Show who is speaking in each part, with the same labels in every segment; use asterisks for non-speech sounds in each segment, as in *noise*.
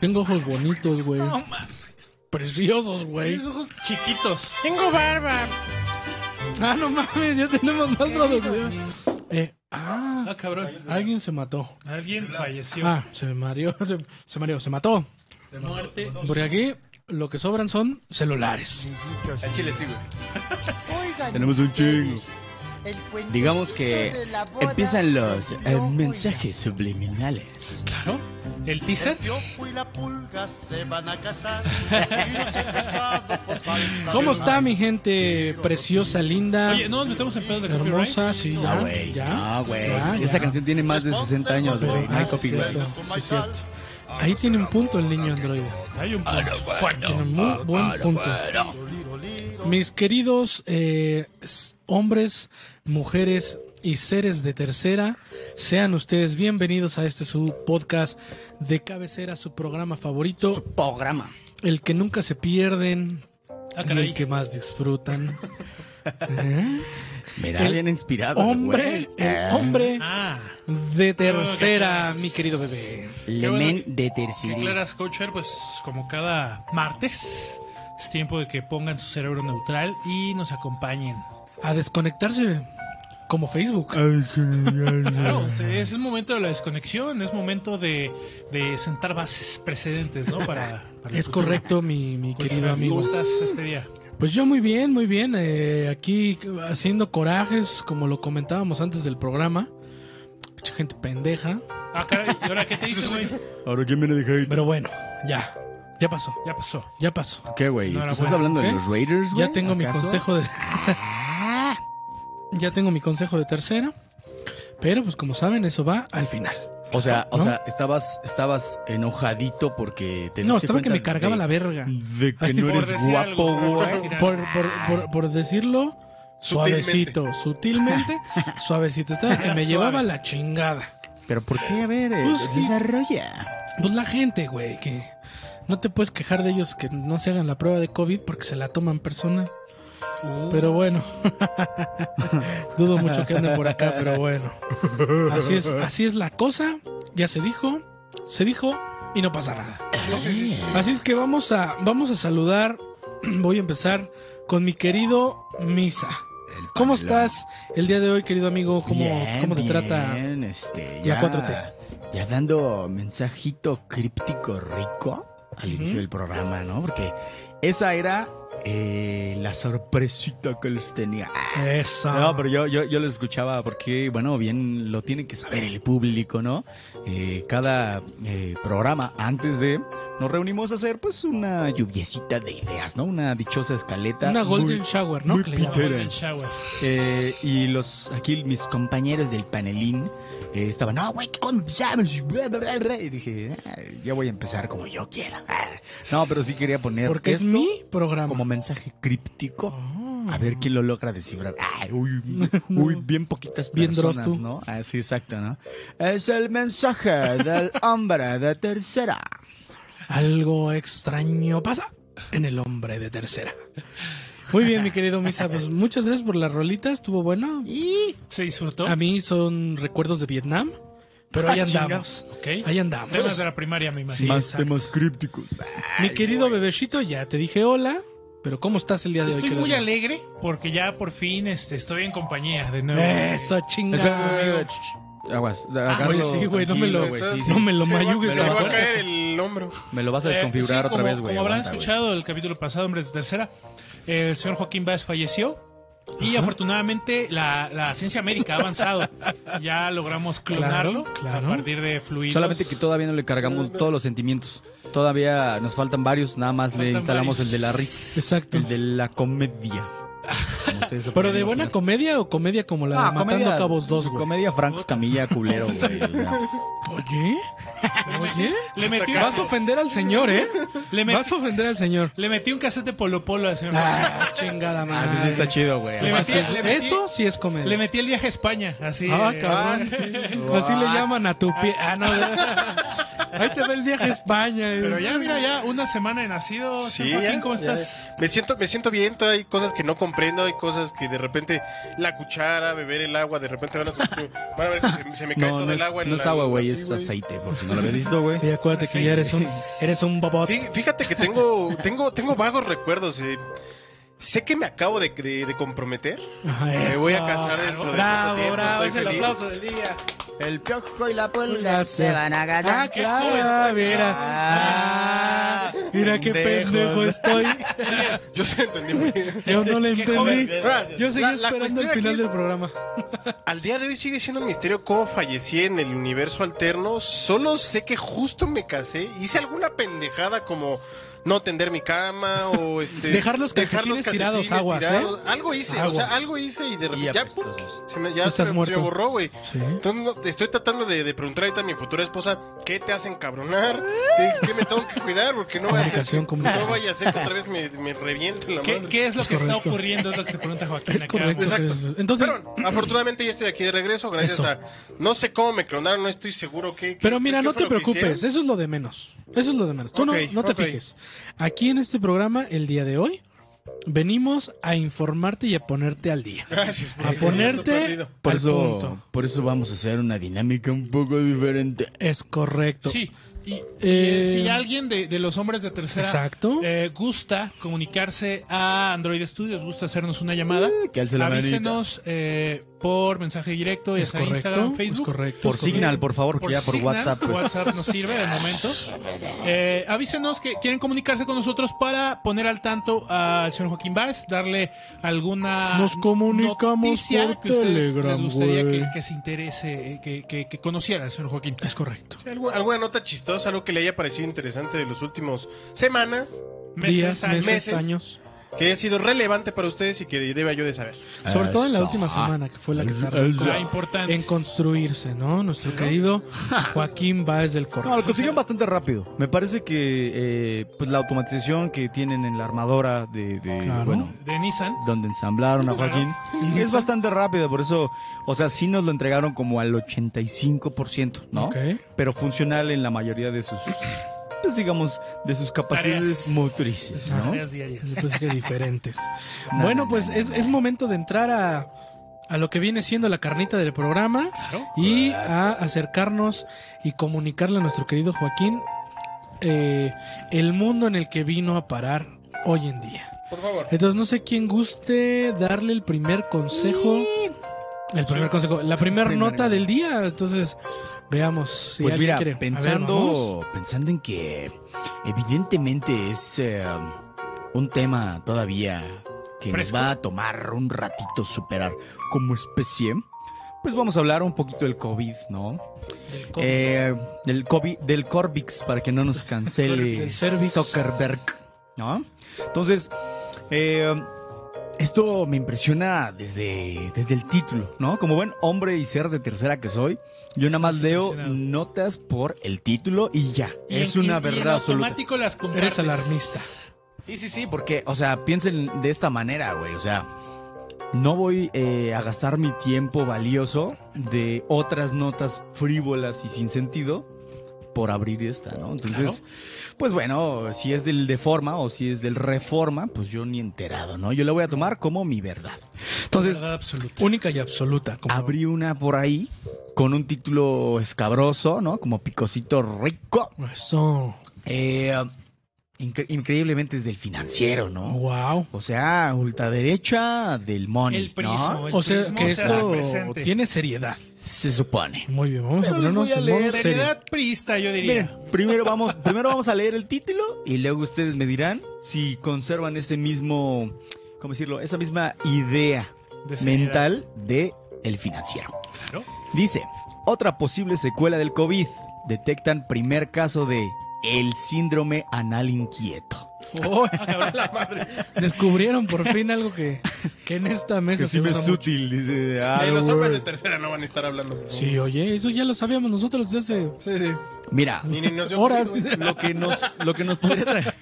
Speaker 1: Tengo ojos bonitos, güey.
Speaker 2: No mames.
Speaker 1: Preciosos, güey.
Speaker 2: Tienes ojos chiquitos.
Speaker 3: Tengo barba.
Speaker 1: Ah, no mames, ya tenemos más producción. Eh, ah,
Speaker 2: Ah, cabrón.
Speaker 1: alguien se mató.
Speaker 2: Alguien falleció.
Speaker 1: Ah, se mareó, *laughs* se, se mareó, se mató.
Speaker 2: Muerte.
Speaker 1: Porque aquí lo que sobran son celulares.
Speaker 4: Al chile sí, güey.
Speaker 5: Oigan,
Speaker 4: Tenemos un chingo.
Speaker 5: el cuentito
Speaker 4: Digamos que
Speaker 5: de la boda
Speaker 4: empiezan los
Speaker 5: terminó,
Speaker 4: eh,
Speaker 5: oigan.
Speaker 4: mensajes subliminales.
Speaker 2: Claro. El teaser.
Speaker 6: El piojo y la pulga se van a
Speaker 1: *laughs*
Speaker 6: casar. Y los he casado por falta
Speaker 1: ¿Cómo
Speaker 6: de
Speaker 1: está
Speaker 6: mar.
Speaker 1: mi gente preciosa, linda,
Speaker 2: Oye, no nos metemos en pedos de copyright.
Speaker 1: hermosa? Sí, ya,
Speaker 4: No, Ah, güey.
Speaker 1: ya.
Speaker 4: No, güey.
Speaker 1: ya, ya.
Speaker 4: Esa canción tiene más de 60 años,
Speaker 1: Pero-
Speaker 4: güey. No
Speaker 1: ah,
Speaker 4: hay
Speaker 1: sí,
Speaker 4: copyright.
Speaker 1: cierto, sí, cierto. Ahí tiene un punto el niño androide.
Speaker 2: Hay
Speaker 1: Ah,
Speaker 2: un punto fuerte.
Speaker 1: Tiene muy buen punto. Mis queridos eh, s- hombres, mujeres y seres de tercera, sean ustedes bienvenidos a este su podcast de cabecera, su programa favorito,
Speaker 4: Su programa.
Speaker 1: el que nunca se pierden
Speaker 2: Ah,
Speaker 1: y el
Speaker 2: caray.
Speaker 1: que más disfrutan. ¿Eh?
Speaker 4: Mira,
Speaker 1: El
Speaker 4: bien inspirado.
Speaker 1: Hombre,
Speaker 4: Ah, güey.
Speaker 1: el
Speaker 4: Ah,
Speaker 1: hombre
Speaker 2: Ah,
Speaker 1: de tercera, mi querido bebé.
Speaker 4: Le
Speaker 2: bueno
Speaker 4: men de
Speaker 2: que
Speaker 4: tercera.
Speaker 2: Claras Coacher, pues como cada martes, es tiempo de que pongan su cerebro neutral y nos acompañen.
Speaker 1: A desconectarse como Facebook.
Speaker 2: Claro,
Speaker 1: Mm.
Speaker 2: o sea, es el momento de la desconexión, es momento de, de sentar bases precedentes, ¿no? Para, para el
Speaker 1: Es
Speaker 2: futuro.
Speaker 1: correcto, mi, mi
Speaker 2: Coacher,
Speaker 1: querido amigo.
Speaker 2: ¿Cómo estás este día?
Speaker 1: Pues yo muy bien, muy bien. eh, aquí haciendo corajes, como lo comentábamos antes del programa. Mucha gente pendeja.
Speaker 2: Ah, caray, ¿y ahora qué te hizo, güey?
Speaker 4: Ahora, ¿quién viene de hate?
Speaker 1: Pero bueno, ya. Ya pasó,
Speaker 2: Ya pasó.
Speaker 1: ya pasó.
Speaker 4: ¿Qué, güey?
Speaker 2: No,
Speaker 4: ¿Tú
Speaker 2: no,
Speaker 4: ¿Estás
Speaker 2: bueno,
Speaker 4: hablando de
Speaker 1: ¿qué?
Speaker 4: los Raiders, Pues güey?
Speaker 1: Ya tengo mi
Speaker 4: ¿Acaso? Ah.
Speaker 1: consejo de. *laughs* ya tengo mi consejo de tercera. Pero pues como saben, eso va al final.
Speaker 4: O sea, o
Speaker 1: ¿No?
Speaker 4: sea, estabas, estabas enojadito porque te
Speaker 1: No,
Speaker 4: diste
Speaker 1: estaba que
Speaker 4: cuenta
Speaker 1: me cargaba
Speaker 4: de- Mm.
Speaker 1: la verga.
Speaker 4: De que
Speaker 1: Ay,
Speaker 4: no
Speaker 1: *laughs* por
Speaker 4: eres
Speaker 2: decir algo,
Speaker 4: guapo,
Speaker 2: por
Speaker 4: güey.
Speaker 2: decir
Speaker 1: Por, por- por- por decirlo suavecito,
Speaker 4: *laughs*
Speaker 1: sutilmente, suavecito. Estaba que
Speaker 2: Era
Speaker 1: me
Speaker 2: suave.
Speaker 1: llevaba la chingada.
Speaker 4: Pero ¿por qué? A ver, eh,
Speaker 1: Pues, sí.
Speaker 4: desarrolla.
Speaker 1: Pues la gente, güey, que no te puedes quejar de ellos que no se hagan la prueba de COVID porque se la toman personal. Pero bueno, *laughs* dudo mucho que anden por acá, pero bueno. Así es, así es la cosa, ya se dijo, se dijo y no pasa nada. Así es que vamos a, vamos a saludar, *clears throat* voy a empezar con mi querido Misa. ¿Cómo estás el día de hoy, querido amigo? ¿Cómo,
Speaker 4: Bien,
Speaker 1: cómo te trata?
Speaker 4: bien, este,
Speaker 1: la
Speaker 4: ya,
Speaker 1: 4T?
Speaker 4: Ya dando mensajito críptico rico al inicio del programa, ¿no? Porque esa era eh, la sorpresita que les tenía.
Speaker 1: Ah. Eso.
Speaker 4: No, pero yo, yo, yo lo escuchaba porque, bueno, bien lo tiene que saber el público, ¿no? Eh, cada eh, programa antes de nos reunimos a hacer pues una lluviecita de ideas, ¿no? Una dichosa escaleta.
Speaker 1: Una
Speaker 4: muy-
Speaker 1: Golden Shower, ¿no?
Speaker 4: muy
Speaker 1: Que le llaman.
Speaker 4: pitera.
Speaker 2: Golden Ah, Shower.
Speaker 4: eh, y los aquí mis compañeros del panelín eh, estaban, no, güey, ¿qué con- sabes?" pues, Bla, bla, bla, bla. Y dije, "Ah, ya voy a empezar como yo quiera. Ah. No, pero sí quería poner
Speaker 1: Porque es
Speaker 4: esto
Speaker 1: mi programa.
Speaker 4: como mensaje críptico.
Speaker 1: Ah.
Speaker 4: A ver quién lo logra descifrar.
Speaker 1: *laughs*
Speaker 4: Ay, uy, uy, bien poquitas
Speaker 1: Bien
Speaker 4: personas,
Speaker 1: Dross tú.
Speaker 4: ¿no? Ah, sí, exacto, ¿no? Es el mensaje
Speaker 1: *laughs*
Speaker 4: del hombre de tercera.
Speaker 1: Algo extraño pasa en el hombre de tercera. Muy bien, mi querido Misa, pues muchas gracias por las rolitas, estuvo bueno.
Speaker 4: Y
Speaker 2: ¿Se disfrutó?
Speaker 1: A mí son recuerdos de Vietnam, pero ahí andamos.
Speaker 2: Ok.
Speaker 1: Ahí andamos.
Speaker 2: Temas de la primaria, me imagino.
Speaker 1: Más exacto.
Speaker 4: temas crípticos. Ah,
Speaker 1: Mi querido bebecito, ya te dije hola, pero ¿cómo estás el día de hoy?
Speaker 2: Estoy
Speaker 1: querido
Speaker 2: muy
Speaker 1: amigo?
Speaker 2: alegre porque ya por fin este, estoy en compañía de nuevo.
Speaker 1: Eso,
Speaker 4: Espera,
Speaker 1: chinga.
Speaker 4: ch- Aguas, agarro
Speaker 1: Ah, oye, sí, güey, no me lo-
Speaker 4: tranquilo, güey, sí,
Speaker 1: No
Speaker 4: sí.
Speaker 1: me lo
Speaker 7: Se me va-
Speaker 1: mayugues.
Speaker 7: Se me va a
Speaker 1: cabrón.
Speaker 7: caer el hombro.
Speaker 4: Me lo vas a
Speaker 2: Eh,
Speaker 4: desconfigurar
Speaker 2: sí,
Speaker 4: otra
Speaker 2: como-
Speaker 4: vez, güey.
Speaker 2: Como habrán
Speaker 4: aguanta, güey.
Speaker 2: escuchado el capítulo pasado, Hombres de Tercera, el señor Joaquín Báez falleció. Y afortunadamente la, la ciencia médica ha avanzado.
Speaker 1: *laughs*
Speaker 2: Ya logramos clonarlo
Speaker 1: Claro, claro.
Speaker 2: a partir de fluidos.
Speaker 4: Solamente que todavía no le cargamos todos los sentimientos. Todavía nos faltan varios, nada más le
Speaker 2: Faltan
Speaker 4: instalamos
Speaker 2: varios.
Speaker 4: el de la risa,
Speaker 1: Exacto.
Speaker 4: el de la comedia. Como ustedes se
Speaker 1: Pero
Speaker 4: pueden
Speaker 1: de buena
Speaker 4: imaginar.
Speaker 1: comedia o comedia como la de
Speaker 4: Ah,
Speaker 1: Matando Cabos 2, güey.
Speaker 4: Comedia Franco Camilla culero, güey. o sea.
Speaker 1: Oye, oye.
Speaker 2: Le metí,
Speaker 1: Vas a ofender al señor, ¿eh?
Speaker 2: le, metí,
Speaker 1: Vas a ofender al señor.
Speaker 2: le metí un casete polo polo al señor Joaquín.
Speaker 1: Ah, chingada
Speaker 4: Ah, sí, sí está chido, güey.
Speaker 2: Le
Speaker 4: Así
Speaker 2: metí-
Speaker 4: es.
Speaker 2: le metí-
Speaker 1: Eso sí es comedia.
Speaker 2: Le metí el viaje a España, así.
Speaker 1: Ah,
Speaker 2: eh,
Speaker 1: cabrón.
Speaker 7: Ah, sí, sí, sí, sí.
Speaker 1: Así le llaman a tu pie. Ah, no. Ahí te va el viaje a España. eh.
Speaker 2: Pero ya, mira, ya una semana de nacido.
Speaker 3: Sí,
Speaker 2: Sí, Joaquín,
Speaker 3: ya,
Speaker 2: ¿cómo
Speaker 3: ya.
Speaker 2: estás?
Speaker 3: Me siento, me siento bien, todavía hay cosas que no comprendo, hay cosas que de repente la cuchara, beber el agua, de repente *laughs* van a, van a ver que se, se me cae
Speaker 4: No,
Speaker 3: todo
Speaker 4: no
Speaker 3: el
Speaker 4: es,
Speaker 3: agua. en
Speaker 4: no es
Speaker 3: la-
Speaker 4: agua, güey,
Speaker 3: así,
Speaker 4: es aceite, por si no lo habías visto, güey.
Speaker 1: Sí, acuérdate que ya eres un, eres un bobot.
Speaker 3: Fí- Fíjate que tengo, tengo, tengo vagos recuerdos. eh. Sé que me acabo de, de- de comprometer. *laughs*
Speaker 1: Ajá,
Speaker 3: Me
Speaker 1: eso.
Speaker 3: voy a casar dentro de poco
Speaker 1: Bravo,
Speaker 3: tiempo,
Speaker 1: bravo,
Speaker 3: estoy
Speaker 1: es el
Speaker 3: feliz.
Speaker 1: aplauso del día.
Speaker 4: El piojo y la
Speaker 1: pulga se van
Speaker 4: a
Speaker 1: Ah, claro, mira. Ah, mira qué
Speaker 4: pendejos.
Speaker 1: pendejo estoy.
Speaker 3: Yo se entendí muy bien.
Speaker 1: Yo no le
Speaker 2: Qué
Speaker 1: entendí.
Speaker 2: joven.
Speaker 1: Yo seguí
Speaker 3: La- la
Speaker 1: esperando
Speaker 3: cuestión
Speaker 1: el
Speaker 3: aquí
Speaker 1: final
Speaker 3: es-
Speaker 1: del programa.
Speaker 3: Al día de hoy sigue siendo un misterio cómo fallecí en el universo alterno. Solo sé que justo me casé. Hice alguna pendejada como no tender mi cama o este.
Speaker 1: *laughs* Dejar los calcetines tirados, aguas, ¿eh?
Speaker 3: Algo hice, o sea,
Speaker 1: Aguas.
Speaker 3: algo hice y de
Speaker 4: Y pues,
Speaker 3: repente. ya, pum,
Speaker 4: apestosos.
Speaker 3: se me, ya
Speaker 1: Estás
Speaker 3: se, me- se
Speaker 1: muerto. ¿Eh?
Speaker 3: me borró, güey.
Speaker 1: Sí.
Speaker 3: Entonces no, estoy tratando de, de preguntar ahorita a mi futura esposa qué te hacen cabronar, qué, qué me tengo que cuidar, porque no vaya a
Speaker 1: Comunicación,
Speaker 3: ser, que-
Speaker 1: comunicación.
Speaker 3: no vaya a ser que otra vez me, me revienten la
Speaker 2: ¿Qué,
Speaker 3: madre.
Speaker 2: qué es lo
Speaker 1: Es
Speaker 2: que está
Speaker 1: correcto.
Speaker 2: ocurriendo? Es lo que
Speaker 1: *laughs*
Speaker 2: se pregunta Joaquín.
Speaker 1: Es
Speaker 2: acá.
Speaker 1: correcto.
Speaker 3: Exacto.
Speaker 1: Chris. Entonces,
Speaker 3: Pero
Speaker 1: *clears throat*
Speaker 3: afortunadamente ya estoy aquí de regreso, gracias
Speaker 1: Eso.
Speaker 3: a... No sé cómo me clonaron, no estoy seguro qué...
Speaker 1: Pero
Speaker 3: qué-
Speaker 1: mira,
Speaker 3: qué
Speaker 1: no
Speaker 3: fue
Speaker 1: te
Speaker 3: lo que
Speaker 1: preocupes, ¿eh?
Speaker 3: hicieron.
Speaker 1: eso es lo de menos. Eso es lo de menos. Tú
Speaker 3: Ok,
Speaker 1: no, no te
Speaker 3: ok.
Speaker 1: fijes. Aquí en este programa, el día de hoy, venimos a informarte y a ponerte al día.
Speaker 3: Gracias.
Speaker 1: A
Speaker 3: porque sí, estoy
Speaker 1: ponerte
Speaker 3: perdido.
Speaker 4: Por
Speaker 1: al
Speaker 4: eso,
Speaker 1: punto.
Speaker 4: por eso vamos a hacer una dinámica un poco diferente.
Speaker 1: Es correcto.
Speaker 2: Sí. Y, y,
Speaker 1: Eh,
Speaker 2: eh, si alguien de, de los hombres de tercera
Speaker 1: Exacto.
Speaker 2: eh, gusta comunicarse a Android Studios, gusta hacernos una llamada,
Speaker 1: Mm,
Speaker 4: Que alce la manita.
Speaker 2: avísenos eh, por mensaje directo, ya
Speaker 1: Es
Speaker 2: sea
Speaker 1: correcto.
Speaker 2: Instagram,
Speaker 1: es
Speaker 2: Facebook.
Speaker 1: correcto.
Speaker 4: Por
Speaker 1: es correcto.
Speaker 4: Signal, por favor, que ya por
Speaker 2: Signal,
Speaker 4: WhatsApp. pues,
Speaker 2: WhatsApp nos sirve de momento. Eh, avísenos que quieren comunicarse con nosotros para poner al tanto al señor Joaquín Vaz, darle alguna
Speaker 1: Nos comunicamos
Speaker 2: noticia
Speaker 1: por
Speaker 2: que ustedes
Speaker 1: Telegram,
Speaker 2: les gustaría
Speaker 1: güey.
Speaker 2: que, que se interese, eh, que, que- que conociera al señor Joaquín.
Speaker 1: Es correcto.
Speaker 3: ¿Alguna, alguna nota chistosa, algo que le haya parecido interesante de los últimos semanas,
Speaker 1: Días, meses,
Speaker 2: años.
Speaker 3: meses.
Speaker 1: años.
Speaker 3: que haya sido relevante para ustedes y que deba yo de saber?
Speaker 1: Sobre todo en la
Speaker 4: Eso.
Speaker 1: última semana, que fue la que
Speaker 4: Eso.
Speaker 1: tardó en-
Speaker 2: La importante.
Speaker 1: en construirse, ¿no? Nuestro querido Joaquín Báez del
Speaker 4: No,
Speaker 1: Corral.
Speaker 4: lo consiguen bastante rápido. Me parece que eh, pues la automatización que tienen en la armadora de, de,
Speaker 1: Claro.
Speaker 4: bueno,
Speaker 2: de Nissan.
Speaker 4: donde ensamblaron a Joaquín es bastante rápida, por eso, o sea, sí nos lo entregaron como al 85%, ¿no?
Speaker 1: Ok.
Speaker 4: Pero funcional en la mayoría de sus pues digamos de sus capacidades
Speaker 2: Tareas.
Speaker 4: motrices, ¿no?
Speaker 2: Tareas diarias.
Speaker 1: Entonces, que diferentes.
Speaker 4: No,
Speaker 1: bueno,
Speaker 4: no,
Speaker 1: pues
Speaker 4: no,
Speaker 1: es, es momento de entrar a, a lo que viene siendo la carnita del programa
Speaker 2: Claro.
Speaker 1: y a acercarnos y comunicarle a nuestro querido Joaquín eh, el mundo en el que vino a parar hoy en día.
Speaker 3: Por favor.
Speaker 1: Entonces, no sé quién guste darle el primer consejo. El primer consejo, la primera
Speaker 4: Primer-
Speaker 1: nota del día. Entonces, veamos si
Speaker 4: Pues
Speaker 1: alguien
Speaker 4: mira,
Speaker 1: quiere. A ver, vamos.
Speaker 4: pensando, pensando en que evidentemente es eh, un tema todavía que
Speaker 2: Fresco.
Speaker 4: nos va a tomar un ratito superar como especie, pues vamos a hablar un poquito del COVID, ¿no?
Speaker 1: Del COVID.
Speaker 4: Eh, del COVID, del Corvix, para que no
Speaker 2: *laughs*
Speaker 4: nos cancele
Speaker 1: Del cervix.
Speaker 4: Zuckerberg, ¿no? Entonces, eh, esto me impresiona desde, desde el título, ¿no? Como buen hombre y ser de tercera que soy, yo nada más
Speaker 2: Estás
Speaker 4: leo
Speaker 2: impresionado.
Speaker 4: notas por el título y ya.
Speaker 2: Y
Speaker 4: es
Speaker 2: en-
Speaker 4: una
Speaker 2: y- y en
Speaker 4: verdad absoluta.
Speaker 2: automático las compartes.
Speaker 1: Eres alarmista.
Speaker 4: Sí, sí, sí, porque, o sea, piensen de esta manera, güey. O sea, no voy eh, a gastar mi tiempo valioso de otras notas frívolas y sin sentido por abrir esta, ¿no? Entonces, pues bueno, si es del de forma o si es del reforma, pues yo ni enterado, ¿no? Yo la voy a tomar como mi verdad. Entonces,
Speaker 2: Verdad absoluta.
Speaker 1: Única y absoluta. Como
Speaker 4: abrí una por ahí con un título escabroso, ¿no? Como picosito rico.
Speaker 1: Eso.
Speaker 4: Eh, incre- increíblemente es del financiero, ¿no?
Speaker 1: Wow.
Speaker 4: O sea, ultraderecha del money,
Speaker 2: El
Speaker 4: ¿no?
Speaker 2: prismo. El
Speaker 1: O sea
Speaker 2: prismo
Speaker 1: que
Speaker 2: se hace
Speaker 1: esto
Speaker 2: presente.
Speaker 1: tiene seriedad.
Speaker 4: Se supone.
Speaker 1: Muy bien, vamos
Speaker 4: Pero
Speaker 1: a
Speaker 4: les
Speaker 1: ponernos
Speaker 4: voy a
Speaker 1: en
Speaker 4: leer
Speaker 1: modo
Speaker 4: en
Speaker 1: serio.
Speaker 2: Seriedad priista, yo diría.
Speaker 4: Miren, primero vamos, primero vamos a leer el título y luego ustedes me dirán si conservan ese mismo, ¿cómo decirlo? Esa misma idea
Speaker 2: De seriedad.
Speaker 4: mental de el financiero.
Speaker 2: Claro.
Speaker 4: Dice, otra posible secuela del COVID. Detectan primer caso de el síndrome anal inquieto.
Speaker 1: Oh, Descubrieron por fin algo que, que en esta mesa se usa mucho.
Speaker 4: útil, dice.
Speaker 1: Ah,
Speaker 3: Eh, los hombres de tercera no van a estar hablando. por favor.
Speaker 1: Sí, oye, eso ya lo sabíamos nosotros desde hace
Speaker 3: Sí, sí.
Speaker 4: Mira,
Speaker 3: Ni- ni nos dio
Speaker 1: horas.
Speaker 3: cuenta,
Speaker 4: lo que nos, lo que nos podría traer.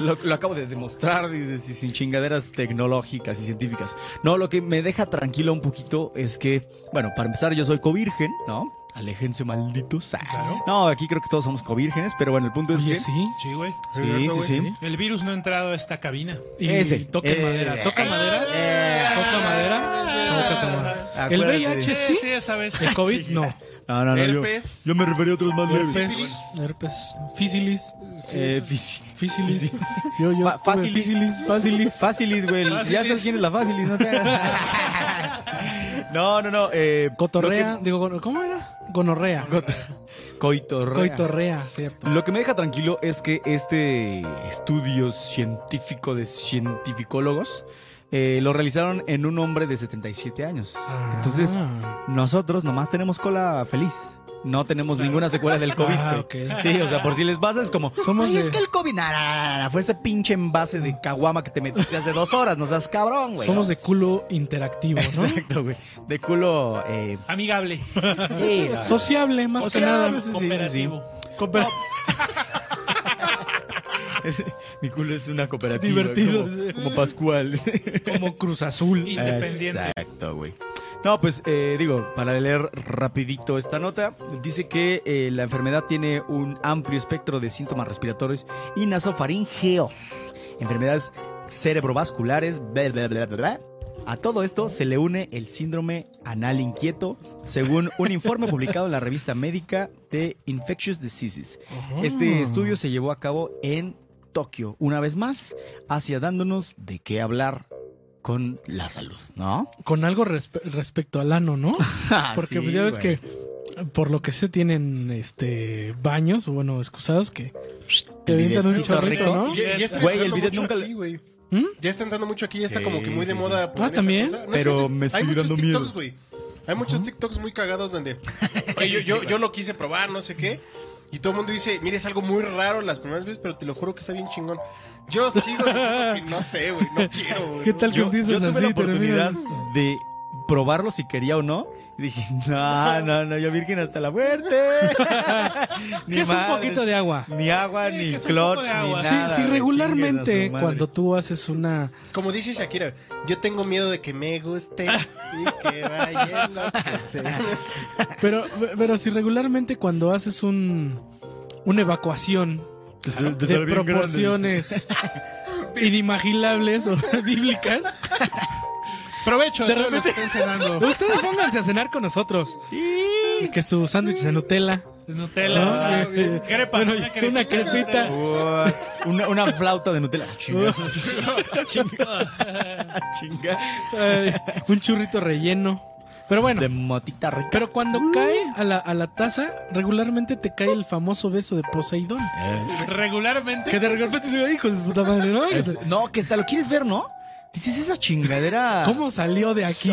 Speaker 4: Lo, lo acabo de demostrar, dices, y sin chingaderas tecnológicas y científicas. No, lo que me deja tranquilo un poquito es que, bueno, para empezar, yo soy covirgen, ¿no? Aléjense, malditos. Ah.
Speaker 2: Claro.
Speaker 4: No, aquí creo que todos somos covírgenes, pero bueno, el punto es
Speaker 1: Oye,
Speaker 4: que.
Speaker 1: sí.
Speaker 2: Sí, güey.
Speaker 4: sí, sí, sí.
Speaker 2: El virus no ha entrado a esta cabina.
Speaker 1: Y
Speaker 4: Ese.
Speaker 1: toca
Speaker 4: Eh,
Speaker 1: madera. Toca
Speaker 4: ese.
Speaker 1: madera.
Speaker 4: Eh.
Speaker 1: toca
Speaker 3: Ah,
Speaker 1: madera. Toca madera. El
Speaker 4: Acuérdate.
Speaker 1: VIH
Speaker 2: Sí,
Speaker 1: sí.
Speaker 2: sí, esa vez.
Speaker 1: El COVID no.
Speaker 4: No, no, no. Yo,
Speaker 3: Herpes.
Speaker 4: yo me refería a otros más leves.
Speaker 1: Herpes. Herpes. Físilis.
Speaker 4: Eh, fisi-
Speaker 1: Físilis. Yo, yo.
Speaker 4: Fa-
Speaker 1: tuve
Speaker 4: fácilis.
Speaker 1: Físilis. Fácilis.
Speaker 4: Fácilis, güey. Ya sabes quién es la fácilis, no te
Speaker 1: *laughs*
Speaker 4: hagas. No, no, no. Eh,
Speaker 1: Cotorrea. Digo, gono- ¿cómo era? Gonorrea.
Speaker 4: lo que- Coitorrea.
Speaker 1: Coitorrea, cierto.
Speaker 4: Lo que me deja tranquilo es que este estudio científico de cientificólogos eh, lo realizaron en un hombre de 77 años. Entonces,
Speaker 1: Ah,
Speaker 4: nosotros nomás tenemos cola feliz. No tenemos ninguna secuela del COVID.
Speaker 1: *laughs* Ah,
Speaker 4: güey.
Speaker 1: ok.
Speaker 4: Sí, o sea, por si les pasa es como,
Speaker 1: Somos
Speaker 4: "Ay,
Speaker 1: de-
Speaker 4: es que el COVID, nah, nah, nah, nah, fue ese pinche envase de caguama que te metiste hace dos horas, no seas cabrón, güey.
Speaker 1: somos de culo interactivo,
Speaker 4: *laughs*
Speaker 1: *laughs* ¿no?
Speaker 4: Exacto, güey. De culo, eh,
Speaker 2: Amigable.
Speaker 1: *laughs*
Speaker 4: sí, no,
Speaker 1: Sociable, más que
Speaker 4: Sociable,
Speaker 1: nada.
Speaker 4: sí, sí, sí.
Speaker 2: Cooperativo.
Speaker 1: Cooper-
Speaker 4: *laughs* es- mi culo es una cooperativa.
Speaker 1: Divertido,
Speaker 4: como-
Speaker 1: sí.
Speaker 4: como Pascual.
Speaker 1: Como Cruz Azul.
Speaker 2: Independiente.
Speaker 4: Exacto, güey. No, pues eh, digo, para leer rapidito esta nota, dice que eh, la enfermedad tiene un amplio espectro de síntomas respiratorios y nasofaringeos, enfermedades cerebrovasculares, bla, bla, bla, bla, bla. A todo esto se le une el síndrome anal inquieto, según un informe publicado en la revista médica de Infectious Diseases. Este estudio se llevó a cabo en Tokio, una vez más, hacia dándonos de qué hablar con la salud, *laughs* ¿no?
Speaker 1: Con algo respe- respecto al ano, ¿no?
Speaker 4: Ah,
Speaker 1: Porque pues ya ves que por lo que se tienen este baños, o bueno, excusados que te
Speaker 4: El
Speaker 1: avientan un
Speaker 4: bidetcito
Speaker 1: chorrito,
Speaker 4: rico.
Speaker 1: ¿no?
Speaker 3: Ya, ya está
Speaker 4: Güey, el
Speaker 3: entrando
Speaker 4: bidet
Speaker 3: mucho
Speaker 4: nunca le-
Speaker 3: aquí, güey.
Speaker 1: ¿Mm?
Speaker 3: Ya está entrando mucho aquí, ya está
Speaker 4: Sí,
Speaker 3: como que muy de
Speaker 4: sí,
Speaker 3: moda.
Speaker 1: Ah, ¿también?
Speaker 4: Pero
Speaker 3: sé,
Speaker 4: me estoy
Speaker 3: hay muchos
Speaker 4: dando
Speaker 3: TikToks,
Speaker 4: miedo.
Speaker 3: güey. Hay muchos TikToks muy
Speaker 4: *laughs*
Speaker 3: cagados donde oye, yo, yo, yo lo quise probar, no sé qué. Y todo el mundo dice, mira, es algo muy raro las primeras veces, pero te lo juro que está bien chingón. Yo sigo diciendo que
Speaker 4: *laughs*
Speaker 3: no sé, güey, no quiero, güey.
Speaker 1: ¿Qué tal que
Speaker 4: Yo, yo
Speaker 1: empiezas
Speaker 4: tuve
Speaker 1: así?
Speaker 4: la
Speaker 1: y terminas-
Speaker 4: oportunidad de probarlo si quería o no. Y dije, no, no, no, yo virgen hasta
Speaker 1: *laughs*
Speaker 4: la muerte. *laughs* Ni
Speaker 1: Que es un
Speaker 4: madres,
Speaker 1: poquito de agua.
Speaker 4: Ni agua,
Speaker 2: Sí,
Speaker 4: ni
Speaker 2: que es un poco
Speaker 4: clutch,
Speaker 2: de agua.
Speaker 4: ni
Speaker 1: Sí,
Speaker 4: nada.
Speaker 1: sí,
Speaker 4: güey,
Speaker 1: regularmente
Speaker 4: chinguen a su madre.
Speaker 1: cuando tú haces una
Speaker 3: Como dice Shakira, yo tengo miedo de que me guste y que vaya lo
Speaker 4: *laughs*
Speaker 3: que sea.
Speaker 1: pero pero si regularmente cuando haces un una evacuación de proporciones *laughs* inimaginables o *laughs*
Speaker 4: *laughs*
Speaker 1: bíblicas,
Speaker 2: Provecho de
Speaker 1: De
Speaker 2: todo lo que
Speaker 1: *laughs*
Speaker 2: estén cenando.
Speaker 1: ustedes pónganse a cenar con nosotros. *laughs* Que su sándwich de Nutella.
Speaker 2: Nutella.
Speaker 1: No, Ah, sí, sí.
Speaker 2: Crepa.
Speaker 1: Bueno,
Speaker 2: una
Speaker 1: y
Speaker 2: crepita.
Speaker 1: una crepita.
Speaker 4: What? Una, una flauta
Speaker 1: *laughs*
Speaker 4: de Nutella. Ah, Chinga, *laughs* chinga, *laughs* chinga.
Speaker 1: Ay, un churrito relleno. Pero bueno,
Speaker 4: De motita rica.
Speaker 1: pero cuando cae a la, a la taza, regularmente te cae el famoso beso de Poseidón.
Speaker 4: Eh.
Speaker 2: Regularmente.
Speaker 1: Que de repente se ve, hijo de su puta madre, ¿no?
Speaker 4: Es- no, que hasta lo quieres ver, ¿no? Dices esa chingadera.
Speaker 1: ¿Cómo salió de aquí?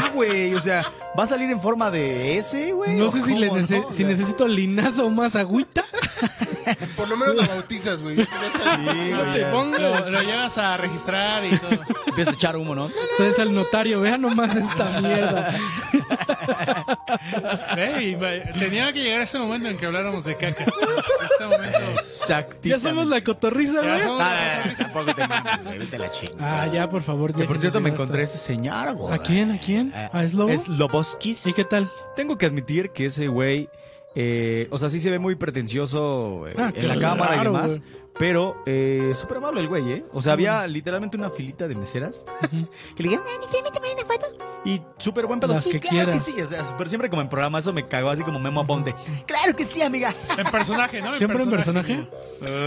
Speaker 4: Ah, güey. O sea, ¿va a salir en forma de S, güey?
Speaker 1: No
Speaker 4: ¿O
Speaker 1: sé si, le
Speaker 4: cómo,
Speaker 1: nece-
Speaker 4: no?
Speaker 1: si necesito linazo o más agüita.
Speaker 3: Por lo menos la bautizas, güey.
Speaker 4: Sí,
Speaker 1: *laughs*
Speaker 4: güey.
Speaker 1: No te pongo.
Speaker 2: Lo, lo llevas a registrar y todo.
Speaker 4: Empieza a echar humo, ¿no?
Speaker 1: Entonces al notario, vea nomás esta mierda.
Speaker 2: Ve, y va- tenía que llegar ese momento en que habláramos de caca. Este momento.
Speaker 4: Exactamente.
Speaker 1: Ya somos la cotorriza,
Speaker 2: Ya
Speaker 1: güey.
Speaker 2: somos-
Speaker 4: Ah, no, no, tampoco te mames, güey, vete a la chingada.
Speaker 1: Ah, ya, por favor.
Speaker 4: Que
Speaker 1: ya
Speaker 4: por
Speaker 1: que
Speaker 4: cierto,
Speaker 1: nos
Speaker 4: me
Speaker 1: llegó
Speaker 4: encontré a
Speaker 1: hasta-
Speaker 4: ese señor, güey. Ah,
Speaker 1: ¿A quién? ¿A quién? ¿A Slobo?
Speaker 4: Es Loboskis.
Speaker 1: ¿Y qué tal?
Speaker 4: Tengo que admitir que ese güey, eh, o sea, sí se ve muy pretencioso eh,
Speaker 1: Ah,
Speaker 4: en la
Speaker 1: claro,
Speaker 4: cámara y demás,
Speaker 1: güey.
Speaker 4: pero eh, súper amable el güey, ¿eh? O sea, había literalmente una filita de meseras que le dije, y súper buen pedo.
Speaker 1: Las
Speaker 4: sí,
Speaker 1: que
Speaker 4: claro
Speaker 1: quieras.
Speaker 4: que sí, o sea, súper siempre como en programa, eso me cagó así como Memo Aponte. Claro que sí, amiga.
Speaker 2: En personaje, ¿no?
Speaker 1: ¿Siempre en personaje?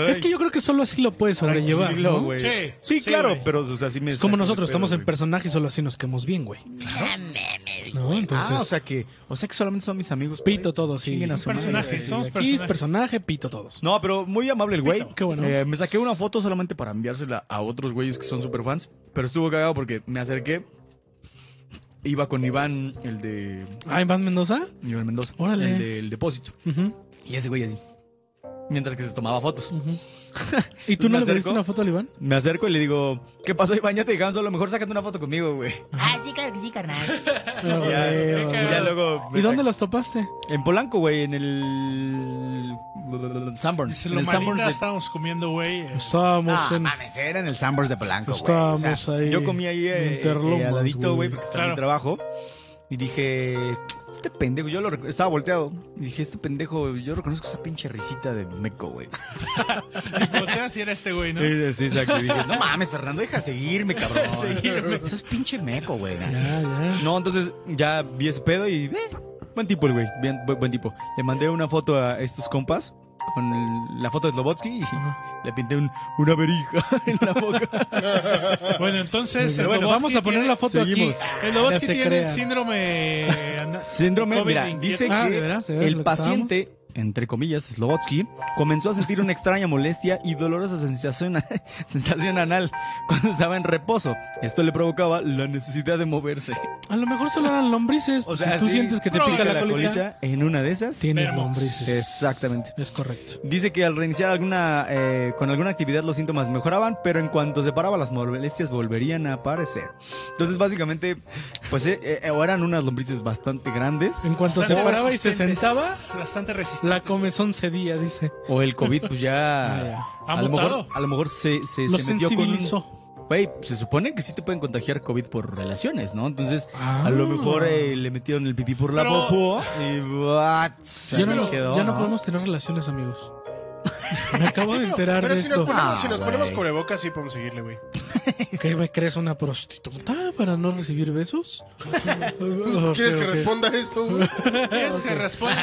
Speaker 1: Es que yo creo que solo así lo puedes sobrellevar,
Speaker 4: Tranquilo,
Speaker 1: ¿no?
Speaker 4: güey.
Speaker 2: Sí, sí,
Speaker 4: Sí, claro,
Speaker 2: güey.
Speaker 4: pero o sea, sí me
Speaker 1: Es como
Speaker 4: sacó de
Speaker 1: nosotros,
Speaker 4: pedo,
Speaker 1: estamos en
Speaker 4: güey. Ah,
Speaker 1: personaje y solo así nos quemos bien, güey. No, entonces.
Speaker 4: Ah, o sea que, o sea que solamente son mis amigos. güey.
Speaker 1: pito todos, sí.
Speaker 4: Chinguen a su madre,
Speaker 2: Personaje,
Speaker 4: güey.
Speaker 2: somos
Speaker 1: Aquí es
Speaker 2: personaje.
Speaker 1: personaje, pito todos.
Speaker 4: No, pero muy amable el güey.
Speaker 1: Qué bueno.
Speaker 4: Eh, me saqué una foto solamente para enviársela a otros güeyes que son super fans. Pero estuvo cagado porque me acerqué. Iba con Iván, el de
Speaker 1: Ah, Iván Mendoza.
Speaker 4: Iván Mendoza.
Speaker 1: Órale.
Speaker 4: El del depósito.
Speaker 1: Ujú,
Speaker 4: Y ese güey así. Mientras que se tomaba fotos.
Speaker 1: ujú. ¿Y tú no
Speaker 4: Me
Speaker 1: le pediste
Speaker 4: acerco.
Speaker 1: una foto al Iván?
Speaker 4: Me acerco y le digo, ¿qué pasó, Iván? Ya te dejaron solo. Mejor sácate una foto conmigo, *laughs* güey.
Speaker 7: Ah, sí, claro que sí, carnal.
Speaker 1: Ah,
Speaker 4: Y *laughs* ya,
Speaker 1: güey,
Speaker 4: y
Speaker 1: güey.
Speaker 4: ya luego. me
Speaker 1: ¿Y dónde
Speaker 4: saqué-
Speaker 1: los topaste?
Speaker 4: En Polanco, güey. En el. Sanborns.
Speaker 2: Dice,
Speaker 4: En
Speaker 2: lo
Speaker 4: el Sanborns
Speaker 2: malita
Speaker 4: de
Speaker 2: estábamos comiendo, güey. eh,
Speaker 1: Estábamos
Speaker 4: Ah,
Speaker 1: en.
Speaker 4: mames, era en el Sanborns de Polanco, güey.
Speaker 1: Estábamos ahí,
Speaker 4: Yo comí ahí eh,
Speaker 1: en Interlomas,
Speaker 4: eh, al ladito,
Speaker 1: güey.
Speaker 4: güey, porque estaba en
Speaker 2: Claro.
Speaker 4: trabajo. Y dije, Este pendejo, yo lo rec- estaba volteado. Y dije, este pendejo, yo reconozco esa pinche risita de meco, güey.
Speaker 2: Y volteas y era este güey, ¿no?
Speaker 4: Y *laughs* sí, exacto. Y *laughs* dije, no mames, Fernando, deja seguirme, *laughs* cabrón.
Speaker 2: Seguirme.
Speaker 4: Eso es pinche meco, güey.
Speaker 1: Ya, ya.
Speaker 4: No, entonces ya vi ese pedo y. eh, buen tipo el güey. Bien, bu- buen, tipo. Le mandé una foto a estos compas con el- la foto de Slobotsky y
Speaker 1: Ajá.
Speaker 4: le pinté un- una verija *laughs* en la boca.
Speaker 2: Bueno, entonces.
Speaker 1: Pero bueno,
Speaker 2: Slobodsky
Speaker 1: vamos a poner
Speaker 2: tiene-
Speaker 1: la *laughs* foto
Speaker 4: Seguimos.
Speaker 1: aquí.
Speaker 2: El
Speaker 1: Ya
Speaker 2: Lobotsky
Speaker 1: se
Speaker 2: tiene
Speaker 1: crea.
Speaker 2: síndrome. ana-
Speaker 4: Síndrome,
Speaker 2: COVID
Speaker 4: mira,
Speaker 2: inquieto.
Speaker 4: dice
Speaker 1: Ah,
Speaker 4: que
Speaker 1: de veras, de veras,
Speaker 4: el
Speaker 1: lo que estábamos.
Speaker 4: paciente, entre comillas, Slobotsky, comenzó a sentir una extraña molestia y dolorosa sensación, *laughs* sensación anal cuando estaba en reposo. Esto le provocaba la necesidad de moverse.
Speaker 1: A lo mejor solo eran lombrices.
Speaker 4: O
Speaker 1: pues,
Speaker 4: sea,
Speaker 1: si tú
Speaker 4: sí,
Speaker 1: sientes que te
Speaker 2: provoca
Speaker 1: pica la,
Speaker 2: la
Speaker 1: colita,
Speaker 4: en una de esas.
Speaker 1: tienes
Speaker 2: Vermos.
Speaker 1: lombrices.
Speaker 4: Exactamente.
Speaker 1: Es correcto.
Speaker 4: Dice que al reiniciar alguna eh, con alguna actividad los síntomas mejoraban, pero en cuanto se paraba las molestias volverían a aparecer. Entonces básicamente, pues eh, eh, o eran unas lombrices bastante grandes
Speaker 1: En cuanto se
Speaker 2: Bastante
Speaker 1: paraba y se
Speaker 2: resistentes,
Speaker 1: sentaba,
Speaker 2: Bastante resistente.
Speaker 1: la comezón cedía, dice.
Speaker 4: o el COVID pues
Speaker 1: *laughs* Ah,
Speaker 4: ya
Speaker 1: ya.
Speaker 4: a
Speaker 2: Ha
Speaker 4: lo mejor
Speaker 2: mutado.
Speaker 4: a lo mejor se se,
Speaker 1: Lo
Speaker 4: se metió con un-
Speaker 1: sensibilizó.
Speaker 4: Güey, se supone que sí te pueden contagiar COVID por relaciones, ¿no? Entonces
Speaker 1: Ah.
Speaker 4: a lo mejor eh, le metieron el pipí por la
Speaker 2: Pero-
Speaker 4: popó y what, se
Speaker 1: Ya no,
Speaker 4: me
Speaker 1: lo-
Speaker 4: quedó,
Speaker 1: ya no podemos tener relaciones,
Speaker 4: *laughs*
Speaker 1: amigos. Me acabo de enterar
Speaker 3: Pero
Speaker 1: de
Speaker 3: si nos
Speaker 1: esto.
Speaker 3: ponemos, si
Speaker 4: Ah,
Speaker 3: nos ponemos
Speaker 4: güey.
Speaker 3: cubrebocas, sí podemos seguirle, güey.
Speaker 1: ¿Qué me crees una prostituta para no recibir
Speaker 4: *laughs*
Speaker 1: besos?
Speaker 3: ¿Tú ¿Quieres que responda esto, güey?
Speaker 2: Él se responde.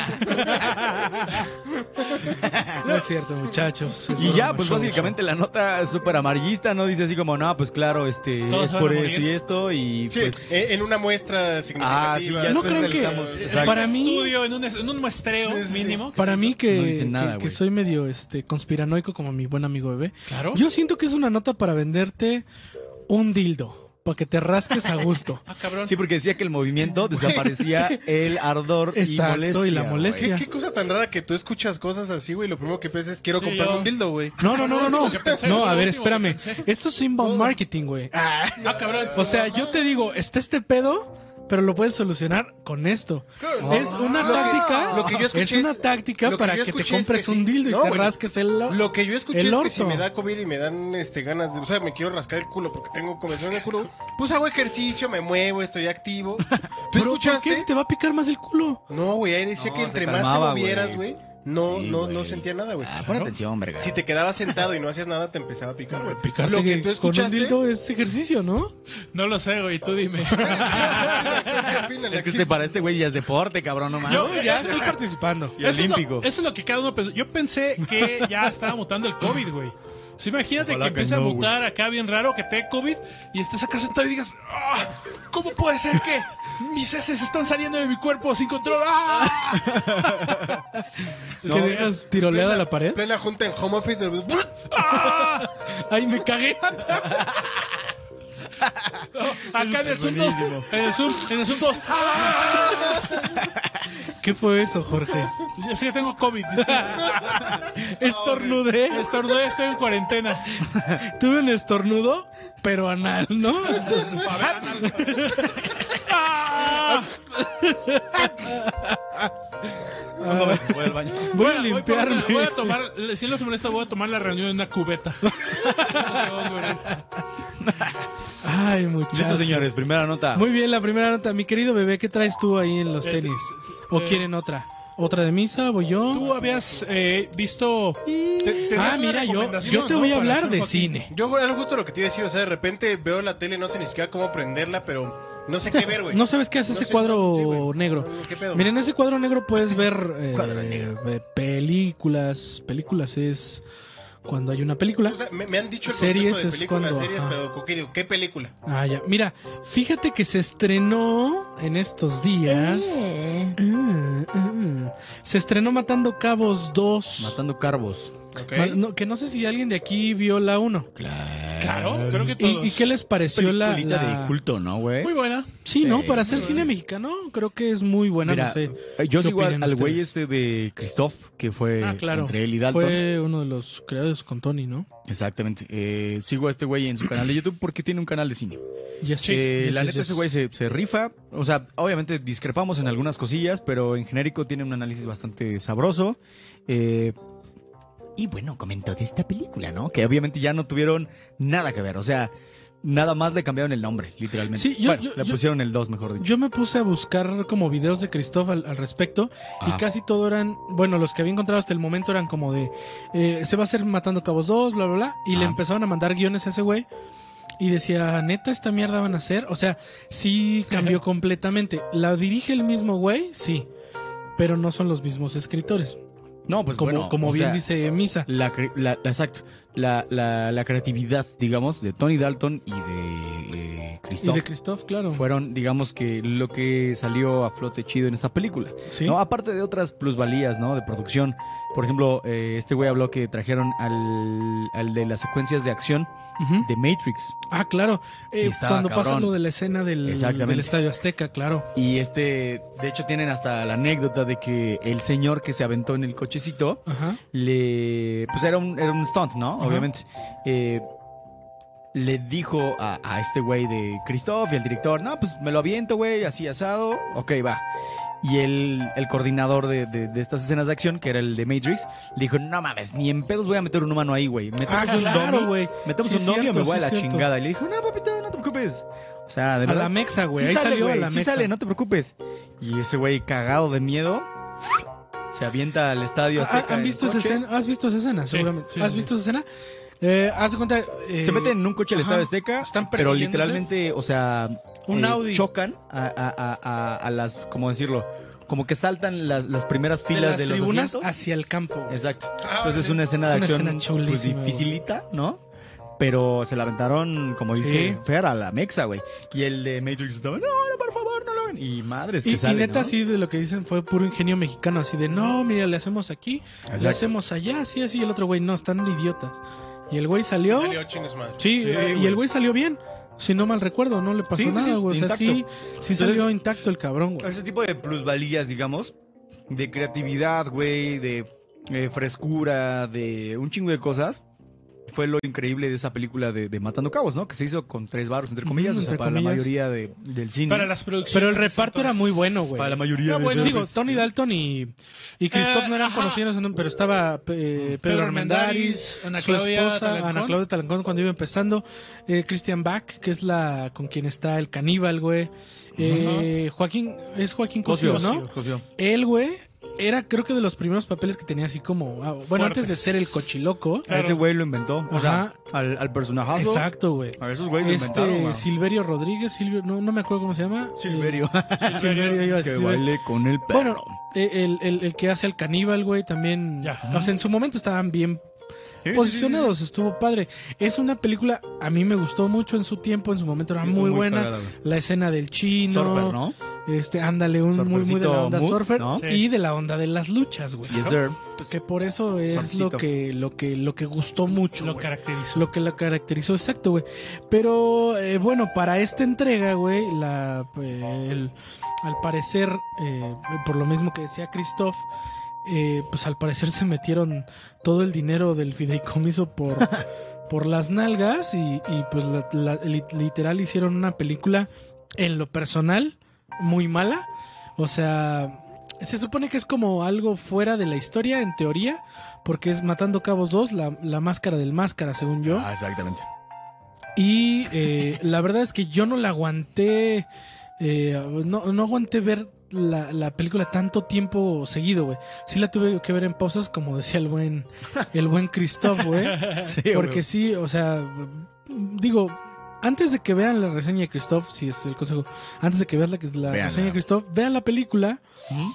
Speaker 1: No es cierto, muchachos. Este es
Speaker 4: Y ya,
Speaker 1: broma,
Speaker 4: pues
Speaker 1: show,
Speaker 4: básicamente la nota es súper amarillista, ¿no? Dice así como, no, pues claro, este,
Speaker 2: Todos
Speaker 4: es
Speaker 2: van a
Speaker 4: por
Speaker 2: morir".
Speaker 4: esto y esto, y
Speaker 3: *laughs* Sí, e-,
Speaker 4: pues...
Speaker 3: en en una muestra significativa.
Speaker 4: Ah, sí, ya
Speaker 1: ¿No
Speaker 4: después
Speaker 1: creen que-
Speaker 4: revisamos.
Speaker 1: show.
Speaker 4: Exacto.
Speaker 1: Para
Speaker 2: En un
Speaker 1: mí,
Speaker 2: estudio, en un, es- en un muestreo
Speaker 3: Sí, sí, sí.
Speaker 2: mínimo.
Speaker 1: para mí que,
Speaker 4: No dicen nada,
Speaker 1: que- que
Speaker 4: güey.
Speaker 1: soy medio este conspiranoico como mi buen amigo bebé,
Speaker 2: Claro.
Speaker 1: yo siento que es una nota para venderte un dildo, para que te rasques a
Speaker 4: *laughs*
Speaker 1: gusto.
Speaker 2: Ah, cabrón.
Speaker 4: Sí, porque decía que el movimiento desaparecía el ardor
Speaker 1: Exacto,
Speaker 4: y molestia.
Speaker 1: y la
Speaker 4: güey.
Speaker 1: molestia.
Speaker 3: ¿Qué, qué cosa tan rara que tú escuchas cosas así, güey? y Lo primero que piensas es quiero
Speaker 2: Sí,
Speaker 3: comprarme
Speaker 2: yo-
Speaker 3: un dildo, güey.
Speaker 1: No, no, no, no, no.
Speaker 2: Lo que pensé,
Speaker 1: No,
Speaker 2: lo
Speaker 1: a ver,
Speaker 2: último que
Speaker 1: espérame.
Speaker 2: pensé.
Speaker 1: Esto es inbound marketing, güey.
Speaker 2: Ah, cabrón.
Speaker 1: O sea, yo te digo, está este pedo, pero lo puedes solucionar con esto. Es una
Speaker 3: Lo que-
Speaker 1: táctica.
Speaker 3: lo que yo escuché
Speaker 1: es una
Speaker 3: es-
Speaker 1: táctica
Speaker 3: lo que
Speaker 1: para
Speaker 3: yo
Speaker 1: que te
Speaker 3: escuché es
Speaker 1: compres
Speaker 3: que
Speaker 1: un
Speaker 3: sí.
Speaker 1: dildo y
Speaker 3: No,
Speaker 1: te
Speaker 3: bueno,
Speaker 1: rasques el lo-
Speaker 3: Lo que yo escuché
Speaker 1: el
Speaker 3: es
Speaker 1: orto.
Speaker 3: que si me da COVID y me dan este, ganas de. O sea, me quiero rascar el culo porque tengo comezón en el culo. Pues hago ejercicio, me muevo, estoy activo. ¿Tú
Speaker 1: *laughs* Pero, ¿por qué este
Speaker 3: escuchaste?
Speaker 1: se te va a picar más el culo?
Speaker 3: No, güey, ahí decía
Speaker 4: No,
Speaker 3: que
Speaker 4: se
Speaker 3: entre
Speaker 4: calmaba,
Speaker 3: más te movieras,
Speaker 4: güey.
Speaker 3: güey, no,
Speaker 4: Sí,
Speaker 3: no,
Speaker 4: güey.
Speaker 3: no sentía nada, güey.
Speaker 4: Ah, pon atención, verga.
Speaker 3: Si te quedabas sentado y no hacías nada, te empezaba a picar, güey.
Speaker 1: Picarte
Speaker 3: Lo que tú
Speaker 1: con un
Speaker 3: *laughs* escuchaste.
Speaker 1: dildo es ejercicio, ¿no?
Speaker 2: No lo sé, güey. Tú dime.
Speaker 3: ¿Qué opinan
Speaker 4: Es que
Speaker 3: aquí?
Speaker 4: este, para este güey ya es deporte, cabrón, no mames.
Speaker 2: Yo-
Speaker 1: Ya estoy participando.
Speaker 4: Y
Speaker 2: Eso es lo-
Speaker 4: olímpico.
Speaker 2: eso es lo que cada uno pensó. Yo pensé que
Speaker 4: *laughs*
Speaker 2: ya estaba mutando el COVID, güey. Sí, imagínate
Speaker 4: Ojalá
Speaker 2: que
Speaker 4: que
Speaker 2: empiece a
Speaker 4: no,
Speaker 2: mutar acá bien raro, que te dé COVID y estés acá sentado y digas, "Ah, ¿cómo puede ser que mis heces están saliendo de mi cuerpo sin control?
Speaker 4: *laughs*
Speaker 2: ¡Ah!"
Speaker 1: ¿Te dejas tiroleada a la pared?
Speaker 3: Plena junta en home office. de-
Speaker 1: Ay, me cagué.
Speaker 2: Acá en el Zoom 2, en el Zoom, en el "Ah, Zoom 2,
Speaker 1: ¿Qué fue eso, Jorge?
Speaker 2: es que tengo COVID, disculpe.
Speaker 4: *laughs*
Speaker 1: Estornudé.
Speaker 2: estornudé, estoy en cuarentena.
Speaker 1: Tuve un estornudo, pero anal, ¿no? Entonces,
Speaker 4: No mames, voy al baño.
Speaker 1: voy a
Speaker 2: Voy por una-
Speaker 1: limpiarme.
Speaker 2: Voy a tomar, si los molesta, voy a tomar la reunión en una
Speaker 4: *laughs*
Speaker 2: cubeta. *laughs*
Speaker 1: Ay,
Speaker 4: Listo,
Speaker 1: muchachos.
Speaker 4: señores, primera nota.
Speaker 1: Muy bien, la primera nota. Mi querido bebé, ¿qué traes tú ahí en los
Speaker 2: Eh,
Speaker 1: tenis? ¿O
Speaker 2: eh,
Speaker 1: quieren otra? ¿Otra de misa? ¿Voy yo?
Speaker 2: Tú habías eh, visto. te- tenías
Speaker 1: Ah,
Speaker 2: una
Speaker 1: mira, yo,
Speaker 2: recomendación,
Speaker 1: yo te
Speaker 2: ¿no?
Speaker 1: voy a
Speaker 2: para
Speaker 1: hablar
Speaker 2: hacer
Speaker 1: de
Speaker 2: Joaquín.
Speaker 1: cine.
Speaker 3: Yo era justo lo que te iba a decir, o sea, de repente veo la tele, no sé ni siquiera cómo prenderla, pero no sé qué ver,
Speaker 1: *laughs*
Speaker 3: güey.
Speaker 1: No sabes qué hace
Speaker 3: No
Speaker 1: ese
Speaker 3: sé, sí,
Speaker 1: cuadro
Speaker 3: güey.
Speaker 1: negro.
Speaker 3: ¿Qué pedo?
Speaker 1: Miren, en ese cuadro negro puedes ver eh, eh, películas. Películas es cuando hay una película.
Speaker 3: O sea, me, me han dicho el
Speaker 1: Series
Speaker 3: concepto
Speaker 1: es
Speaker 3: de película,
Speaker 1: cuando,
Speaker 3: series,
Speaker 1: ajá.
Speaker 3: pero ¿qué digo? ¿Qué película?
Speaker 1: Ah, ya. Mira, fíjate que se estrenó en estos días.
Speaker 7: Eh.
Speaker 1: Ah, ah. Se estrenó Matando Cabos 2.
Speaker 4: Matando carbos.
Speaker 3: ¿ok?
Speaker 1: Mal- no, que no sé si alguien de aquí vio la 1.
Speaker 2: Claro, creo que todos.
Speaker 1: ¿Y, y qué les pareció la,
Speaker 4: Peliculita
Speaker 1: la-
Speaker 4: de culto, ¿no, güey?
Speaker 2: Muy buena.
Speaker 1: Sí, ¿no?
Speaker 4: Sí,
Speaker 1: Para hacer cine mexicano creo que es muy buena,
Speaker 4: Mira,
Speaker 1: no sé.
Speaker 4: eh, yo
Speaker 1: ¿Qué
Speaker 4: sigo al,
Speaker 1: opinan
Speaker 4: al güey
Speaker 1: ustedes?
Speaker 4: este de Christoph, que fue
Speaker 1: Ah, claro.
Speaker 4: entre él y Dalton.
Speaker 1: Fue uno de los creadores con Tony, ¿no?
Speaker 4: Exactamente. Eh, sigo a este güey en su canal de YouTube porque tiene un canal de cine.
Speaker 1: Yes,
Speaker 4: Eh,
Speaker 1: yes,
Speaker 4: la
Speaker 1: yes,
Speaker 4: neta,
Speaker 1: yes.
Speaker 4: ese güey se, se rifa. O sea, obviamente discrepamos en algunas cosillas, pero en genérico tiene un análisis bastante sabroso. Eh, y bueno, comentó de esta película, ¿no? Que obviamente ya no tuvieron nada que ver. O sea, Nada más le cambiaron el nombre, literalmente.
Speaker 1: Sí, yo-
Speaker 4: Bueno,
Speaker 1: yo-
Speaker 4: le
Speaker 1: yo-
Speaker 4: pusieron el 2, mejor dicho.
Speaker 1: Yo me puse a buscar como videos de Christoph al, al respecto y
Speaker 4: Ajá.
Speaker 1: casi todo eran, bueno, los que había encontrado hasta el momento eran como de, eh, se va a hacer Matando Cabos 2, bla, bla, bla, y le
Speaker 4: Ajá.
Speaker 1: empezaron a mandar guiones a ese güey y decía, neta, esta mierda van a hacer, o sea, sí
Speaker 4: *laughs*
Speaker 1: cambió completamente, la dirige el mismo güey, sí, pero no son los mismos escritores,
Speaker 4: No, pues
Speaker 1: como,
Speaker 4: bueno,
Speaker 1: como
Speaker 4: o
Speaker 1: bien
Speaker 4: sea,
Speaker 1: dice Misa.
Speaker 4: La, cre- la- la- exacto. La, la- la creatividad, digamos, de Tony Dalton y de eh,
Speaker 1: Y
Speaker 4: Christoph
Speaker 1: de Christoph, claro.
Speaker 4: fueron, digamos, que lo que salió a flote chido en esta película.
Speaker 1: Sí.
Speaker 4: ¿no? Aparte de otras plusvalías, ¿no? De producción. Por ejemplo, eh, este güey habló que trajeron al, al de las secuencias de acción
Speaker 1: Ujú.
Speaker 4: de Matrix.
Speaker 1: Ah, claro. Eh,
Speaker 4: Estaba
Speaker 1: cuando pasa
Speaker 4: cabrón.
Speaker 1: lo de la escena del,
Speaker 4: Exactamente.
Speaker 1: del Estadio Azteca, claro.
Speaker 4: Y este, de hecho, tienen hasta la anécdota de que el señor que se aventó en el cochecito
Speaker 1: Ajá.
Speaker 4: le. Pues era un, era un stunt, ¿no?
Speaker 1: Ajá.
Speaker 4: Obviamente. Eh, le dijo a, a este güey de Christoph y al director: No, pues me lo aviento, güey, así asado. Ok, va. Y el, el coordinador de, de- de estas escenas de acción, que era el de Matrix, le dijo: No mames, ni en pedos voy a meter un humano ahí, güey. *laughs* Metemos
Speaker 1: Ah,
Speaker 4: un
Speaker 1: claro,
Speaker 4: dummy,
Speaker 1: güey.
Speaker 4: Metemos
Speaker 1: Sí,
Speaker 4: un novio,
Speaker 1: cierto,
Speaker 4: me voy a
Speaker 1: sí,
Speaker 4: la
Speaker 1: cierto.
Speaker 4: chingada. Y le dijo: No, papito, no te preocupes. O sea, de
Speaker 1: A
Speaker 4: verdad.
Speaker 1: la Mexa, güey.
Speaker 4: Sí
Speaker 1: Ahí
Speaker 4: sale,
Speaker 1: salió a
Speaker 4: güey,
Speaker 1: la
Speaker 4: sí
Speaker 1: Mexa.
Speaker 4: sale, no te preocupes. Y ese güey cagado de miedo se avienta al estadio.
Speaker 1: Ah,
Speaker 4: Azteca
Speaker 1: ¿Han
Speaker 4: en
Speaker 1: visto esa
Speaker 4: coche.
Speaker 1: escena? ¿Has visto esa escena?
Speaker 2: Sí,
Speaker 1: Seguramente.
Speaker 2: sí,
Speaker 1: ¿Has
Speaker 2: sí.
Speaker 1: visto esa escena? Eh, haz de cuenta. eh,
Speaker 4: Se meten en un coche al
Speaker 1: ajá.
Speaker 4: estadio Azteca,
Speaker 1: Están
Speaker 4: pero
Speaker 1: persiguiéndose.
Speaker 4: literalmente, o sea, eh,
Speaker 1: Un Audi.
Speaker 4: chocan a, a- a- a- a las, ¿cómo decirlo? Como que saltan las, las primeras
Speaker 1: de
Speaker 4: filas de,
Speaker 1: las
Speaker 4: los
Speaker 1: tribunas Ah,
Speaker 4: asientos.
Speaker 1: hacia el campo. güey.
Speaker 4: Exacto.
Speaker 3: Ah,
Speaker 4: Entonces es una escena
Speaker 1: Es
Speaker 4: de
Speaker 1: una
Speaker 4: acción
Speaker 1: escena
Speaker 4: pues,
Speaker 1: chulísima, güey.
Speaker 4: dificilita, ¿no? Pero se la aventaron, como dice
Speaker 1: Sí.
Speaker 4: Fer, a la mexa, güey. Y el de Matrix estaba, no, no, por favor, no lo hagan. Y madres
Speaker 1: Y,
Speaker 4: que
Speaker 1: y
Speaker 4: sale,
Speaker 1: neta,
Speaker 4: ¿no?
Speaker 1: así de lo que dicen fue puro ingenio mexicano. Así de, no, mira, le hacemos aquí, le
Speaker 4: Exacto.
Speaker 1: hacemos allá, así, así. Y el otro güey, no, están idiotas. Y el güey salió.
Speaker 3: Salió chingues madre.
Speaker 1: Sí,
Speaker 4: Sí,
Speaker 1: eh, y
Speaker 4: güey.
Speaker 1: el güey salió bien. Si no mal recuerdo, no le pasó
Speaker 4: Sí, sí, sí,
Speaker 1: nada, güey. o sea, sí,
Speaker 4: intacto.
Speaker 1: sí
Speaker 4: Entonces-
Speaker 1: salió intacto el cabrón, güey.
Speaker 4: Ese tipo de plusvalías, digamos, de creatividad, güey, de eh, frescura, de un chingo de cosas, fue lo increíble de esa película de, de Matando Cabos, ¿no? Que se hizo con tres baros, entre comillas,
Speaker 1: Ujú,
Speaker 4: o sea,
Speaker 1: entre
Speaker 4: para la
Speaker 1: comillas.
Speaker 4: mayoría de- del cine.
Speaker 2: Para las producciones.
Speaker 1: Pero el reparto era
Speaker 2: entonces,
Speaker 1: muy bueno, güey.
Speaker 4: Para la mayoría
Speaker 2: No,
Speaker 4: de
Speaker 2: bueno,
Speaker 1: Digo, Tony Dalton y, y Christoph
Speaker 2: Eh,
Speaker 1: no eran
Speaker 2: ajá.
Speaker 1: conocidos, no, pero estaba eh, Pedro Armendáriz,
Speaker 2: Armendáriz, Ana
Speaker 1: su
Speaker 2: Claudia
Speaker 1: esposa,
Speaker 2: Talancón.
Speaker 1: Ana Claudia Talancón cuando iba empezando, eh, Christian Bach, que es la con quien está el caníbal, güey. Eh, Joaquín, es Joaquín Cosío,
Speaker 4: Cosio,
Speaker 1: ¿no?
Speaker 4: Cosio.
Speaker 1: Él, güey, era creo que de los primeros papeles que tenía así como, ah, bueno, antes de
Speaker 2: Fuertes.
Speaker 1: ser el cochiloco.
Speaker 2: Claro.
Speaker 4: Este güey lo inventó, o sea,
Speaker 1: Ajá.
Speaker 4: al, al personajazo.
Speaker 1: Exacto, güey.
Speaker 4: A esos güeyes lo inventaron.
Speaker 1: Este
Speaker 4: Ah, güey.
Speaker 1: Silverio Rodríguez, Silvio, no, no me acuerdo cómo se llama.
Speaker 4: Silverio.
Speaker 1: Eh, *laughs* Silverio, iba a
Speaker 4: *laughs* que
Speaker 1: decir,
Speaker 4: baile con el perro.
Speaker 1: Bueno, eh, el, el- el que hace al caníbal, güey, también.
Speaker 2: Ya.
Speaker 1: O sea, en su momento estaban bien
Speaker 4: Sí,
Speaker 1: posicionados, estuvo padre. Es una película, a mí me gustó mucho en su tiempo, en su momento era
Speaker 4: Estuvo
Speaker 1: muy,
Speaker 4: muy
Speaker 1: buena.
Speaker 4: cagada, güey.
Speaker 1: La escena del chino.
Speaker 4: Sorber, ¿no?
Speaker 1: Este, ándale, un muy, muy de la
Speaker 4: Surfercito
Speaker 1: onda
Speaker 4: mood,
Speaker 1: surfer
Speaker 4: ¿no?
Speaker 2: Sí.
Speaker 1: y de la onda de las luchas, güey.
Speaker 4: Yes, sir.
Speaker 1: Que por eso es
Speaker 4: Surfercito.
Speaker 1: lo que, lo que, lo que gustó mucho.
Speaker 2: Lo
Speaker 1: güey.
Speaker 2: caracterizó.
Speaker 1: Lo que la caracterizó, exacto, güey. Pero eh, bueno, para esta entrega, güey, la, eh, el- al parecer, eh, por lo mismo que decía Christoph, eh, pues al parecer se metieron todo el dinero del fideicomiso por, por las nalgas y, y, pues la- la- li- literal hicieron una película en lo personal muy mala. O sea, se supone que es como algo fuera de la historia, en teoría, porque es Matando Cabos 2, la, la máscara del máscara, según yo.
Speaker 4: Ah, exactamente.
Speaker 1: Y eh, *laughs* la verdad es que yo no la aguanté. eh, no, no aguanté ver la, la película tanto tiempo seguido, güey. Sí la tuve que ver en pausas, como decía el buen, el buen Christoph, güey.
Speaker 4: Sí,
Speaker 1: Porque sí, o sea, digo, antes de que vean la reseña de Christoph, si es el consejo, antes de que vean la, la
Speaker 4: Véanla.
Speaker 1: reseña de Christoph, vean la película.
Speaker 4: Ujú.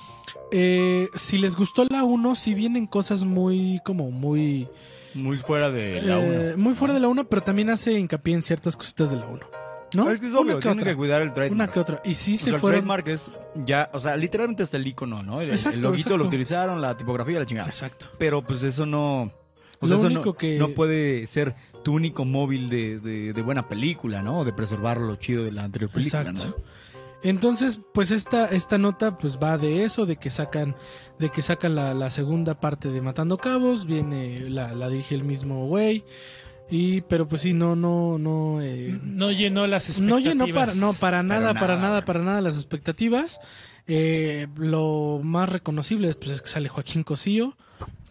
Speaker 1: Eh, si les gustó la 1, si vienen cosas muy, como muy...
Speaker 4: Muy fuera de la
Speaker 1: eh,
Speaker 4: una.
Speaker 1: muy fuera de la 1, pero también hace hincapié en ciertas cositas de la 1. ¿No?
Speaker 4: Es que es
Speaker 1: una
Speaker 4: obvio,
Speaker 1: que
Speaker 4: tienen
Speaker 1: otra.
Speaker 4: que cuidar el trademark.
Speaker 1: Una que otra. Y sí
Speaker 4: O
Speaker 1: se
Speaker 4: sea, el
Speaker 1: fueron...
Speaker 4: trademark es ya, o sea, literalmente hasta el icono, ¿no? El, el
Speaker 1: Exacto,
Speaker 4: loguito
Speaker 1: exacto.
Speaker 4: lo utilizaron, la tipografía, la chingada.
Speaker 1: Exacto.
Speaker 4: Pero pues eso no. o
Speaker 1: Lo
Speaker 4: sea, eso
Speaker 1: único
Speaker 4: no,
Speaker 1: que-
Speaker 4: no puede ser tu único móvil de, de- de buena película, ¿no? De preservar lo chido de la anterior película,
Speaker 1: Exacto.
Speaker 4: ¿no? Ah,
Speaker 1: Entonces, pues esta, esta nota pues va de eso, de que sacan, de que sacan la, la segunda parte de Matando Cabos, viene, la, la dirige el mismo güey, y, pero pues sí, no, no, no, eh,
Speaker 2: No llenó las
Speaker 1: no
Speaker 2: Mm, expectativas.
Speaker 1: llenó para, no, para nada,
Speaker 4: nada,
Speaker 1: para nada,
Speaker 4: güey.
Speaker 1: para nada las expectativas. Eh, lo más reconocible pues, es que sale Joaquín Cosío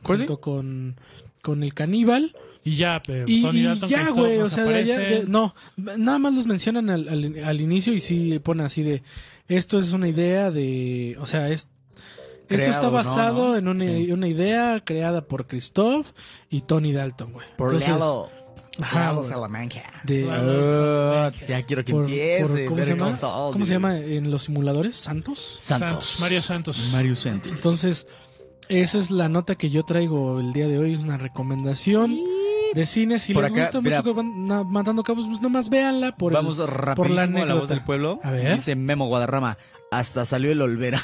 Speaker 1: junto con, con el caníbal.
Speaker 2: Y ya, pero
Speaker 1: Y,
Speaker 2: Tony
Speaker 1: y
Speaker 2: Dalton
Speaker 1: ya,
Speaker 2: Christoph
Speaker 1: güey, o
Speaker 2: nos
Speaker 1: sea, de allá-
Speaker 2: aparece.
Speaker 1: de- no, nada más los mencionan al, al- al inicio y sí pone así de, esto es una idea de, o sea, es,
Speaker 4: Creado,
Speaker 1: esto está
Speaker 4: ¿no?
Speaker 1: basado
Speaker 4: ¿no?
Speaker 1: en una,
Speaker 4: Sí.
Speaker 1: una idea creada por Christoph y Tony Dalton, güey.
Speaker 4: Por
Speaker 1: Entonces,
Speaker 4: Lalo.
Speaker 1: ajá,
Speaker 4: Lalo
Speaker 1: güey,
Speaker 4: Salamanca.
Speaker 1: de-
Speaker 4: Ah, ya quiero que
Speaker 1: por- por-
Speaker 4: empiece.
Speaker 1: ¿Cómo se
Speaker 4: Better
Speaker 1: llama?
Speaker 4: Call Saul,
Speaker 1: ¿Cómo se
Speaker 4: dude.
Speaker 1: llama en los simuladores? ¿Santos?
Speaker 2: Santos, Mario Santos.
Speaker 4: Mario Santos.
Speaker 1: Entonces, esa es la nota que yo traigo el día de hoy. Es una recomendación de cine. Si
Speaker 4: Por
Speaker 1: les
Speaker 4: acá,
Speaker 1: gusta
Speaker 4: mira.
Speaker 1: mucho que van- na- Matando Cabos, pues nomás véanla por el-
Speaker 4: Vamos
Speaker 1: por la
Speaker 4: rapidísimo a la voz
Speaker 1: anécdota.
Speaker 4: del pueblo.
Speaker 1: A ver.
Speaker 4: Dice Memo Guadarrama. Hasta salió el Olvera.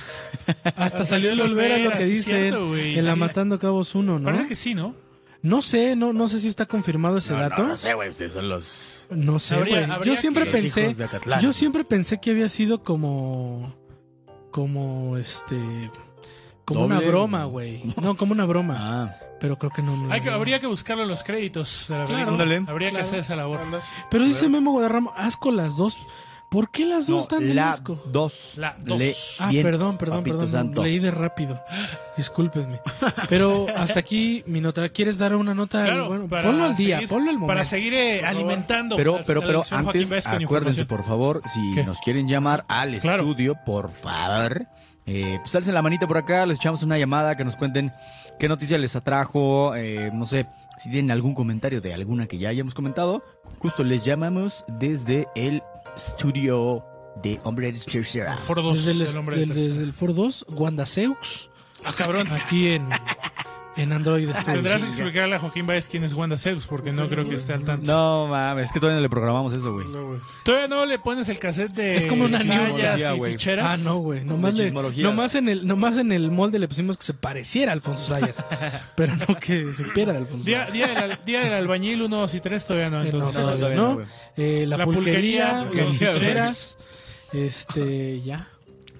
Speaker 1: Hasta salió el Olvera lo que
Speaker 2: sí,
Speaker 1: dicen
Speaker 2: cierto, güey,
Speaker 1: en la
Speaker 2: sí.
Speaker 1: Matando Cabos 1, ¿no?
Speaker 2: Parece que sí, ¿no?
Speaker 1: No sé, no, no sé si está confirmado ese dato. No,
Speaker 4: sé, güey. Ustedes son los,
Speaker 1: sé,
Speaker 2: Habría-
Speaker 1: güey.
Speaker 2: habría
Speaker 1: Yo siempre
Speaker 2: que-
Speaker 1: pensé,
Speaker 4: hijos de Acatlán.
Speaker 1: yo siempre pensé que había sido como, como este, como una
Speaker 4: Doble.
Speaker 1: broma,
Speaker 4: *laughs*
Speaker 1: güey. No, como una broma.
Speaker 4: Ah,
Speaker 1: Pero creo que no. no,
Speaker 2: Hay que-
Speaker 1: no.
Speaker 2: habría que buscarlo en los créditos. de la
Speaker 1: Claro.
Speaker 2: película.
Speaker 4: Ándale.
Speaker 2: Habría que hacer esa labor.
Speaker 3: Andas.
Speaker 1: Pero dice Memo Guadarrama, asco las dos. ¿Por qué las dos
Speaker 4: no,
Speaker 1: están tan
Speaker 4: la
Speaker 1: asco?
Speaker 4: dos.
Speaker 2: La dos.
Speaker 4: Le-
Speaker 1: Ah,
Speaker 4: bien,
Speaker 1: perdón, perdón,
Speaker 4: papito
Speaker 1: perdón.
Speaker 4: santo.
Speaker 1: Leí de rápido. *gasps* Discúlpenme. Pero hasta aquí mi nota. ¿Quieres dar una nota?
Speaker 2: Claro,
Speaker 1: Ah, Bueno,
Speaker 2: para
Speaker 1: ponlo al día,
Speaker 2: seguir-
Speaker 1: ponlo al momento.
Speaker 2: Para seguir eh, alimentando.
Speaker 4: Pero,
Speaker 2: a-
Speaker 4: pero,
Speaker 2: a la
Speaker 4: pero
Speaker 2: edición Joaquín
Speaker 4: antes,
Speaker 2: Vázquez con
Speaker 4: acuérdense,
Speaker 2: información.
Speaker 4: por favor, si
Speaker 2: ¿Qué?
Speaker 4: nos quieren llamar al
Speaker 2: Claro.
Speaker 4: estudio, por favor, eh, pues alcen la manita por acá, les echamos una llamada, que nos cuenten qué noticia les atrajo, eh, no sé, si tienen algún comentario de alguna que ya hayamos comentado, justo les llamamos desde el estudio de Hombre de Tercera.
Speaker 2: Foro 2,
Speaker 1: desde el,
Speaker 2: el hombre de
Speaker 1: del-
Speaker 2: tercera.
Speaker 1: desde el Ford 2, Wanda Seux,
Speaker 2: Ah, cabrón.
Speaker 1: aquí en, en Android Studio.
Speaker 2: Tendrás que explicarle a Joaquín Báez quién es Wanda Seux, porque no creo que esté al tanto.
Speaker 4: No mames, es que todavía no le programamos eso, güey.
Speaker 3: No, güey.
Speaker 2: Todavía no le pones el cassette de.
Speaker 1: Es como una
Speaker 2: sayas
Speaker 4: neurología,
Speaker 2: y
Speaker 4: güey.
Speaker 2: ficheras.
Speaker 1: Ah, no, güey. Nomás, le-
Speaker 4: chismologías.
Speaker 1: nomás, en el, nomás en el molde le pusimos que se pareciera a Alfonso
Speaker 4: *laughs*
Speaker 1: Sayas. pero no que supiera de Alfonso
Speaker 2: Día, día del, al- día del albañil 1, 2 y 3 todavía no.
Speaker 1: Eh, no,
Speaker 2: Entonces.
Speaker 1: todavía
Speaker 4: todavía
Speaker 1: no.
Speaker 4: no, güey.
Speaker 1: Eh, la,
Speaker 2: La
Speaker 1: pulquería,
Speaker 2: pulquería,
Speaker 1: las
Speaker 2: los-
Speaker 1: ficheras, este, ya.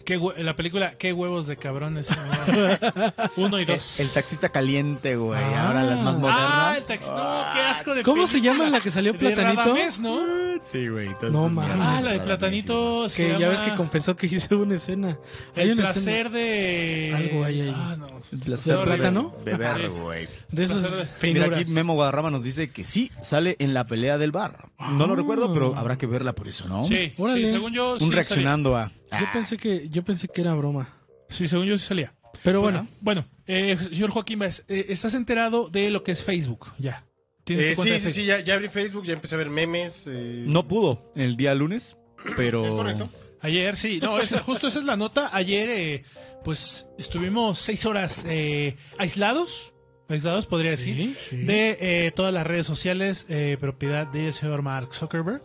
Speaker 2: Qué hue- la película Qué huevos de cabrones.
Speaker 1: *laughs*
Speaker 2: Uno y dos.
Speaker 4: El taxista caliente, güey,
Speaker 1: Ah.
Speaker 4: ahora las más
Speaker 2: Ah,
Speaker 4: modernas.
Speaker 2: el taxi. No, qué asco de
Speaker 1: ¿Cómo se
Speaker 2: película.
Speaker 1: llama la que salió
Speaker 2: De
Speaker 1: Platanito?
Speaker 2: Radamés, ¿no?
Speaker 4: Sí, güey. todas
Speaker 1: No
Speaker 4: esas
Speaker 1: mames.
Speaker 4: mierdas
Speaker 2: Ah, la de Platanito. se
Speaker 1: Que ya
Speaker 2: llama
Speaker 1: ves que confesó que hizo una escena. Hay
Speaker 2: El
Speaker 1: una
Speaker 2: placer de.
Speaker 1: Algo hay ahí.
Speaker 2: Ah, no.
Speaker 1: placer ¿De
Speaker 2: Sorry.
Speaker 1: plátano?
Speaker 4: Beber,
Speaker 1: escena
Speaker 4: güey.
Speaker 1: de
Speaker 2: placer de-
Speaker 1: esas
Speaker 4: Mira,
Speaker 1: feinuras.
Speaker 4: aquí Memo Guadarrama nos dice que sí, sale en la pelea del bar. No lo
Speaker 1: Ah.
Speaker 4: recuerdo, pero habrá que verla por eso, ¿no?
Speaker 2: Sí,
Speaker 1: Órale.
Speaker 2: sí, según yo.
Speaker 4: Un
Speaker 2: sí
Speaker 4: reaccionando a. Ah.
Speaker 2: Ah.
Speaker 1: Yo pensé que yo pensé que era broma.
Speaker 2: salía. Sí, según yo sí salía.
Speaker 1: Pero bueno,
Speaker 2: Bueno, eh, señor Joaquín Vázquez, eh, ¿estás enterado de lo que es Facebook? Ya. ¿Tienes
Speaker 3: Eh,
Speaker 2: tu cuenta de
Speaker 3: sí, sí, sí,
Speaker 2: Facebook?
Speaker 3: ya, ya abrí Facebook, ya empecé a ver memes. eh,
Speaker 4: No pudo el día lunes, pero.
Speaker 3: ¿Es correcto?
Speaker 2: Ayer, sí. No, esa- justo esa es la nota. Ayer, eh, pues, estuvimos seis horas eh, aislados. Aislados, podría decir.
Speaker 1: sí, sí.
Speaker 2: de eh, todas las redes sociales, eh, propiedad del señor Mark Zuckerberg.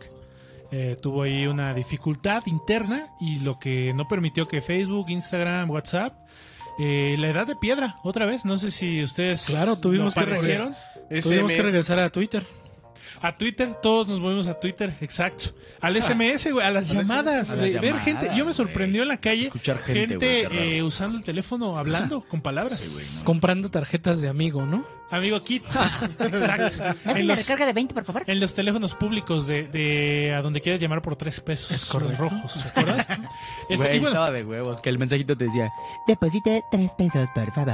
Speaker 2: Eh, tuvo ahí una dificultad interna y lo que no permitió que Facebook, Instagram, WhatsApp, eh, la edad de piedra, otra vez. No sé si ustedes.
Speaker 1: Claro, tuvimos
Speaker 2: lo
Speaker 1: que regresar.
Speaker 2: padecieron.
Speaker 1: tuvimos que
Speaker 3: SMS.
Speaker 1: regresar a Twitter.
Speaker 2: A Twitter, todos nos movimos a Twitter, exacto. Al SMS, güey, a las
Speaker 3: Al SMS,
Speaker 2: llamadas,
Speaker 4: a
Speaker 2: güey,
Speaker 4: las
Speaker 2: ver
Speaker 4: llamadas,
Speaker 2: gente. Yo me
Speaker 4: güey.
Speaker 2: sorprendió en la calle.
Speaker 4: Escuchar gente, güey, qué raro.
Speaker 2: eh, usando el teléfono, hablando con palabras.
Speaker 1: Comprando tarjetas de amigo, ¿no?
Speaker 2: Amigo
Speaker 4: *laughs*
Speaker 2: Kit, exacto.
Speaker 7: ¿Me
Speaker 2: En
Speaker 7: hacen la
Speaker 2: los-
Speaker 7: recarga de 20, por favor?
Speaker 2: En los teléfonos públicos de, de a donde quieras llamar por tres pesos.
Speaker 1: Es correcto.
Speaker 2: Los rojos, ¿te acuerdas? Este,
Speaker 4: Güey,
Speaker 2: y bueno,
Speaker 4: estaba de huevos, que el mensajito te decía.
Speaker 7: Deposite 3 pesos, por favor.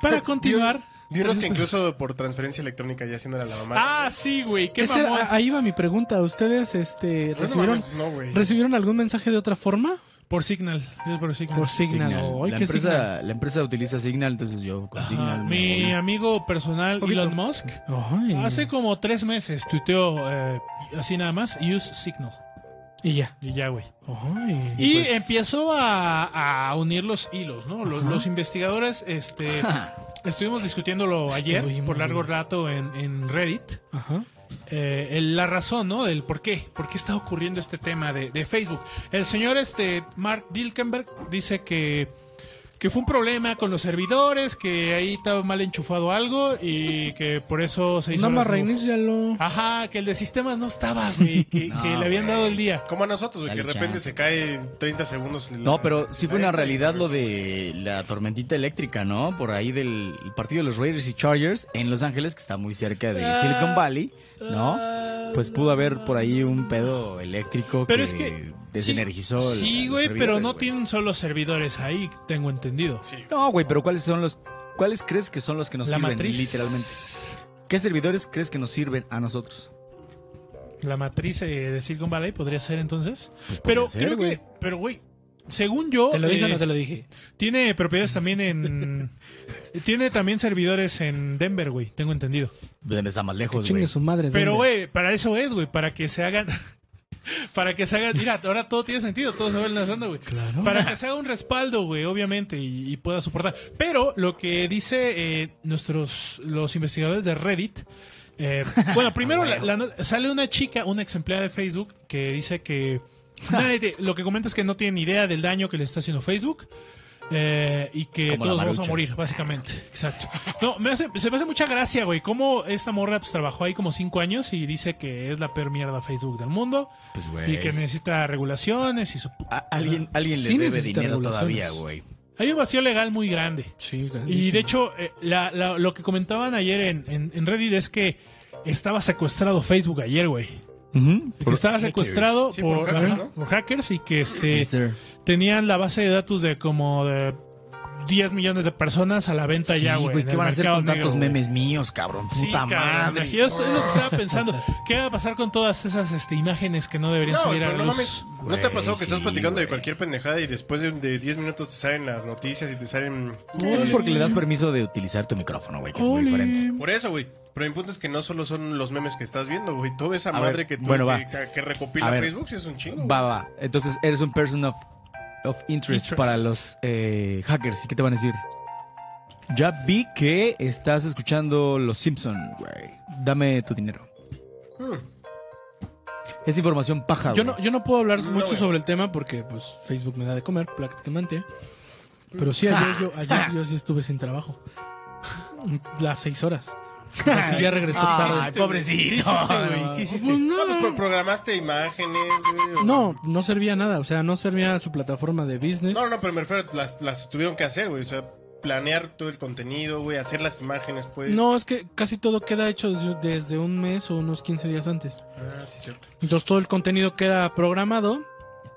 Speaker 2: para continuar.
Speaker 3: Vi unos que incluso por transferencia electrónica ya haciéndola a la mamá.
Speaker 2: Ah, sí, güey, qué
Speaker 1: Esa era-
Speaker 2: mamón.
Speaker 1: ahí va mi pregunta. ¿Ustedes este, recibieron,
Speaker 3: No, güey.
Speaker 1: recibieron algún mensaje de otra forma?
Speaker 2: Por Signal, es por Signal.
Speaker 1: ah. Por Signal. Ay,
Speaker 4: Ah, La,
Speaker 1: ¿qué Signal?
Speaker 4: empresa, la empresa utiliza Signal, entonces yo con
Speaker 2: Ajá.
Speaker 4: Signal. me
Speaker 2: Mi
Speaker 4: voy.
Speaker 2: amigo personal Elon Musk
Speaker 1: Ay.
Speaker 2: hace como tres meses tuiteó eh, así nada más, use Signal.
Speaker 1: Y ya.
Speaker 2: Y ya, güey.
Speaker 1: Ay. pues,
Speaker 2: Y empiezo a, a unir los hilos, ¿no? Los, los investigadores,
Speaker 1: *laughs*
Speaker 2: este, estuvimos discutiéndolo ayer
Speaker 1: Pues, Estuvimos,
Speaker 2: por largo
Speaker 1: güey.
Speaker 2: rato en, en Reddit.
Speaker 1: Ajá.
Speaker 2: eh, el- la razón, ¿no? Del por qué, por qué está ocurriendo este tema de, de Facebook. El señor este Mark Dilkenberg dice que, que fue un problema con los servidores, que ahí estaba mal enchufado algo y que por eso se hizo.
Speaker 1: Nada más
Speaker 2: las- Ah,
Speaker 1: reinícialo.
Speaker 2: Ajá, que el de sistemas no estaba,
Speaker 4: *laughs*
Speaker 2: güey, que,
Speaker 4: No,
Speaker 2: que le habían dado el día.
Speaker 3: Como a nosotros, güey, que de
Speaker 4: Dale
Speaker 3: repente
Speaker 4: chance.
Speaker 3: se cae 30 segundos. la-
Speaker 4: No, pero sí fue
Speaker 3: la
Speaker 4: una
Speaker 3: esta,
Speaker 4: realidad
Speaker 3: sí,
Speaker 4: lo de
Speaker 3: güey.
Speaker 4: la tormentita eléctrica, ¿no? Por ahí del partido de los Raiders y Chargers en Los Ángeles, que está muy cerca de
Speaker 2: Ah,
Speaker 4: Silicon Valley, ¿no?
Speaker 2: Ah,
Speaker 4: Pues pudo haber por ahí un pedo eléctrico
Speaker 2: Pero
Speaker 4: que,
Speaker 2: es que-
Speaker 4: desenergizó.
Speaker 2: Sí,
Speaker 4: la-
Speaker 2: sí,
Speaker 4: los
Speaker 2: güey, pero
Speaker 4: servidores,
Speaker 2: no
Speaker 4: güey.
Speaker 2: tienen solo servidores ahí, tengo entendido.
Speaker 3: Sí.
Speaker 4: No, güey, pero ¿cuáles son los. ¿Cuáles crees que son los que nos
Speaker 2: la
Speaker 4: sirven
Speaker 2: matriz.
Speaker 4: literalmente? ¿Qué servidores crees que nos sirven a nosotros?
Speaker 2: La matriz eh, de Silicon Valley podría ser entonces.
Speaker 4: Pues
Speaker 2: pero
Speaker 4: podría ser,
Speaker 2: creo
Speaker 4: güey.
Speaker 2: que. Pero, güey. Según yo.
Speaker 1: ¿Te lo dije
Speaker 2: eh,
Speaker 1: o no te lo dije?
Speaker 2: Tiene propiedades también en. *laughs* tiene también servidores en Denver, güey. Tengo entendido.
Speaker 4: Denver está más lejos,
Speaker 1: Chingue
Speaker 4: Pues, güey.
Speaker 1: su madre.
Speaker 2: Pero,
Speaker 1: Denver.
Speaker 2: güey, para eso es, güey. Para que se hagan. *laughs* para que se hagan. Mira, ahora todo tiene sentido. Todo se va enlazando, güey.
Speaker 1: Claro.
Speaker 2: Para que se haga un respaldo, güey, obviamente, y, y pueda soportar. Pero lo que dice eh, nuestros los investigadores de Reddit. eh, bueno, primero la- la no- sale una chica, una ex empleada de Facebook, que dice que. *laughs* nadie te- lo que comenta es que no tiene ni idea del daño que le está haciendo Facebook. eh, y que
Speaker 4: Como la
Speaker 2: todos vamos a
Speaker 4: Maruchan.
Speaker 2: morir, básicamente. Exacto. No, me hace- se me hace mucha gracia, güey. Cómo esta morra pues, trabajó ahí como cinco años y dice que es la peor mierda Facebook del mundo.
Speaker 4: Pues, güey.
Speaker 2: Y que necesita regulaciones y su
Speaker 4: A- Alguien, alguien le
Speaker 1: Sí
Speaker 4: debe
Speaker 1: necesita
Speaker 4: dinero todavía,
Speaker 1: regulaciones.
Speaker 4: güey.
Speaker 2: Hay un vacío legal muy grande.
Speaker 1: Sí,
Speaker 2: Y
Speaker 1: grandísimo.
Speaker 2: de hecho, eh, la- la- lo que comentaban ayer en, en- en Reddit es que estaba secuestrado Facebook ayer, güey. Que estaba secuestrado
Speaker 3: Sí,
Speaker 2: por,
Speaker 3: por hackers,
Speaker 2: ajá,
Speaker 3: ¿no?
Speaker 2: por hackers y que este tenían la base de datos de como de 10 millones de personas a la venta ya, güey. en
Speaker 4: ¿Qué
Speaker 2: el
Speaker 4: van a hacer
Speaker 2: mercado
Speaker 4: con
Speaker 2: negro,
Speaker 4: tantos
Speaker 2: güey.
Speaker 4: memes míos, cabrón?
Speaker 2: Sí,
Speaker 4: Puta
Speaker 2: cabrón,
Speaker 4: madre.
Speaker 2: Yo estoy- es lo que estaba pensando. ¿Qué va a pasar con todas esas este, imágenes que no deberían
Speaker 3: No,
Speaker 2: salir a
Speaker 3: pero
Speaker 2: la
Speaker 3: no
Speaker 2: luz?
Speaker 3: mames. ¿No te ha pasado
Speaker 4: Güey,
Speaker 3: que estás
Speaker 4: sí,
Speaker 3: platicando
Speaker 4: güey.
Speaker 3: de cualquier pendejada y después de, de 10 minutos te salen las noticias y te salen. eh,
Speaker 4: Eso es porque le das permiso de utilizar tu micrófono, güey, que es muy diferente.
Speaker 3: Por eso, güey. Pero mi punto es que no solo son los memes que estás viendo, güey. Toda esa
Speaker 4: A
Speaker 3: madre
Speaker 4: ver,
Speaker 3: que tú
Speaker 4: bueno,
Speaker 3: que,
Speaker 4: va.
Speaker 3: que- que recopila
Speaker 4: A ver.
Speaker 3: Facebook sí es un chingo.
Speaker 4: Va, va, va. Entonces, eres un person of, of interest,
Speaker 2: Interest.
Speaker 4: para los eh, hackers. ¿Y qué te van a decir? Ya vi que estás escuchando Los Simpson, güey. Dame tu dinero.
Speaker 3: Hmm.
Speaker 4: Es información paja,
Speaker 1: Yo
Speaker 4: güey.
Speaker 1: no, yo no puedo hablar
Speaker 3: No,
Speaker 1: mucho
Speaker 3: güey.
Speaker 1: sobre el tema porque pues Facebook me da de comer prácticamente. Pero sí, ayer yo, ayer yo sí estuve sin trabajo. Las seis horas. Así ya regresó
Speaker 4: Ay,
Speaker 1: tarde.
Speaker 2: ¿Qué
Speaker 4: Ah, pobrecito.
Speaker 2: hiciste, güey? ¿Qué hiciste?
Speaker 1: Pues
Speaker 3: No, pues,
Speaker 1: nada.
Speaker 3: pro- programaste imágenes, güey. o-
Speaker 1: No, no servía nada. O sea, no servía su plataforma de business.
Speaker 3: No, no, pero me refiero, las, las tuvieron que hacer, güey. O sea, planear todo el contenido, güey, hacer las imágenes, pues.
Speaker 1: No, es que casi todo queda hecho desde- desde un mes o unos 15 días antes.
Speaker 3: Ah, sí, cierto.
Speaker 1: Entonces todo el contenido queda programado sin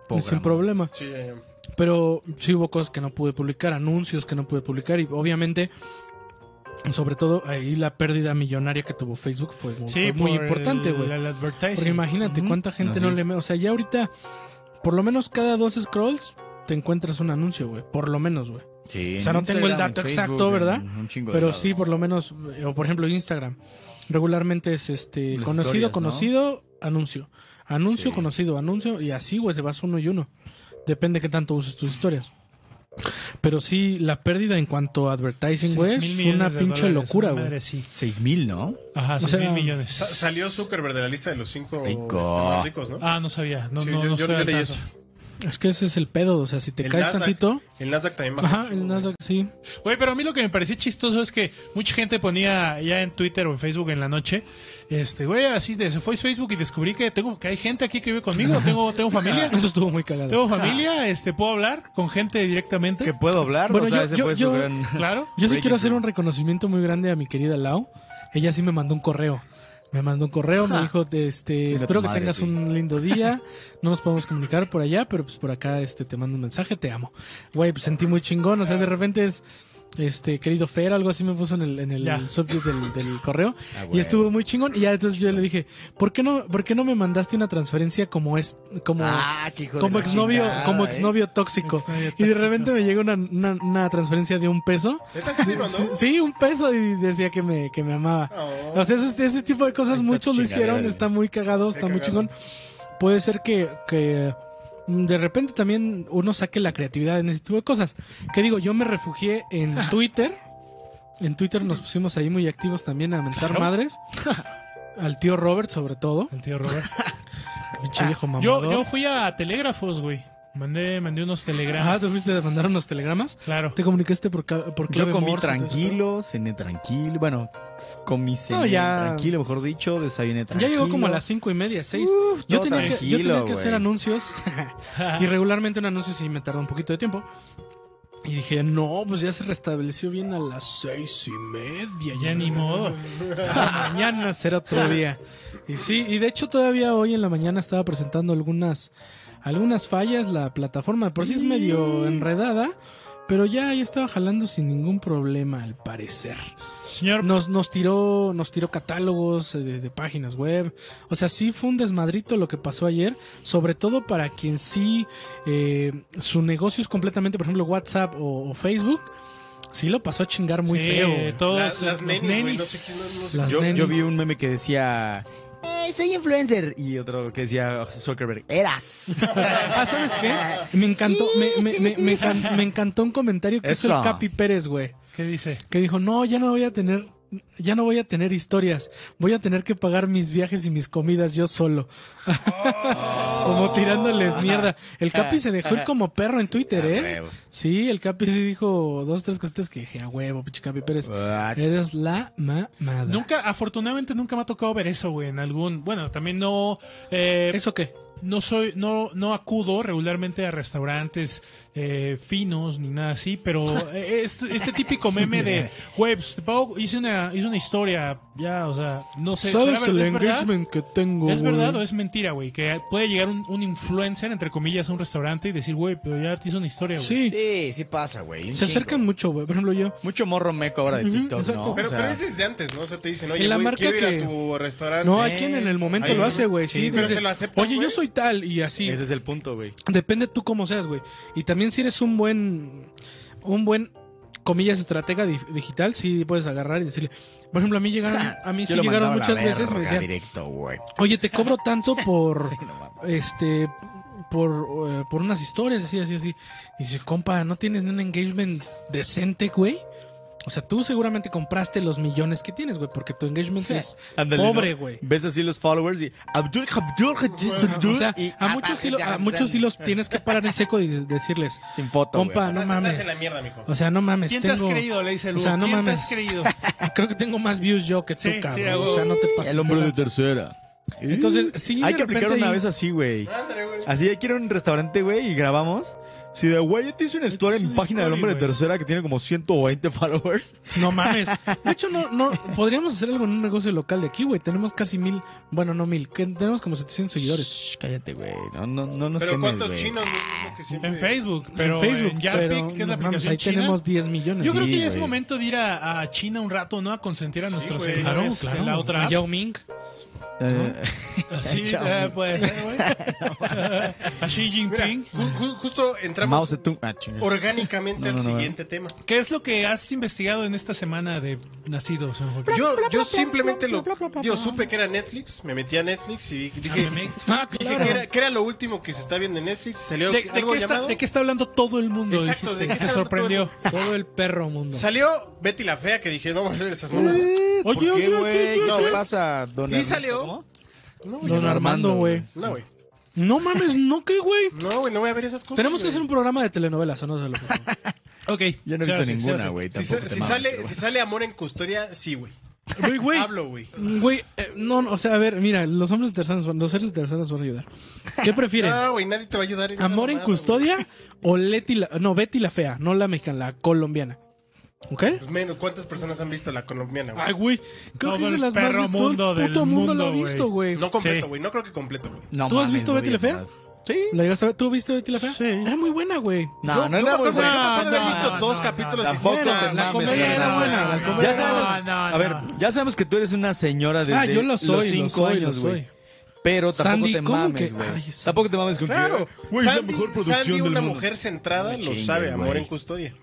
Speaker 4: Programado.
Speaker 1: problema.
Speaker 3: Sí, ya, ya.
Speaker 1: Pero sí hubo cosas que no pude publicar, anuncios que no pude publicar y obviamente, sobre todo ahí la pérdida millonaria que tuvo Facebook fue, muy- fue muy
Speaker 2: por
Speaker 1: importante,
Speaker 2: el-
Speaker 1: güey.
Speaker 2: el advertising.
Speaker 1: Porque imagínate
Speaker 4: Ujú.
Speaker 1: cuánta gente
Speaker 4: Así
Speaker 1: no
Speaker 4: es.
Speaker 1: le... me- O sea, ya ahorita, por lo menos cada dos scrolls te encuentras un anuncio, güey. Por lo menos, güey.
Speaker 4: Sí,
Speaker 1: O sea, no
Speaker 4: en
Speaker 1: tengo el
Speaker 4: Instagram,
Speaker 1: dato
Speaker 4: en
Speaker 1: exacto, ¿verdad?
Speaker 4: en un chingo de
Speaker 1: Pero
Speaker 4: lados.
Speaker 1: sí, por lo menos, eh, o por ejemplo Instagram. Regularmente es este
Speaker 4: Las
Speaker 1: conocido,
Speaker 4: historias, ¿no?
Speaker 1: conocido, anuncio. Anuncio,
Speaker 4: Sí.
Speaker 1: conocido, anuncio. Y así, güey, te vas uno y uno. Depende qué tanto uses tus historias. Pero sí, la pérdida en cuanto a advertising,
Speaker 2: Seis
Speaker 1: güey,
Speaker 2: mil
Speaker 1: es
Speaker 2: millones
Speaker 1: una
Speaker 2: de
Speaker 1: pinche
Speaker 2: dólares,
Speaker 1: locura,
Speaker 2: madre,
Speaker 1: güey.
Speaker 2: sí.
Speaker 4: Seis mil, ¿no?
Speaker 2: Ajá, seis
Speaker 1: sea,
Speaker 2: mil millones.
Speaker 3: Sa- Salió Zuckerberg de la lista de los cinco
Speaker 4: Rico.
Speaker 3: este, más ricos, ¿no?
Speaker 2: Ah, no sabía. No,
Speaker 3: Sí,
Speaker 2: no,
Speaker 3: yo-
Speaker 2: no
Speaker 3: yo
Speaker 2: estoy
Speaker 3: leí
Speaker 2: al
Speaker 3: eso.
Speaker 2: tanto.
Speaker 1: Es que ese es el pedo, o sea, si te
Speaker 3: El
Speaker 1: caes
Speaker 3: Nasdaq.
Speaker 1: tantito.
Speaker 3: El Nasdaq también bajó
Speaker 1: Ajá,
Speaker 3: mucho,
Speaker 1: el
Speaker 3: güey.
Speaker 1: Nasdaq, sí. *laughs*
Speaker 2: Güey, pero a mí lo que me pareció chistoso es que mucha gente ponía ya en Twitter o en Facebook en la noche, este, güey, así de, se fue Facebook y descubrí que tengo, que hay gente aquí que vive conmigo, tengo, tengo
Speaker 1: *laughs*
Speaker 2: familia,
Speaker 1: Eso estuvo muy cagado.
Speaker 2: tengo familia, este, puedo hablar con gente directamente,
Speaker 4: ¿Que puedo hablar?
Speaker 1: Bueno,
Speaker 4: o
Speaker 1: yo-
Speaker 4: sea, ese
Speaker 1: yo-
Speaker 4: fue su
Speaker 1: yo- *laughs*
Speaker 4: gran- *laughs*
Speaker 2: claro.
Speaker 1: Yo sí
Speaker 4: Breaking
Speaker 1: quiero hacer
Speaker 4: through.
Speaker 1: un reconocimiento muy grande a mi querida Lau. Ella sí me mandó un correo. Me mandó un correo, me dijo, de, este,
Speaker 4: Chinga
Speaker 1: espero
Speaker 4: tu
Speaker 1: que
Speaker 4: madre,
Speaker 1: tengas
Speaker 4: Luis".
Speaker 1: un lindo
Speaker 4: *laughs*
Speaker 1: día. No nos podemos comunicar por allá, pero pues por acá este, te mando un mensaje, te amo. Güey, pues sentí muy chingón. O sea, de
Speaker 4: Ah.
Speaker 1: repente es, este, querido Fer, algo así me puso en el, en el
Speaker 2: Ya.
Speaker 1: subject del,
Speaker 4: *laughs*
Speaker 1: del correo.
Speaker 4: Ah,
Speaker 1: y
Speaker 4: güey.
Speaker 1: estuvo muy chingón. Y ya entonces yo le dije, ¿por qué no, por qué no me mandaste una transferencia como es, como,
Speaker 4: Ah, qué hijo de
Speaker 1: como
Speaker 4: la
Speaker 1: exnovio,
Speaker 4: chingada,
Speaker 1: como
Speaker 4: ¿eh?
Speaker 1: exnovio tóxico?
Speaker 2: Exnovio
Speaker 1: Y de
Speaker 2: tóxico.
Speaker 1: repente me llega una- una, una transferencia de un peso.
Speaker 3: ¿Neta sí te
Speaker 1: Sí,
Speaker 3: mandó?
Speaker 1: sí, un peso y decía que me, que me amaba.
Speaker 3: Oh.
Speaker 1: O sea, ese, ese tipo de cosas
Speaker 4: Ahí está
Speaker 1: muchos
Speaker 4: tu
Speaker 1: lo
Speaker 4: chingadera,
Speaker 1: hicieron,
Speaker 4: güey.
Speaker 1: está muy cagado, está
Speaker 3: Qué
Speaker 1: muy
Speaker 3: cagado.
Speaker 1: chingón. Puede ser que, que mm, de repente también uno saque la creatividad en ese tipo de cosas. Que digo, yo me refugié en
Speaker 4: *laughs*
Speaker 1: Twitter. En Twitter nos pusimos ahí muy activos también a mentar
Speaker 2: Claro.
Speaker 4: *laughs*
Speaker 1: madres. Al tío Robert, sobre todo.
Speaker 2: El
Speaker 1: *laughs*
Speaker 2: tío Robert.
Speaker 4: Ah,
Speaker 1: Pinche viejo
Speaker 2: Yo,
Speaker 1: mamador.
Speaker 2: yo fui a telégrafos, güey, mandé, mandé unos telegramas.
Speaker 1: Ah, ¿tú fuiste a mandar unos telegramas?
Speaker 2: Claro.
Speaker 1: ¿Te comunicaste por, ca- por
Speaker 4: Yo
Speaker 1: clave
Speaker 4: comí
Speaker 1: Morse, entonces,
Speaker 4: tranquilo, cené tranquilo, bueno, comí cené
Speaker 1: ya-
Speaker 4: tranquilo, mejor dicho, desayuné
Speaker 1: Ya
Speaker 4: tranquilo. Uh.
Speaker 1: llegó como a las cinco y media, seis. yo,
Speaker 4: todo
Speaker 1: tenía que, yo tenía
Speaker 4: tranquilo,
Speaker 1: que hacer
Speaker 4: güey.
Speaker 1: anuncios. y regularmente un anuncio sí me tarda un poquito de tiempo. Y dije, no, pues ya se restableció bien a las seis y media.
Speaker 2: Ya ni modo.
Speaker 1: Ah, *laughs* mañana será otro día. Y sí, y de hecho todavía hoy en la mañana estaba presentando algunas algunas fallas la plataforma. de Por si es medio enredada, Pero ya, ya estaba jalando sin ningún problema, al parecer.
Speaker 2: Señor,
Speaker 1: Nos, nos tiró, nos tiró catálogos eh, de, de páginas web. O sea, sí fue un desmadrito lo que pasó ayer. Sobre todo para quien sí eh, su negocio es completamente, por ejemplo, WhatsApp o, o Facebook. Sí lo pasó a chingar muy
Speaker 2: sí,
Speaker 1: feo.
Speaker 2: Todos
Speaker 3: Las- las
Speaker 2: los
Speaker 3: nenis, güey, no sé
Speaker 1: Las
Speaker 4: Yo,
Speaker 1: nenis.
Speaker 4: yo vi un meme que decía. "Eh, soy influencer. Y otro que decía Zuckerberg.
Speaker 1: *laughs*
Speaker 4: Eras.
Speaker 1: *laughs* Ah, ¿sabes qué? Me encantó, me, me- me- me encan- me encantó un comentario que hizo
Speaker 4: Eso.
Speaker 1: el Capi Pérez, güey.
Speaker 2: ¿Qué dice?
Speaker 1: que dijo, no, ya no voy a tener, ya no voy a tener historias, voy a tener que pagar mis viajes y mis comidas yo solo. *laughs* como tirándoles mierda. El Capi se dejó ir como perro en Twitter, ¿eh?
Speaker 4: Ah,
Speaker 1: Sí, el Capi sí dijo dos, tres cositas que dije, a huevo, pinche Capi Pérez.
Speaker 4: What?
Speaker 1: Eres la mamada.
Speaker 2: Nunca, afortunadamente nunca me ha tocado ver eso, güey, en algún... Bueno, también no... eh,
Speaker 1: ¿Eso qué?
Speaker 2: no soy, no, no acudo regularmente a restaurantes eh, finos ni nada así,
Speaker 1: *laughs*
Speaker 2: pero eh, es- este típico meme de webs, te pago- hice una, hice una historia, ya, o sea, no sé,
Speaker 1: ¿Sabes
Speaker 2: ¿será
Speaker 1: el
Speaker 2: ver- es verdad?
Speaker 1: engagement que tengo?
Speaker 2: ¿Es verdad o
Speaker 1: güey?
Speaker 2: es mentira, güey? Que puede llegar un, un influencer, entre comillas, a un restaurante y decir, güey, pero ya te hice una historia, güey.
Speaker 1: Sí,
Speaker 4: Sí, sí pasa, güey. un
Speaker 1: se acercan
Speaker 4: chingo.
Speaker 1: mucho, güey. Por ejemplo, yo.
Speaker 4: Mucho morro meco ahora de
Speaker 1: Ujú,
Speaker 4: TikTok,
Speaker 1: exacto.
Speaker 4: ¿no?
Speaker 3: Pero,
Speaker 4: O sea,
Speaker 3: pero es desde antes, ¿no? O sea, te dicen, oye,
Speaker 1: En la
Speaker 3: güey,
Speaker 1: marca
Speaker 3: quiero ir
Speaker 1: que-
Speaker 3: a tu restaurante.
Speaker 1: No,
Speaker 4: Eh,
Speaker 1: hay quien en el momento
Speaker 3: ahí
Speaker 1: lo
Speaker 3: no-
Speaker 1: hace, güey.
Speaker 4: sí,
Speaker 1: Sí,
Speaker 3: pero
Speaker 1: dice,
Speaker 3: se lo pues". aceptan,
Speaker 1: Oye,
Speaker 3: güey".
Speaker 1: yo soy tal y así.
Speaker 4: Ese es el punto, güey.
Speaker 1: Depende tú cómo seas, güey. Y también si eres un buen, un buen, comillas, estratega di- digital, sí puedes agarrar y decirle. Por ejemplo, a mí llegaron,
Speaker 4: *laughs*
Speaker 1: a mí sí
Speaker 4: lo
Speaker 1: llegaron
Speaker 4: mandaba a
Speaker 1: muchas
Speaker 4: la
Speaker 1: veces y me
Speaker 4: verga
Speaker 1: decían,
Speaker 4: directo, güey.
Speaker 1: oye, te cobro
Speaker 4: *laughs*
Speaker 1: tanto por,
Speaker 4: Sí, no mames.
Speaker 1: este, por, eh, por unas historias, así, así, así. Y dice, compa, ¿no tienes un engagement decente, güey? O sea, tú seguramente compraste los millones que tienes, güey, porque tu
Speaker 4: *laughs*
Speaker 1: engagement es
Speaker 4: Ándale,
Speaker 1: pobre,
Speaker 4: ¿no?
Speaker 1: güey.
Speaker 4: Ves así los followers y. Abdul, Abdul, Abdul, Abdul,
Speaker 1: O sea,
Speaker 4: y-
Speaker 1: a muchos sí, lo- a muchos sí los tienes que parar en seco y de- decirles,
Speaker 4: Sin foto, güey.
Speaker 1: compa, no mames.
Speaker 3: en la mierda, mijo.
Speaker 1: O sea, no mames.
Speaker 2: ¿Quién te
Speaker 1: pues tengo-
Speaker 2: has creído? Le dice el
Speaker 1: o sea,
Speaker 2: Hugo,
Speaker 1: no
Speaker 2: ¿Quién
Speaker 1: mames.
Speaker 2: te has creído?
Speaker 1: *laughs* Creo que tengo más views yo que tú,
Speaker 2: Sí, sí,
Speaker 1: cabrón.
Speaker 2: a huevo.
Speaker 1: o sea, no te pases.
Speaker 4: El hombre
Speaker 1: de
Speaker 4: de
Speaker 2: *laughs*
Speaker 1: lanza.
Speaker 4: tercera.
Speaker 1: Entonces, sí,
Speaker 4: Hay
Speaker 1: de
Speaker 4: que aplicar
Speaker 1: repente
Speaker 4: una
Speaker 1: ahí-
Speaker 4: vez así, güey.
Speaker 3: Ándale, güey.
Speaker 4: Así, hay que ir a un restaurante, güey, y grabamos. Si de güey, ya te hice una historia en
Speaker 2: una
Speaker 4: mi página del
Speaker 2: story,
Speaker 4: hombre de
Speaker 2: güey.
Speaker 4: tercera que tiene como 120 followers.
Speaker 1: No mames. De hecho, no, no, podríamos hacer algo en un negocio local de aquí, güey. Tenemos casi mil, bueno, no mil, que tenemos como 700 seguidores.
Speaker 4: Shh, cállate, güey. No, no, no nos
Speaker 3: Pero
Speaker 4: quemes,
Speaker 3: ¿cuántos
Speaker 4: güey.
Speaker 3: chinos? güey, que siempre-
Speaker 2: *laughs* En Facebook,
Speaker 1: En
Speaker 2: pero en
Speaker 1: Facebook,
Speaker 2: Yarpic,
Speaker 1: pero,
Speaker 2: que es la
Speaker 1: no mames,
Speaker 2: aplicación
Speaker 1: ahí
Speaker 2: china.
Speaker 1: tenemos 10 millones.
Speaker 2: Yo creo que
Speaker 4: Sí,
Speaker 2: ya es
Speaker 4: güey.
Speaker 2: momento de ir a, a China un rato, ¿no? A consentir a nuestros
Speaker 3: güey.
Speaker 1: Claro,
Speaker 2: seguidores
Speaker 1: claro. Ah,
Speaker 2: en la otra
Speaker 1: A
Speaker 2: app. Ah,
Speaker 1: Yao Ming.
Speaker 4: Eh,
Speaker 2: *laughs* Sí,
Speaker 4: Chao.
Speaker 2: eh, puede ser, güey. *laughs* A Xi
Speaker 3: Mira,
Speaker 2: Jinping.
Speaker 3: ju- ju- justo entramos
Speaker 4: Mao Zedong. Ah, chinga.
Speaker 3: orgánicamente
Speaker 4: No, no,
Speaker 3: al
Speaker 4: no, no.
Speaker 3: siguiente tema.
Speaker 2: ¿Qué es lo que has investigado en esta semana de nacidos? señor Joaquín?
Speaker 3: Yo, yo simplemente lo. Yo supe que era Netflix, me metí a Netflix y dije.
Speaker 2: Háblame.
Speaker 1: Ah,
Speaker 3: dije que, era, que era lo último que se está viendo en Netflix. Salió
Speaker 2: ¿De, de
Speaker 3: algo
Speaker 2: qué está,
Speaker 3: llamado.
Speaker 2: de qué está hablando todo el mundo?
Speaker 3: Exacto, ¿de qué está
Speaker 2: Me
Speaker 3: hablando
Speaker 2: sorprendió.
Speaker 1: Todo el perro mundo.
Speaker 3: Salió Betty la Fea que dije, no vamos a ver esas monas.
Speaker 4: ¿Por
Speaker 1: Oye,
Speaker 4: qué,
Speaker 1: oye,
Speaker 4: güey?
Speaker 1: oye,
Speaker 3: oye.
Speaker 4: ¿Qué pasa, don
Speaker 3: Y
Speaker 4: Ernesto?
Speaker 3: salió.
Speaker 4: ¿Cómo?
Speaker 3: No, güey.
Speaker 1: Don Armando, güey.
Speaker 3: No, güey.
Speaker 1: No mames, no que, güey.
Speaker 3: No, güey, no voy a ver esas cosas.
Speaker 1: Tenemos que
Speaker 3: Pues güey.
Speaker 1: hacer un programa de telenovelas, ¿o no? Se lo propongo.
Speaker 2: Ok.
Speaker 4: Yo no he
Speaker 2: se
Speaker 4: visto
Speaker 2: hace, se
Speaker 4: ninguna,
Speaker 2: hace.
Speaker 4: güey.
Speaker 3: Si,
Speaker 4: tampoco
Speaker 3: sa-
Speaker 4: te
Speaker 3: si
Speaker 4: mames,
Speaker 3: sale,
Speaker 4: pero
Speaker 3: si
Speaker 4: bueno.
Speaker 3: sale amor en custodia, sí, güey.
Speaker 1: Güey, güey.
Speaker 3: Hablo, güey.
Speaker 1: Güey, eh, no, no, o sea, a ver, mira, los hombres terceros, van- los seres terceros van a ayudar. ¿Qué
Speaker 3: *laughs*
Speaker 1: prefieren?
Speaker 3: No, güey, nadie te va a ayudar. esa
Speaker 1: ¿Amor en
Speaker 3: mamada,
Speaker 1: custodia o Leti la, no, Betty la fea, no la mexicana, la colombiana? ¿Ok?
Speaker 3: güey. Pues menos, ¿cuántas personas han visto la colombiana, güey?
Speaker 1: Ay, güey, creo
Speaker 2: Todo
Speaker 1: que es de
Speaker 2: el
Speaker 1: las más
Speaker 2: perro
Speaker 1: vi- todo
Speaker 2: mundo
Speaker 1: el
Speaker 2: del
Speaker 1: puto mundo, lo ha
Speaker 2: mundo,
Speaker 1: visto, güey.
Speaker 3: No completo,
Speaker 2: Sí.
Speaker 3: güey. No creo que completo, güey.
Speaker 4: No
Speaker 1: ¿Tú has
Speaker 4: mames,
Speaker 1: visto
Speaker 4: no
Speaker 1: Betty la
Speaker 4: digas
Speaker 1: Fea?
Speaker 4: más. Sí.
Speaker 1: ¿La llegaste a ver? ¿Tú viste Betty la fea?
Speaker 4: Sí.
Speaker 1: Era muy buena, güey.
Speaker 4: No, no era muy
Speaker 3: Yo me
Speaker 4: buena.
Speaker 3: acuerdo de haber
Speaker 2: No,
Speaker 3: visto
Speaker 2: no,
Speaker 3: dos
Speaker 2: no,
Speaker 3: capítulos
Speaker 4: no,
Speaker 3: y
Speaker 4: tampoco,
Speaker 3: sí,
Speaker 4: güey,
Speaker 3: no,
Speaker 4: la
Speaker 3: mames,
Speaker 4: comedia
Speaker 3: güey,
Speaker 4: era
Speaker 3: no,
Speaker 4: buena,
Speaker 3: güey.
Speaker 1: la
Speaker 2: No,
Speaker 1: comedia
Speaker 4: Ya
Speaker 1: era
Speaker 4: sabemos.
Speaker 2: no,
Speaker 4: a ver,
Speaker 2: no.
Speaker 4: ya sabemos que tú eres una señora desde
Speaker 1: ah, yo lo soy,
Speaker 4: los cinco
Speaker 1: lo soy,
Speaker 4: años,
Speaker 1: lo
Speaker 4: güey.
Speaker 1: soy.
Speaker 4: Pero tampoco
Speaker 1: Sandy,
Speaker 4: te
Speaker 1: ¿cómo
Speaker 4: mames,
Speaker 1: que-
Speaker 4: güey.
Speaker 1: Ay, Sandy.
Speaker 4: Tampoco te mames con
Speaker 3: Claro,
Speaker 4: Güey, la
Speaker 3: Sandy,
Speaker 4: mejor producción
Speaker 3: Sandy,
Speaker 4: del
Speaker 3: una
Speaker 4: mundo.
Speaker 3: mujer centrada,
Speaker 4: No
Speaker 3: lo
Speaker 4: chingues,
Speaker 3: sabe, amor
Speaker 4: güey.
Speaker 3: en custodia.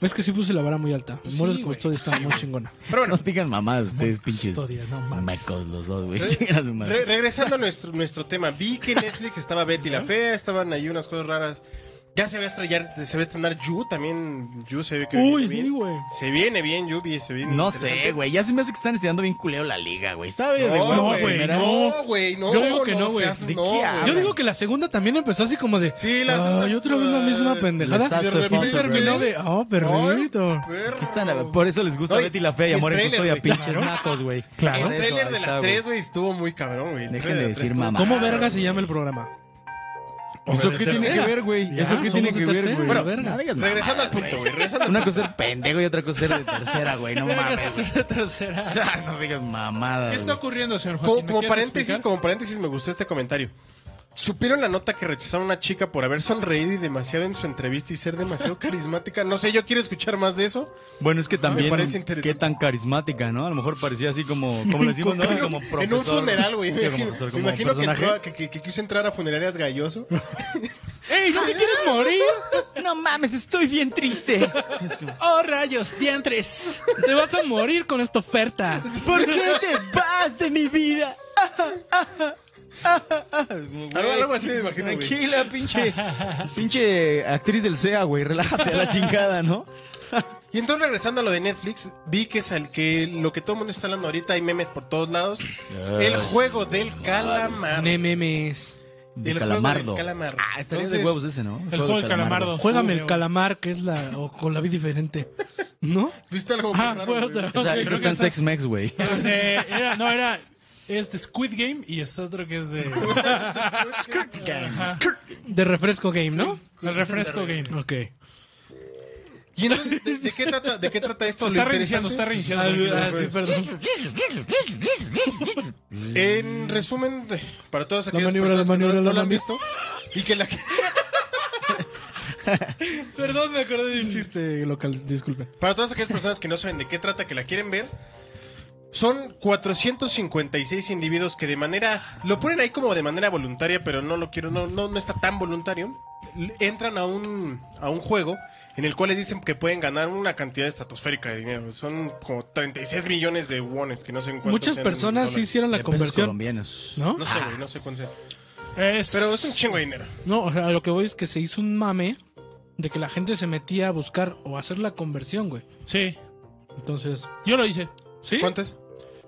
Speaker 1: Es que sí puse la vara muy alta. Amores en custodia estaba muy chingona.
Speaker 3: Pero
Speaker 4: No
Speaker 3: bueno,
Speaker 4: digan mamás, ustedes pinches.
Speaker 2: Custodia, no mames.
Speaker 4: Mecos los dos, güey.
Speaker 3: Re-
Speaker 4: *laughs* Chingan a su madre.
Speaker 3: re- regresando a nuestro, nuestro tema, vi que en Netflix estaba Betty la Fea, estaban ahí unas cosas raras. Ya se va a estrellar, se va a estrenar You, también You se ve que
Speaker 1: Uy,
Speaker 3: viene
Speaker 1: sí,
Speaker 3: bien.
Speaker 1: güey.
Speaker 3: Se viene bien, You, vi- se viene
Speaker 4: No
Speaker 3: interesante.
Speaker 4: sé, güey. Ya se me hace que están estirando bien culeo la liga, güey. Está bien,
Speaker 3: No,
Speaker 4: güey.
Speaker 3: no,
Speaker 4: güey,
Speaker 3: güey,
Speaker 4: mira.
Speaker 3: no, güey, no.
Speaker 2: Yo digo que no, güey.
Speaker 3: seas-
Speaker 4: ¿De
Speaker 3: no,
Speaker 4: qué
Speaker 3: güey.
Speaker 4: hablas?
Speaker 1: Yo digo que la segunda también empezó así como de.
Speaker 3: Sí, la
Speaker 1: ah,
Speaker 3: segunda-
Speaker 1: yo otra vez la misma
Speaker 4: Les
Speaker 1: pendejada.
Speaker 4: hace
Speaker 1: Y sí
Speaker 4: falta,
Speaker 1: terminó
Speaker 3: güey.
Speaker 1: de. Oh, perrito.
Speaker 3: Ay, perro.
Speaker 4: Aquí están, a- por eso les gusta
Speaker 3: Oye,
Speaker 4: Betty la Fea y
Speaker 3: el
Speaker 4: Amor en
Speaker 3: trailer,
Speaker 4: Custodia,
Speaker 3: güey,
Speaker 4: pinches
Speaker 3: *laughs* claro.
Speaker 4: nacos, güey.
Speaker 2: Claro.
Speaker 4: Por
Speaker 3: El
Speaker 4: eso,
Speaker 3: trailer
Speaker 4: ahí
Speaker 3: de
Speaker 4: está,
Speaker 3: la 3, güey, estuvo muy cabrón, güey. El
Speaker 4: Dejen
Speaker 3: trailer
Speaker 4: de
Speaker 3: la
Speaker 4: decir
Speaker 3: tres estuvo-
Speaker 4: mamá.
Speaker 1: ¿Cómo verga se llama el programa?
Speaker 4: güey. ¿Eso qué tiene que
Speaker 1: tercera.
Speaker 4: ver, güey?
Speaker 1: Ya,
Speaker 4: ¿Eso qué
Speaker 1: somos
Speaker 4: tiene
Speaker 1: de
Speaker 4: que ver,
Speaker 1: tercera,
Speaker 4: güey?
Speaker 1: la verga.
Speaker 4: No digas
Speaker 3: Regresando al
Speaker 4: mamadas,
Speaker 3: punto, güey. Regresando al
Speaker 4: Una cosa es ser pendejo y otra cosa es ser de tercera, güey.
Speaker 3: *laughs*
Speaker 4: No mames. güey. O sea, *laughs* no
Speaker 2: ¿Qué
Speaker 4: digas mamadas.
Speaker 2: está
Speaker 4: güey.
Speaker 2: ocurriendo, señor Joaquín?
Speaker 3: Como,
Speaker 2: ¿Me
Speaker 3: como
Speaker 2: quieres
Speaker 3: paréntesis,
Speaker 2: explicar?
Speaker 3: como paréntesis, me gustó este comentario. ¿Supieron la nota que rechazaron a una chica por haber sonreído y demasiado en su entrevista y
Speaker 4: *laughs*
Speaker 3: ser demasiado carismática? No sé, yo quiero escuchar más de eso.
Speaker 4: Bueno, es que también.
Speaker 3: Me parece interesante.
Speaker 4: Qué tan carismática, ¿no? A lo mejor parecía así como. Como le decimos, ¿no? Como profesor.
Speaker 3: en un funeral, güey. Me
Speaker 4: Como
Speaker 3: imagino,
Speaker 4: profesor,
Speaker 3: me
Speaker 4: como
Speaker 3: imagino que,
Speaker 4: personaje.
Speaker 3: entró a- que, que- que quiso entrar a
Speaker 4: *laughs*
Speaker 3: funerarias galloso.
Speaker 2: ¡Ey, no te quieres morir!
Speaker 4: No mames, estoy bien triste.
Speaker 2: ¡Oh, rayos, diantres!
Speaker 1: *laughs* Te vas a morir con esta oferta.
Speaker 4: ¿Por qué te vas de mi vida?
Speaker 3: Algo, algo así me imagino, güey.
Speaker 4: Tranquila, *laughs* pinche. Pinche actriz del SEA, güey. Relájate a la chingada, ¿no?
Speaker 3: Y entonces regresando a lo de Netflix, vi que, sal- que lo que todo el mundo está hablando ahorita, hay memes por todos lados.
Speaker 4: Ah,
Speaker 3: el juego del calamar.
Speaker 1: Nememes.
Speaker 4: De
Speaker 3: el
Speaker 4: calamardo.
Speaker 3: Juego del calamar.
Speaker 4: Ah, estaría
Speaker 3: Entonces,
Speaker 4: de huevos ese, ¿no?
Speaker 2: El juego del calamardo.
Speaker 1: Juégame el calamar, que es la. o con la vida diferente. ¿no?
Speaker 3: ¿Viste algo muy
Speaker 1: Ah,
Speaker 3: raro,
Speaker 1: bueno,
Speaker 3: güey? *laughs*
Speaker 4: O sea,
Speaker 1: ok,
Speaker 4: eso
Speaker 1: creo
Speaker 4: está
Speaker 1: que
Speaker 4: en Sex Mex, güey.
Speaker 2: Eh, era- no, era. Es de Squid Game y es otro que es de.
Speaker 4: *laughs*
Speaker 2: Ajá,
Speaker 1: De refresco game, ¿no?
Speaker 2: el refresco game.
Speaker 1: Ok.
Speaker 3: ¿Y entonces, ¿de, de qué trata, de qué trata esto?
Speaker 2: Se
Speaker 3: Lo
Speaker 2: está reiniciando, está
Speaker 3: interesante-
Speaker 2: reiniciando.
Speaker 1: Ah,
Speaker 2: tranquilo.
Speaker 1: ah, sí, perdón.
Speaker 3: En resumen, de- para todos
Speaker 1: La
Speaker 3: aquellos
Speaker 1: maniobra, la
Speaker 3: que no,
Speaker 1: maniobra,
Speaker 3: no
Speaker 1: la
Speaker 3: lo han
Speaker 1: mani-
Speaker 3: visto y que la
Speaker 1: Perdón, me acordé de un chiste local, disculpen.
Speaker 3: para todas aquellas personas que no saben de qué trata, que la quieren ver, son 456 individuos que de manera lo ponen ahí como de manera voluntaria, pero no lo quiero, no no, no está tan voluntario. l- Entran a un a un juego en el cual les dicen que pueden ganar una cantidad estratosférica de dinero. Son como 36 millones de wones, que no sé en cuánto
Speaker 1: Muchas
Speaker 3: sean en
Speaker 1: personas sí
Speaker 3: dólares.
Speaker 1: hicieron la
Speaker 4: De pesos
Speaker 1: conversión,
Speaker 4: colombianos.
Speaker 1: ¿no?
Speaker 3: No sé, güey, no sé cuánto sea.
Speaker 2: Es-
Speaker 3: Pero es un chingo de dinero.
Speaker 1: No, o sea, lo que voy es que se hizo un mame de que la gente se metía a buscar o a hacer la conversión, güey.
Speaker 2: Sí,
Speaker 1: Entonces,
Speaker 2: yo lo hice.
Speaker 1: ¿sí?
Speaker 3: ¿Cuánto es?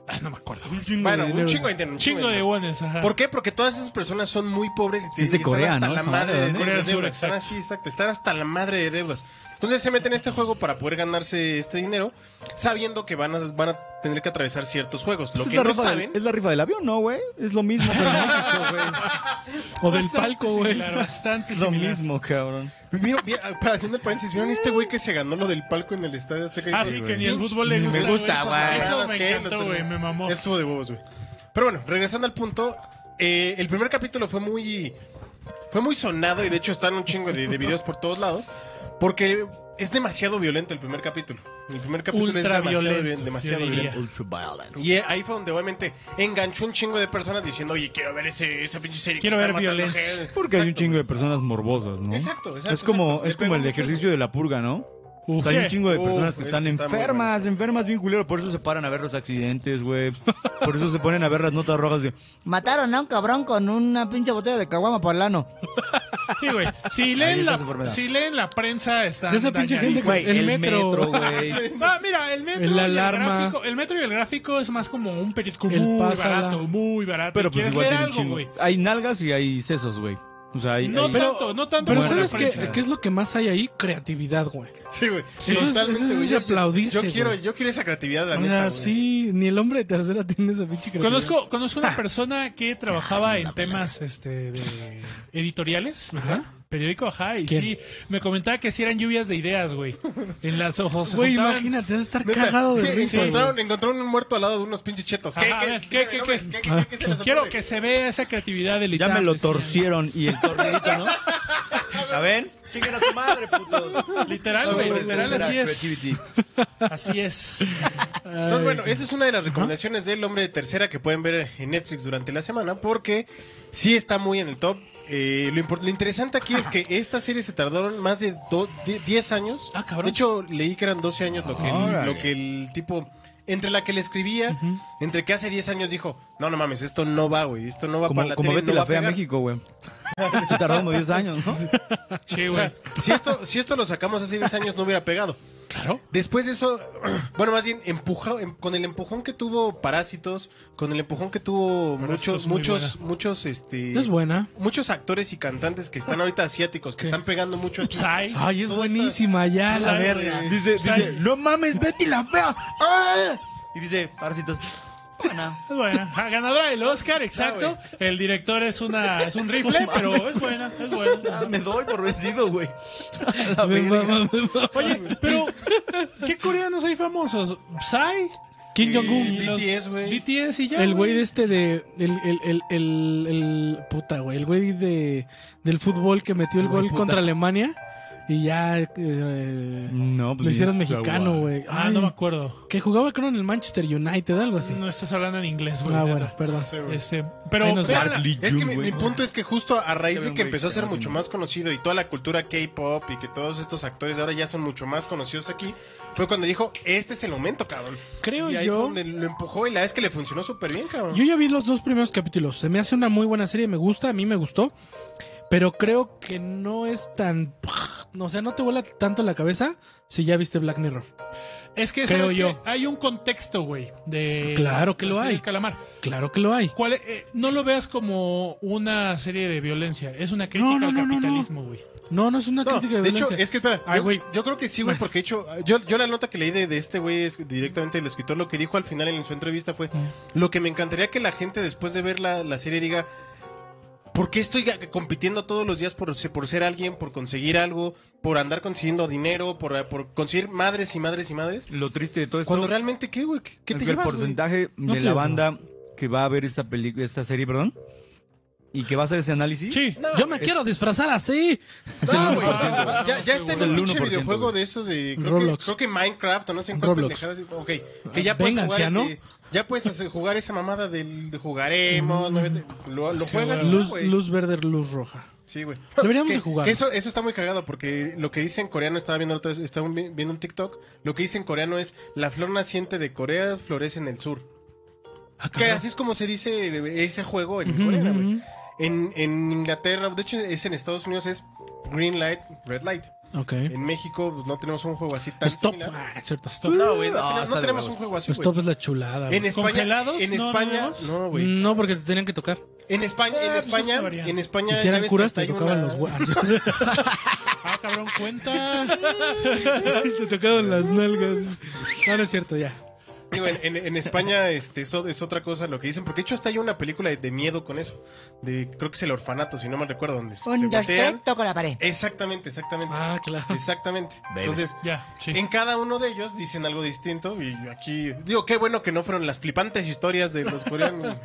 Speaker 2: Ah, no me acuerdo.
Speaker 1: Un chingo
Speaker 3: Bueno,
Speaker 1: de
Speaker 3: un
Speaker 1: dinero.
Speaker 3: chingo de dinero. un
Speaker 2: Chingo de guanes, ajá.
Speaker 3: ¿Por qué? Porque todas esas personas son muy pobres y, te-
Speaker 4: Es de
Speaker 3: y están
Speaker 4: Corea,
Speaker 3: hasta
Speaker 4: ¿no?
Speaker 3: la
Speaker 4: Esa
Speaker 3: madre
Speaker 4: madre,
Speaker 3: de,
Speaker 4: ¿no?
Speaker 2: Corea del
Speaker 3: deudas.
Speaker 2: Sur,
Speaker 3: están
Speaker 2: exacto.
Speaker 3: así, exacto. Están hasta la madre de deudas. Entonces se meten en este juego para poder ganarse este dinero, sabiendo que van a, van a tener que atravesar ciertos juegos. Lo
Speaker 4: Esa
Speaker 3: que
Speaker 4: es, la
Speaker 3: no
Speaker 4: rifa del,
Speaker 1: eh?
Speaker 3: saben.
Speaker 4: es la rifa del avión, ¿no, güey? Es lo mismo, pero en México, güey.
Speaker 1: O del
Speaker 2: Bastante
Speaker 1: palco, güey.
Speaker 2: similar, Bastante
Speaker 4: Es lo
Speaker 2: similar.
Speaker 4: mismo, cabrón.
Speaker 3: Vieron- vi- ah, para haciendo el paréntesis, ¿vieron este güey que se ganó lo del palco en el estadio Azteca?
Speaker 2: Ah, sí, que ni el fútbol le
Speaker 3: Me
Speaker 2: gusta.
Speaker 3: gusta,
Speaker 2: güey.
Speaker 3: güey.
Speaker 2: Eso
Speaker 3: Esas
Speaker 2: me
Speaker 3: que lo
Speaker 2: encantó, güey.
Speaker 3: tengo.
Speaker 2: Me mamó.
Speaker 3: Eso estuvo de huevos, güey. Pero bueno, regresando al punto, eh, el primer capítulo fue muy. Fue muy sonado y de hecho están un chingo de, de videos por todos lados. Porque es demasiado violento el primer capítulo. El primer capítulo
Speaker 2: Ultra
Speaker 3: es demasiado
Speaker 2: violento,
Speaker 3: violento. Demasiado
Speaker 2: yo diría.
Speaker 3: violento. Y eh, ahí fue donde obviamente enganchó un chingo de personas diciendo, oye, quiero ver ese, esa pinche serie. que
Speaker 2: Quiero
Speaker 3: está
Speaker 2: ver
Speaker 3: matando
Speaker 2: violencia".
Speaker 3: gente".
Speaker 4: Porque hay un
Speaker 3: Exacto,
Speaker 4: chingo de personas morbosas, ¿no?
Speaker 3: Exacto, exacto,
Speaker 4: Es como,
Speaker 3: exacto.
Speaker 4: Es
Speaker 3: Le
Speaker 4: como
Speaker 3: pegó
Speaker 4: el
Speaker 3: mucho.
Speaker 4: ejercicio de la purga, ¿no? O sea, hay
Speaker 2: sí.
Speaker 4: un chingo de
Speaker 3: Uf,
Speaker 4: personas que
Speaker 3: es
Speaker 4: están
Speaker 3: que está muy bueno.
Speaker 4: enfermas, enfermas bien culero. Por eso se paran a ver los accidentes, güey. Por eso se ponen a ver las notas rojas de...
Speaker 7: Mataron a un cabrón con una pinche botella de caguama por lano.
Speaker 2: Sí, güey. Si
Speaker 4: Ahí
Speaker 2: leen
Speaker 4: está su
Speaker 2: la,
Speaker 4: enfermedad.
Speaker 2: si leen la prensa, están
Speaker 1: De esa pinche gente
Speaker 2: dañadísimos.
Speaker 1: que- el, metro.
Speaker 4: güey.
Speaker 2: *laughs* Ah, mira, el metro,
Speaker 1: El
Speaker 2: y
Speaker 1: alarma.
Speaker 2: el, gráfico, el metro y el gráfico es más como un periódico
Speaker 1: El
Speaker 2: muy
Speaker 1: pásala.
Speaker 2: barato, muy barato.
Speaker 4: Pero
Speaker 2: Y
Speaker 4: pues
Speaker 2: quieres
Speaker 4: igual
Speaker 2: ver
Speaker 4: tiene un
Speaker 2: algo,
Speaker 4: chingo.
Speaker 2: güey.
Speaker 4: Hay nalgas y hay sesos, güey. O sea, hay...
Speaker 2: No
Speaker 4: hay-
Speaker 1: Pero-
Speaker 2: tanto, no tanto.
Speaker 1: Pero
Speaker 2: como
Speaker 1: ¿sabes qué,
Speaker 2: referencia.
Speaker 1: qué es lo que más hay ahí? Creatividad, güey.
Speaker 3: Sí, güey.
Speaker 1: Eso es-
Speaker 3: Totalmente,
Speaker 1: eso es
Speaker 3: güey.
Speaker 1: de
Speaker 3: Yo-
Speaker 1: aplaudirse,
Speaker 3: Yo, quiero,
Speaker 1: güey.
Speaker 3: yo quiero esa creatividad, la
Speaker 1: O
Speaker 3: neta,
Speaker 1: sea,
Speaker 3: güey.
Speaker 1: sí, ni el hombre de tercera tiene esa pinche creatividad.
Speaker 2: Conozco, conozco una persona que trabajaba en temas este, de editoriales,
Speaker 1: Ajá.
Speaker 2: periódico, ajá, y
Speaker 1: ¿Quién?
Speaker 2: sí, me comentaba que sí eran lluvias de ideas, güey. En las ojos. se
Speaker 1: Güey,
Speaker 2: juntaban-
Speaker 1: imagínate, vas a estar
Speaker 3: Neta,
Speaker 1: cagado de
Speaker 3: sí,
Speaker 1: risa. güey.
Speaker 3: *laughs* encontraron, encontraron un muerto al lado de unos pinches chetos. ¿Qué,
Speaker 2: Ajá, a ver,
Speaker 3: qué,
Speaker 2: ¿qué, qué,
Speaker 3: no,
Speaker 2: qué?
Speaker 3: pues, qué, qué se les
Speaker 2: Quiero
Speaker 3: ocurre?
Speaker 2: que se vea esa creatividad del ¿eh?
Speaker 4: Ya
Speaker 2: ITAM,
Speaker 4: me lo
Speaker 2: decía.
Speaker 4: torcieron y el
Speaker 2: *laughs*
Speaker 4: torneito, ¿no? A ver, chingan a su madre, putos.
Speaker 2: Literal, güey, literal, así es. Así es.
Speaker 3: Entonces, bueno, esa es una de las recomendaciones del hombre de tercera que pueden ver en Netflix durante la semana, porque sí está muy en el top. Eh, lo, import- lo interesante aquí es que esta serie se tardaron más de do- die- 10 años.
Speaker 2: Ah, cabrón.
Speaker 3: De hecho, leí que eran 12 años lo que, el, lo que el tipo. Entre la que le escribía, entre que hace 10 años dijo: No, no mames, esto no va, güey. Esto no va para
Speaker 4: Como,
Speaker 3: la
Speaker 4: como
Speaker 3: tele,
Speaker 4: vete
Speaker 3: no va
Speaker 4: la
Speaker 3: a
Speaker 4: fe a
Speaker 3: pegar".
Speaker 4: México, güey. *laughs* Se tardó como 10 años, ¿no?
Speaker 2: Sí,
Speaker 3: O
Speaker 2: güey.
Speaker 3: sea, si esto, si esto lo sacamos hace 10 años, no hubiera pegado.
Speaker 2: Claro.
Speaker 3: Después de eso, *clears throat* bueno, más bien, empuja, em- con el empujón que tuvo Parásitos, con el empujón que tuvo
Speaker 2: Parásitos
Speaker 3: muchos,
Speaker 2: muy
Speaker 3: muchos, muchos, este...
Speaker 1: Es buena.
Speaker 3: Muchos actores y cantantes que están ahorita asiáticos, que
Speaker 1: ¿Qué?
Speaker 3: están pegando mucho. aquí.
Speaker 2: Psy.
Speaker 1: Ay, es
Speaker 3: Todo está-
Speaker 1: buenísima ya.
Speaker 3: Pues,
Speaker 1: la
Speaker 3: a
Speaker 1: verga.
Speaker 3: ver, güey.
Speaker 4: Dice,
Speaker 2: sea,
Speaker 4: dice, no mames, Betty la fea. ¡Ah!" Y dice, parásitos. Buena.
Speaker 2: Es buena. Ja, pues ganadora del Oscar, exacto. El director es una es un rifle, pero es buena, es buena.
Speaker 4: Me doy por vencido, güey.
Speaker 1: Me mama, me mama.
Speaker 2: Oye, pero ¿qué coreanos hay famosos? Psy,
Speaker 1: Kim
Speaker 3: Eh,
Speaker 1: Jong-un.
Speaker 3: BTS, güey.
Speaker 2: BTS y
Speaker 1: *laughs*
Speaker 2: ya.
Speaker 1: El güey de este de. El, el, el, el, el- puta, güey. El güey de, del fútbol que metió el
Speaker 4: Güey,
Speaker 1: gol
Speaker 4: puta.
Speaker 1: contra Alemania. Y ya. eh,
Speaker 4: No,
Speaker 1: lo
Speaker 4: pues,
Speaker 1: hicieron
Speaker 4: dices,
Speaker 1: mexicano, güey.
Speaker 2: Ah,
Speaker 1: Ay,
Speaker 2: no me acuerdo.
Speaker 1: Que jugaba, creo, en el Manchester United, algo así.
Speaker 2: No estás hablando en inglés, güey.
Speaker 1: ah,
Speaker 2: neta.
Speaker 1: bueno, perdón.
Speaker 3: No sé, güey.
Speaker 2: Este, pero
Speaker 1: Ahí nos
Speaker 2: vean
Speaker 4: Dark
Speaker 2: la-
Speaker 4: Lee
Speaker 3: Es que
Speaker 4: Jung,
Speaker 3: mi,
Speaker 4: güey.
Speaker 3: mi punto es que justo a raíz
Speaker 4: Era
Speaker 3: de
Speaker 4: un
Speaker 3: que
Speaker 4: güey
Speaker 3: empezó a ser
Speaker 4: así,
Speaker 3: mucho
Speaker 4: ¿no?
Speaker 3: más conocido y toda la cultura K-pop y que todos estos actores de ahora ya son mucho más conocidos aquí, fue cuando dijo, este es el momento, cabrón.
Speaker 1: Creo
Speaker 3: y ahí
Speaker 1: yo-
Speaker 3: fue donde lo empujó y la vez que le funcionó súper bien, cabrón.
Speaker 1: Yo ya vi los dos primeros capítulos. Se me hace una muy buena serie, me gusta, a mí me gustó. Pero creo que no es tan. O sea, no te vuela tanto la cabeza si ya viste Black Mirror.
Speaker 2: Es que,
Speaker 1: Creo
Speaker 2: ¿sabes
Speaker 1: yo.
Speaker 2: qué? hay un contexto, güey. De,
Speaker 1: Claro que
Speaker 2: la
Speaker 1: lo
Speaker 2: serie
Speaker 1: hay.
Speaker 2: del Calamar.
Speaker 1: Claro que lo hay.
Speaker 2: ¿Cuál, es? Eh, no lo veas como una serie de violencia. Es una crítica
Speaker 1: No, no,
Speaker 2: al
Speaker 1: no, no, no.
Speaker 2: capitalismo, güey.
Speaker 1: No, no es una
Speaker 3: No,
Speaker 1: crítica de,
Speaker 3: de hecho,
Speaker 1: violencia.
Speaker 3: es que espera,
Speaker 1: Ay,
Speaker 3: yo,
Speaker 1: güey.
Speaker 3: yo creo que sí, güey, porque de hecho, yo, yo la nota que leí de, de este güey es directamente del escritor, lo que dijo al final en su entrevista fue, lo que me encantaría que la gente después de ver la, la serie diga, ¿por qué estoy ga- compitiendo todos los días por, se- por ser alguien, por conseguir algo, por andar consiguiendo dinero, por, eh, por conseguir madres y madres y madres?
Speaker 4: Lo triste de todo esto
Speaker 3: Cuando realmente, ¿qué, güey? ¿Qué, qué
Speaker 4: es
Speaker 3: te
Speaker 4: que el
Speaker 3: llevas, güey?
Speaker 4: porcentaje
Speaker 1: No
Speaker 4: de
Speaker 1: te
Speaker 4: la
Speaker 1: llevas
Speaker 4: banda que va a ver esta, peli- esta serie, perdón, y que va a hacer ese análisis.
Speaker 2: *laughs* Sí.
Speaker 3: No,
Speaker 1: Yo me quiero disfrazar así.
Speaker 4: Es
Speaker 3: No,
Speaker 4: el
Speaker 3: güey,
Speaker 4: 1%, güey.
Speaker 3: Ya, ya está
Speaker 4: Es
Speaker 3: en
Speaker 4: el
Speaker 3: un pinche
Speaker 4: 1%,
Speaker 3: videojuego
Speaker 4: güey.
Speaker 3: de eso de. Creo
Speaker 1: Roblox.
Speaker 3: Que, creo que Minecraft o no sé en
Speaker 1: Roblox.
Speaker 3: pendejadas. Ok, que
Speaker 4: Ah,
Speaker 3: ya puedes
Speaker 1: Vénganse,
Speaker 3: jugar.
Speaker 1: ¿no?
Speaker 3: eh, ya puedes hacer- jugar esa mamada del de jugaremos. no vete- lo, lo juegas.
Speaker 1: Luz,
Speaker 3: güey.
Speaker 1: luz verde, luz roja.
Speaker 3: Sí, güey.
Speaker 1: Deberíamos
Speaker 3: Que-
Speaker 1: de jugar.
Speaker 3: que Eso, eso está muy cagado porque lo que dice en coreano, estaba viendo, la otra vez, estaba vi- viendo un TikTok. Lo que dice en coreano es: La flor naciente de Corea florece en el sur.
Speaker 1: Ah,
Speaker 3: Que así es como se dice ese juego en
Speaker 1: Ujú,
Speaker 3: coreano, güey.
Speaker 1: ujú,
Speaker 3: En, en Inglaterra, de hecho, es en Estados Unidos, es green light, red light.
Speaker 1: ujú. Ok.
Speaker 3: En México pues, no tenemos un juego así tan
Speaker 1: Stop.
Speaker 3: similar.
Speaker 1: Ah, es cierto. Stop.
Speaker 3: No, güey, no,
Speaker 4: Ah,
Speaker 3: tenemos-
Speaker 4: está
Speaker 3: no
Speaker 4: de
Speaker 3: tenemos
Speaker 4: huevos.
Speaker 3: un juego así,
Speaker 1: Stop Mm.
Speaker 3: güey.
Speaker 1: es la chulada. güey.
Speaker 3: En España,
Speaker 2: ¿Congelados?
Speaker 3: en
Speaker 2: No, no
Speaker 3: España,
Speaker 2: tenemos.
Speaker 3: no, güey.
Speaker 1: No, porque te tenían que tocar.
Speaker 3: En España, en
Speaker 2: Ah, pues,
Speaker 3: España,
Speaker 2: eso varía.
Speaker 3: en España.
Speaker 1: Y si
Speaker 3: ya
Speaker 1: eran
Speaker 3: ves que
Speaker 1: curas,
Speaker 3: hasta
Speaker 1: te
Speaker 3: hay
Speaker 1: tocaban
Speaker 3: una-
Speaker 1: los huevos.
Speaker 2: Ah, cabrón, cuenta.
Speaker 1: *laughs* te tocaban las nalgas. No, no es cierto, ya.
Speaker 3: Digo, en, en- en España este, eso es otra cosa lo que dicen, porque de hecho hasta hay una película de, de miedo con eso. De, creo que es el orfanato, si no mal recuerdo, donde se- se Eh,
Speaker 7: Un, dos, tres,
Speaker 3: voltean.
Speaker 7: toco la pared.
Speaker 3: Exactamente, exactamente.
Speaker 1: Ah, claro.
Speaker 3: Exactamente.
Speaker 4: Baby.
Speaker 3: Entonces,
Speaker 2: Ya, sí.
Speaker 3: En cada uno de ellos dicen algo distinto y aquí digo qué bueno que no fueron las flipantes historias de los coreanos.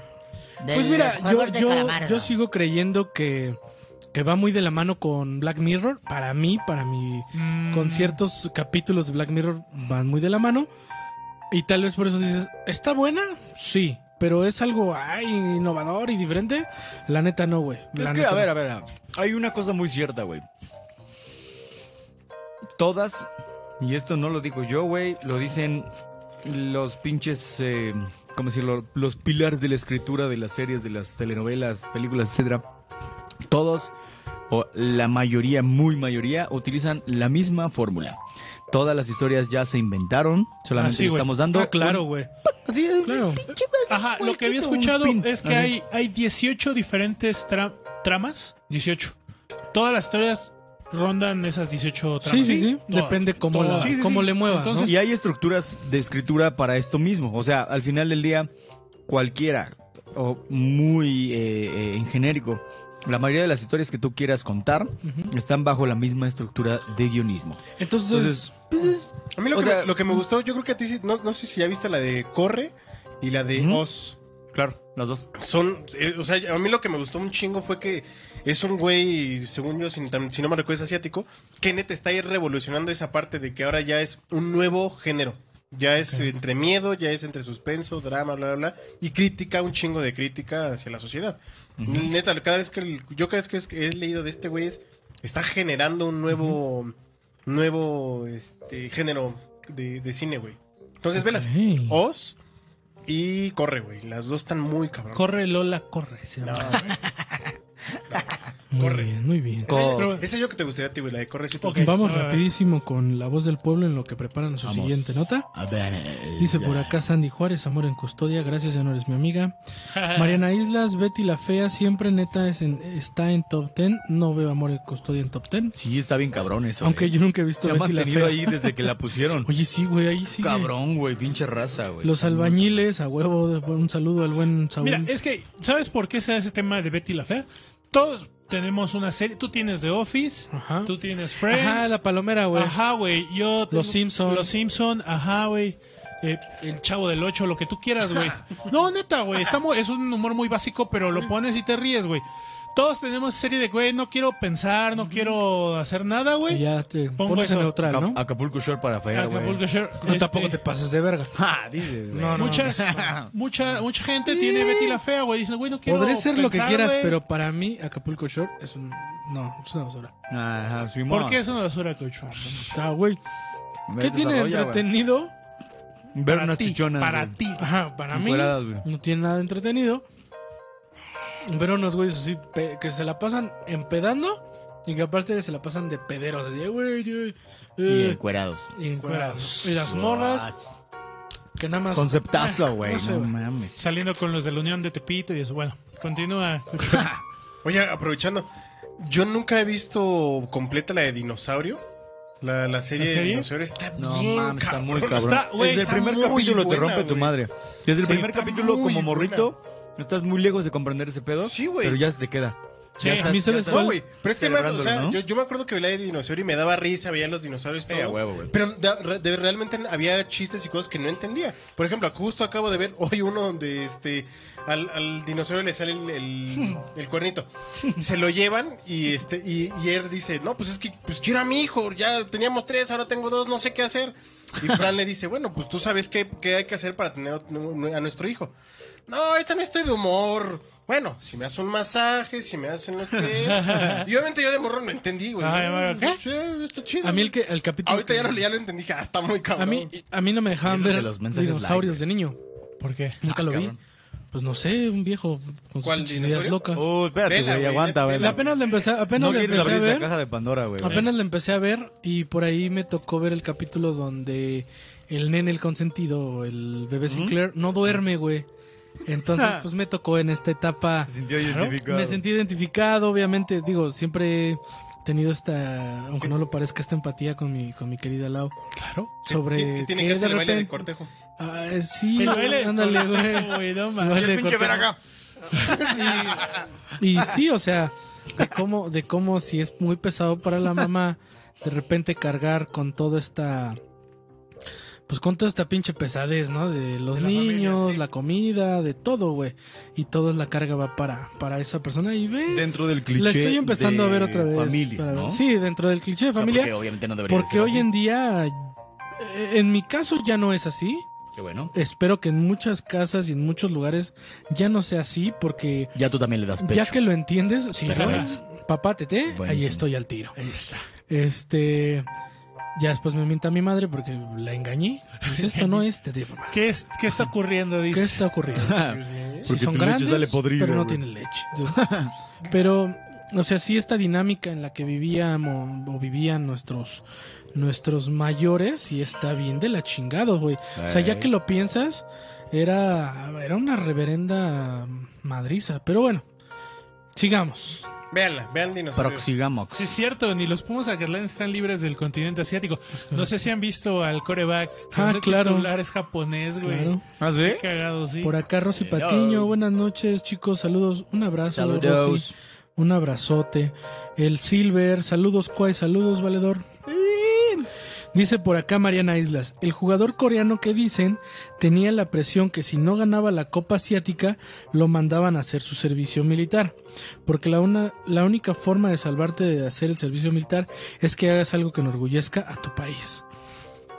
Speaker 7: Del
Speaker 1: Pues mira, yo,
Speaker 7: juego de
Speaker 1: yo-
Speaker 7: calamardo.
Speaker 1: yo sigo creyendo que, que va muy de la mano con Black Mirror. Para mí, para mi.
Speaker 2: Mm,
Speaker 1: Con ciertos capítulos de Black Mirror van muy de la mano. Y tal vez por eso dices, ¿está buena? Sí. Pero es algo ay, innovador y diferente. La neta no, güey.
Speaker 4: Es
Speaker 1: La
Speaker 4: que,
Speaker 1: neta
Speaker 4: a ver,
Speaker 1: no.
Speaker 4: a ver, a- hay una cosa muy cierta, güey. Todas, y esto no lo digo yo, güey, lo dicen los pinches, eh, ¿cómo decirlo? Los pilares de la escritura de las series, de las telenovelas, películas, etcétera. Todos, o la mayoría, muy mayoría, utilizan la misma fórmula. Todas las historias ya se inventaron, solamente
Speaker 2: Así,
Speaker 4: le
Speaker 2: güey.
Speaker 4: estamos dando.
Speaker 1: Ah, claro, güey.
Speaker 4: Así es.
Speaker 1: Claro.
Speaker 2: Ajá, lo que había escuchado
Speaker 4: Un pin.
Speaker 2: es que
Speaker 4: Ajá.
Speaker 2: hay, hay 18 diferentes tra- tramas. 18. Todas las historias rondan esas 18
Speaker 1: Sí,
Speaker 2: tramas.
Speaker 1: sí, sí.
Speaker 2: Todas.
Speaker 1: Depende cómo, la-
Speaker 2: Todas.
Speaker 4: Sí, sí,
Speaker 1: cómo
Speaker 4: sí.
Speaker 1: le mueva.
Speaker 2: Entonces,
Speaker 4: Y hay estructuras de escritura para esto mismo. O sea, al final del día, cualquiera, o muy eh, eh, en genérico, la mayoría de las historias que tú quieras contar están bajo la misma estructura de guionismo.
Speaker 1: ¿no? Entonces,
Speaker 4: Entonces,
Speaker 1: Pues
Speaker 3: A mí lo,
Speaker 4: O
Speaker 3: que,
Speaker 4: sea, mm.
Speaker 3: me, lo que me gustó, yo creo que a ti sí- no, no sé si ya viste la de Corre y la de
Speaker 4: Ujú.
Speaker 3: Oz.
Speaker 4: claro, las dos.
Speaker 3: Son, eh, o sea, a mí lo que me gustó un chingo fue que es un güey, según yo, sin tam- si no me recuerdo es asiático, que neta está ahí revolucionando esa parte de que ahora ya es un nuevo género. Ya es entre miedo, ya es entre suspenso, drama, bla, bla, bla. Y crítica, un chingo de crítica hacia la sociedad. Neta, cada vez que el- yo cada vez que es- que he leído de este güey es, está generando un nuevo, nuevo este, género de, de cine, güey. Entonces, velas,
Speaker 1: Ok.
Speaker 3: Oz y Corre, güey. Las dos están muy cabrón.
Speaker 1: Corre Lola, corre.
Speaker 2: *laughs*
Speaker 1: se llama. muy
Speaker 3: corre.
Speaker 1: bien, muy bien.
Speaker 3: Ese Esa yo que te gustaría a ti, güey, la de corre sí te
Speaker 2: Ok.
Speaker 3: gusta.
Speaker 1: Vamos
Speaker 2: a ver.
Speaker 1: rapidísimo con la voz del pueblo en lo que preparan su
Speaker 4: Vamos.
Speaker 1: siguiente nota.
Speaker 4: A ver. eh,
Speaker 1: Dice
Speaker 4: ya.
Speaker 1: por acá Sandy Juárez, amor en custodia, gracias, ya no eres mi amiga.
Speaker 2: Ah.
Speaker 1: Mariana Islas, Betty la Fea, siempre neta es en- está en top 10. No veo amor en custodia en top 10.
Speaker 4: Sí, está bien cabrón eso.
Speaker 1: Aunque
Speaker 4: eh.
Speaker 1: yo nunca he visto
Speaker 4: se ha
Speaker 1: Betty la Fea.
Speaker 4: mantenido ahí desde que la pusieron.
Speaker 1: Oye, sí, güey, ahí sí.
Speaker 4: cabrón, güey, pinche raza, güey.
Speaker 1: Los
Speaker 4: Está muy
Speaker 1: albañiles, a huevo, de- un saludo al buen Saúl.
Speaker 2: Mira, es que, ¿sabes por qué se da ese tema de Betty la Fea? Todos tenemos una serie. Tú tienes The Office,
Speaker 1: Ajá.
Speaker 2: tú tienes Friends.
Speaker 1: Ajá, la palomera, güey.
Speaker 2: Ajá, güey. Yo tengo-
Speaker 1: Simpson.
Speaker 2: Los Simpson, ajá, güey. eh, el chavo del 8, lo que tú quieras,
Speaker 1: *laughs*
Speaker 2: güey. No, neta, güey. está mu- Es un humor muy básico, pero lo pones y te ríes, güey. Todos tenemos serie de, güey, no quiero pensar, no quiero hacer nada,
Speaker 1: Y
Speaker 2: güey.
Speaker 1: ya te
Speaker 2: Pongo
Speaker 1: pones en
Speaker 2: eso.
Speaker 1: neutral, ¿no?
Speaker 4: Acap- Acapulco Shore para fear, güey.
Speaker 2: Acapulco Shore,
Speaker 1: No
Speaker 2: este,
Speaker 1: tampoco te pases de verga.
Speaker 4: Ja, dices, güey.
Speaker 1: No, no.
Speaker 2: Muchas,
Speaker 1: *laughs*
Speaker 2: mucha, mucha gente tiene Betty la Fea, güey. Dice, güey, no quiero
Speaker 1: Podré ser lo que
Speaker 2: pensar,
Speaker 1: quieras,
Speaker 2: güey.
Speaker 1: pero para mí Acapulco Shore es un... No, es una basura.
Speaker 4: Ajá, Simón.
Speaker 2: ¿Por qué es una basura, coach?
Speaker 1: Ah, güey.
Speaker 4: Ve,
Speaker 1: ¿Qué tiene
Speaker 4: desarrolla, güey.
Speaker 1: entretenido?
Speaker 4: Ver unas chichonas.
Speaker 2: Para
Speaker 4: güey.
Speaker 2: ti.
Speaker 1: Ajá, para mí
Speaker 4: Encueradas, güey.
Speaker 1: no tiene nada de entretenido. Pero unos güeyes así pe- que se la pasan empedando y que aparte se la pasan de pederos. Así, de, güey, güey,
Speaker 4: Y
Speaker 1: eh,
Speaker 4: encuerados.
Speaker 1: y encuerados. Y las morras que nada más. Ah,
Speaker 4: Conceptazo, güey.
Speaker 1: no sé,
Speaker 4: no
Speaker 1: güey.
Speaker 4: mames.
Speaker 2: Saliendo con los de la Unión de Tepito y eso, bueno. Continúa.
Speaker 3: Oye, aprovechando, yo nunca he visto completa la de dinosaurio. La, la serie
Speaker 2: ¿La
Speaker 3: de
Speaker 2: serie?
Speaker 3: dinosaurio está
Speaker 4: No
Speaker 3: bien
Speaker 4: mames, está
Speaker 3: cabrón.
Speaker 4: muy cabrón.
Speaker 2: Está, güey,
Speaker 4: Desde
Speaker 2: está
Speaker 4: el primer
Speaker 3: muy
Speaker 4: capítulo te
Speaker 3: buena,
Speaker 4: rompe tu
Speaker 3: güey.
Speaker 4: madre. Desde el
Speaker 3: Sí,
Speaker 4: primer
Speaker 3: está
Speaker 4: capítulo,
Speaker 3: muy
Speaker 4: como
Speaker 3: buena.
Speaker 4: morrito, estás muy lejos de comprender ese pedo.
Speaker 3: Sí, güey.
Speaker 4: Pero ya se te queda.
Speaker 2: Sí,
Speaker 4: Ya
Speaker 2: a
Speaker 4: estás-
Speaker 2: mí
Speaker 4: ya
Speaker 2: sabes
Speaker 4: estás
Speaker 3: No, güey, pero es que más, o sea,
Speaker 4: celebrándolo, ¿no?
Speaker 3: yo, yo me acuerdo que veía de dinosaurio y me daba risa, veía los dinosaurios y todo.
Speaker 4: Sí, a huevo, güey.
Speaker 3: Pero de- de- realmente había chistes y cosas que no entendía. Por ejemplo, justo acabo de ver hoy uno donde este al, al dinosaurio le sale
Speaker 4: *laughs*
Speaker 3: el, el- el cuernito. Se lo llevan y este y, y él dice, no, pues es que pues quiero a mi hijo, ya teníamos tres, ahora tengo dos, no sé qué hacer. Y Fran le dice, bueno, pues tú sabes qué, qué hay que hacer para tener a nuestro hijo. No, ahorita no estoy de humor. Bueno, si me hace un masaje, si me hacen los pies.
Speaker 2: *laughs*
Speaker 3: y obviamente yo de morro no entendí, güey.
Speaker 2: Ay, bueno, ¿qué?
Speaker 3: Sí, está chido.
Speaker 1: A mí el, que, el capítulo.
Speaker 3: Ahorita
Speaker 1: que-
Speaker 3: ya lo, ya lo entendí, dije, ah, está muy cabrón.
Speaker 1: A mí, eh, a mí no me dejaban
Speaker 4: Es de
Speaker 1: ver
Speaker 4: los mensajes
Speaker 1: dinosaurios
Speaker 4: light,
Speaker 1: de niño.
Speaker 2: ¿Por qué?
Speaker 1: Nunca lo vi.
Speaker 4: cabrón.
Speaker 1: Pues no sé, un viejo con sus
Speaker 3: ¿Cuál
Speaker 1: pinches
Speaker 3: dinosaurio?
Speaker 1: ideas locas.
Speaker 4: Uy, Uh, espérate,
Speaker 3: Vela,
Speaker 4: güey.
Speaker 3: güey,
Speaker 4: Aguanta,
Speaker 3: vela,
Speaker 4: güey.
Speaker 3: vela.
Speaker 1: Apenas la empecé, apenas
Speaker 4: No
Speaker 1: la
Speaker 4: quieres
Speaker 1: empecé a
Speaker 4: abrir esa
Speaker 1: ver.
Speaker 4: caja de Pandora, güey.
Speaker 1: Apenas la empecé a ver y por ahí me tocó ver el capítulo donde el nene, el consentido, el bebé Sinclair, no duerme, güey. Entonces, pues me tocó en esta etapa.
Speaker 4: Se sintió identificado.
Speaker 1: Me sentí identificado, obviamente. Digo, siempre he tenido esta, aunque no lo parezca, esta empatía con mi, con mi querida Lau.
Speaker 2: Claro.
Speaker 1: Sobre
Speaker 3: Tiene- tiene
Speaker 1: que
Speaker 3: que hacer
Speaker 1: de
Speaker 3: el baile de
Speaker 1: repente-
Speaker 3: cortejo.
Speaker 1: Ah, eh, sí,
Speaker 2: El baile-
Speaker 1: ándale, güey.
Speaker 2: güey. No
Speaker 1: El
Speaker 2: mames.
Speaker 1: baile de cortejo. *laughs* Y sí, o sea, de cómo, de cómo si es muy pesado para la mamá de repente cargar con toda esta, pues con toda esta pinche pesadez, ¿no? De los
Speaker 2: De la familia,
Speaker 1: niños,
Speaker 2: sí.
Speaker 1: la comida, de todo, güey. Y toda la carga va para, para esa persona y ve.
Speaker 4: Dentro del cliché.
Speaker 1: La estoy empezando a
Speaker 4: de
Speaker 1: ver otra vez.
Speaker 4: Familia,
Speaker 1: para ver-
Speaker 4: ¿no?
Speaker 1: Sí, dentro del cliché de
Speaker 4: O sea,
Speaker 1: familia.
Speaker 4: Porque obviamente no
Speaker 1: porque
Speaker 4: debería ser
Speaker 1: hoy
Speaker 4: así.
Speaker 1: en día, eh, en mi caso ya no es así.
Speaker 4: Qué bueno.
Speaker 1: Espero que en muchas casas y en muchos lugares ya no sea así porque
Speaker 4: Ya tú también le das pecho.
Speaker 1: ya que lo entiendes, si
Speaker 2: Pecho.
Speaker 1: no, papá tete, ahí
Speaker 4: Buenísimo.
Speaker 1: estoy al tiro.
Speaker 2: Ahí está.
Speaker 1: Este, ya después me mienta mi madre porque la engañé. Dice, esto no es tete, papá.
Speaker 2: ¿Qué, es, ¿Qué está ocurriendo?
Speaker 1: ¿Qué
Speaker 2: Dice.
Speaker 1: está *laughs* ocurriendo? Si
Speaker 4: Porque
Speaker 1: son
Speaker 4: tu leche
Speaker 1: grandes,
Speaker 4: sale podrida,
Speaker 1: pero no
Speaker 4: güey.
Speaker 1: tienen leche. Pero, o sea, sí esta dinámica en la que vivíamos o vivían nuestros nuestros mayores sí está bien de la chingada, güey. O sea, ya
Speaker 4: Ey.
Speaker 1: que lo piensas, era era una reverenda madriza, pero bueno. Sigamos.
Speaker 3: Véanla, vean dinosaurio.
Speaker 4: Proxigamos.
Speaker 2: Sí, es cierto, ni los Pumas Aguerlán están libres del continente asiático. No sé si han visto al coreback.
Speaker 1: Ah,
Speaker 2: El
Speaker 1: claro.
Speaker 2: titular es japonés, güey.
Speaker 1: Claro.
Speaker 4: ¿Ah, sí?
Speaker 2: Qué cagado, sí.
Speaker 1: Por acá Rosy Patiño, buenas noches chicos, saludos, un abrazo Rosy,
Speaker 4: Saludos.
Speaker 1: un abrazote. El Silver, saludos Kwai, saludos Valedor. Dice por acá Mariana Islas, el jugador coreano que dicen tenía la presión que si no ganaba la Copa Asiática lo mandaban a hacer su servicio militar, porque la, una, la única forma de salvarte de hacer el servicio militar es que hagas algo que enorgullezca a tu país.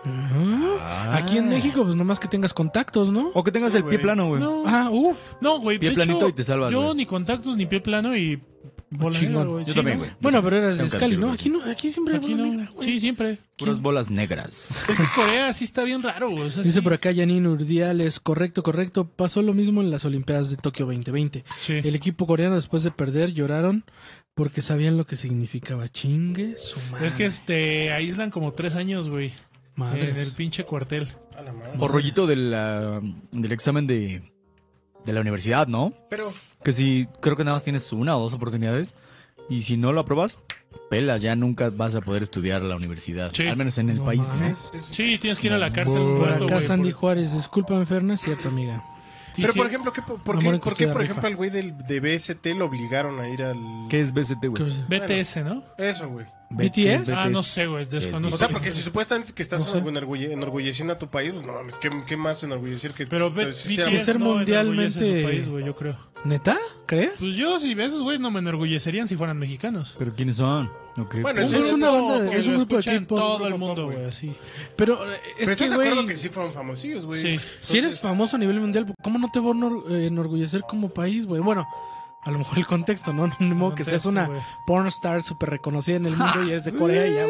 Speaker 1: Ajá. Aquí
Speaker 4: Ah.
Speaker 1: en México, pues nomás que tengas contactos, ¿no?
Speaker 4: O que tengas el pie plano, güey.
Speaker 2: No,
Speaker 1: Ah, uff.
Speaker 2: no, güey.
Speaker 4: Pie
Speaker 2: de
Speaker 4: planito
Speaker 2: hecho,
Speaker 4: y te salvas,
Speaker 2: Yo
Speaker 4: güey.
Speaker 2: ni contactos, ni pie plano y. bola
Speaker 1: Chingón.
Speaker 2: negra, güey.
Speaker 4: Yo
Speaker 2: Sí,
Speaker 4: también,
Speaker 2: ¿no?
Speaker 4: güey.
Speaker 1: Bueno, pero eras de
Speaker 4: Tengo que
Speaker 1: Scali, ¿no?
Speaker 4: decirlo,
Speaker 1: Aquí, no, aquí siempre hay
Speaker 2: Aquí
Speaker 1: bola
Speaker 2: no.
Speaker 1: negra, güey.
Speaker 2: Sí, siempre.
Speaker 4: Puras bolas negras.
Speaker 2: Es que Corea sí está bien raro, güey. o sea,
Speaker 1: Dice
Speaker 2: sí.
Speaker 1: por acá Janine Urdiales, correcto, correcto. Pasó lo mismo en las Olimpiadas de Tokio 2020.
Speaker 2: Sí.
Speaker 1: El equipo coreano después de perder lloraron porque sabían lo que significaba chingue su madre.
Speaker 2: Es que este aíslan como tres años, güey.
Speaker 1: Madres.
Speaker 2: En el pinche cuartel.
Speaker 3: A la madre.
Speaker 4: O rollito de la- del examen de, de la universidad, ¿no?
Speaker 3: Pero
Speaker 4: Que si creo que nada más tienes una o dos oportunidades. Y si no lo apruebas, pela, ya nunca vas a poder estudiar la universidad.
Speaker 2: Sí.
Speaker 4: Al menos en el
Speaker 1: No
Speaker 4: país,
Speaker 1: mames.
Speaker 4: ¿no?
Speaker 2: Sí, tienes que ir a la cárcel un
Speaker 1: Por
Speaker 2: rato,
Speaker 1: acá
Speaker 2: güey,
Speaker 1: Sandy
Speaker 2: por-
Speaker 1: Juárez, discúlpame Ferna, es cierto amiga.
Speaker 2: y
Speaker 3: Pero
Speaker 2: sí,
Speaker 3: por ejemplo, ¿qué, por,
Speaker 1: Amor
Speaker 3: qué,
Speaker 1: en
Speaker 3: por qué,
Speaker 1: custodia
Speaker 3: por
Speaker 1: rifa.
Speaker 3: ejemplo, al güey del, de BST lo obligaron a ir al...
Speaker 4: ¿Qué es BCT,
Speaker 1: ¿Qué
Speaker 4: güey?
Speaker 1: pasa?
Speaker 2: BTS, ¿no?
Speaker 3: Eso, güey.
Speaker 1: ¿BTS?
Speaker 4: Vete,
Speaker 2: Ah,
Speaker 4: vete.
Speaker 2: no sé, güey, desconozco.
Speaker 3: O sea, porque si supuestamente que estás
Speaker 1: No sé.
Speaker 3: enorgulle- enorgulleciendo a tu país, pues no mames, ¿qué, qué más enorgullecer que.
Speaker 2: Pero ve-
Speaker 3: si sea-
Speaker 2: BTS
Speaker 1: ser
Speaker 2: no
Speaker 1: mundialmente-
Speaker 2: enorgullece a su país, güey, yo creo.
Speaker 1: ¿Neta? ¿Crees?
Speaker 2: Pues yo, si ves esos güeyes, no me enorgullecerían si fueran mexicanos.
Speaker 4: ¿Pero quiénes son? ¿O qué?
Speaker 3: Bueno,
Speaker 1: Es
Speaker 3: eso
Speaker 1: una banda de-
Speaker 2: que
Speaker 1: es un
Speaker 2: lo
Speaker 1: grupo de
Speaker 2: escuchan
Speaker 1: K-pop.
Speaker 2: Todo el
Speaker 3: Grupo
Speaker 2: mundo,
Speaker 3: pop,
Speaker 2: güey,
Speaker 3: güey.
Speaker 2: así.
Speaker 1: Pero eh, es
Speaker 3: Pero estás
Speaker 1: que,
Speaker 3: de
Speaker 1: güey,
Speaker 3: acuerdo que sí fueron famosillos, güey.
Speaker 2: Sí.
Speaker 1: si eres
Speaker 3: Entonces-
Speaker 1: famoso a nivel mundial, ¿cómo no te va a enor- eh, enorgullecer como país, güey? Bueno, a lo mejor el contexto, ¿no? *laughs* Ni modo que seas
Speaker 2: Contexto,
Speaker 1: una
Speaker 2: güey.
Speaker 1: porn star súper reconocida en el mundo y eres de Corea y ya,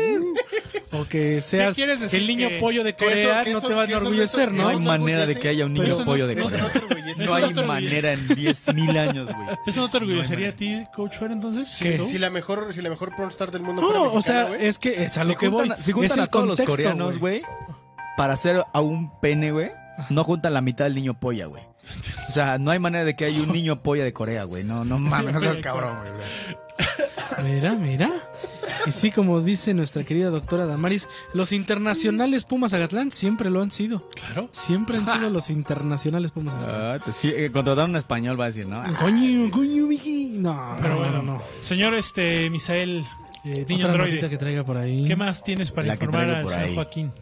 Speaker 1: uh, O que seas
Speaker 2: quieres decir
Speaker 1: el niño
Speaker 2: que-
Speaker 1: pollo de
Speaker 3: que eso-
Speaker 1: Corea,
Speaker 3: que eso-
Speaker 1: no te va a
Speaker 3: que eso-
Speaker 1: enorgullecer,
Speaker 3: eso-
Speaker 1: ¿no?
Speaker 4: no hay
Speaker 3: no
Speaker 4: manera de
Speaker 3: enorgullece,
Speaker 4: que haya un
Speaker 2: pero
Speaker 4: niño
Speaker 2: eso no-
Speaker 4: pollo de
Speaker 3: Eso no
Speaker 4: Corea.
Speaker 3: te enorgullece.
Speaker 2: eso
Speaker 4: No hay
Speaker 2: no te olvides.
Speaker 4: manera en 10.000 años, güey.
Speaker 2: ¿Eso no te enorgullecería a ti, Coach Fer, entonces?
Speaker 1: ¿Qué?
Speaker 2: ¿No?
Speaker 3: Si la mejor, si la mejor pornstar del mundo. fuera
Speaker 1: No, o
Speaker 3: mexicana,
Speaker 1: sea,
Speaker 3: güey,
Speaker 1: es que es a
Speaker 4: Si
Speaker 1: lo que
Speaker 4: juntan-
Speaker 1: voy.
Speaker 4: Si juntan
Speaker 1: es el
Speaker 4: a todos
Speaker 1: contexto,
Speaker 4: los coreanos, güey, para hacer a un pene, güey, no juntan la mitad del niño polla, güey. O sea, no hay manera de que
Speaker 1: *laughs*
Speaker 4: haya un niño polla de Corea, güey. No, no mames, no seas cabrón, güey. o sea.
Speaker 1: Mira, mira. Y sí, como dice nuestra querida doctora Damaris, los internacionales Pumas Agatlán siempre lo han sido.
Speaker 2: Claro.
Speaker 1: Siempre han sido los internacionales Pumas Agatlán.
Speaker 4: Ah, te- sí, eh, contratar un español va a decir, ¿no? Ah,
Speaker 1: Coño, coño, Vicky. No,
Speaker 2: Pero
Speaker 1: no,
Speaker 2: bueno,
Speaker 1: no.
Speaker 2: Señor este, Misael, eh, niño
Speaker 1: Otra notita
Speaker 2: androide,
Speaker 1: que traiga por ahí.
Speaker 2: ¿qué más tienes para
Speaker 4: La que
Speaker 2: informar
Speaker 4: traigo
Speaker 2: al
Speaker 4: por
Speaker 2: señor
Speaker 4: ahí.
Speaker 2: Joaquín?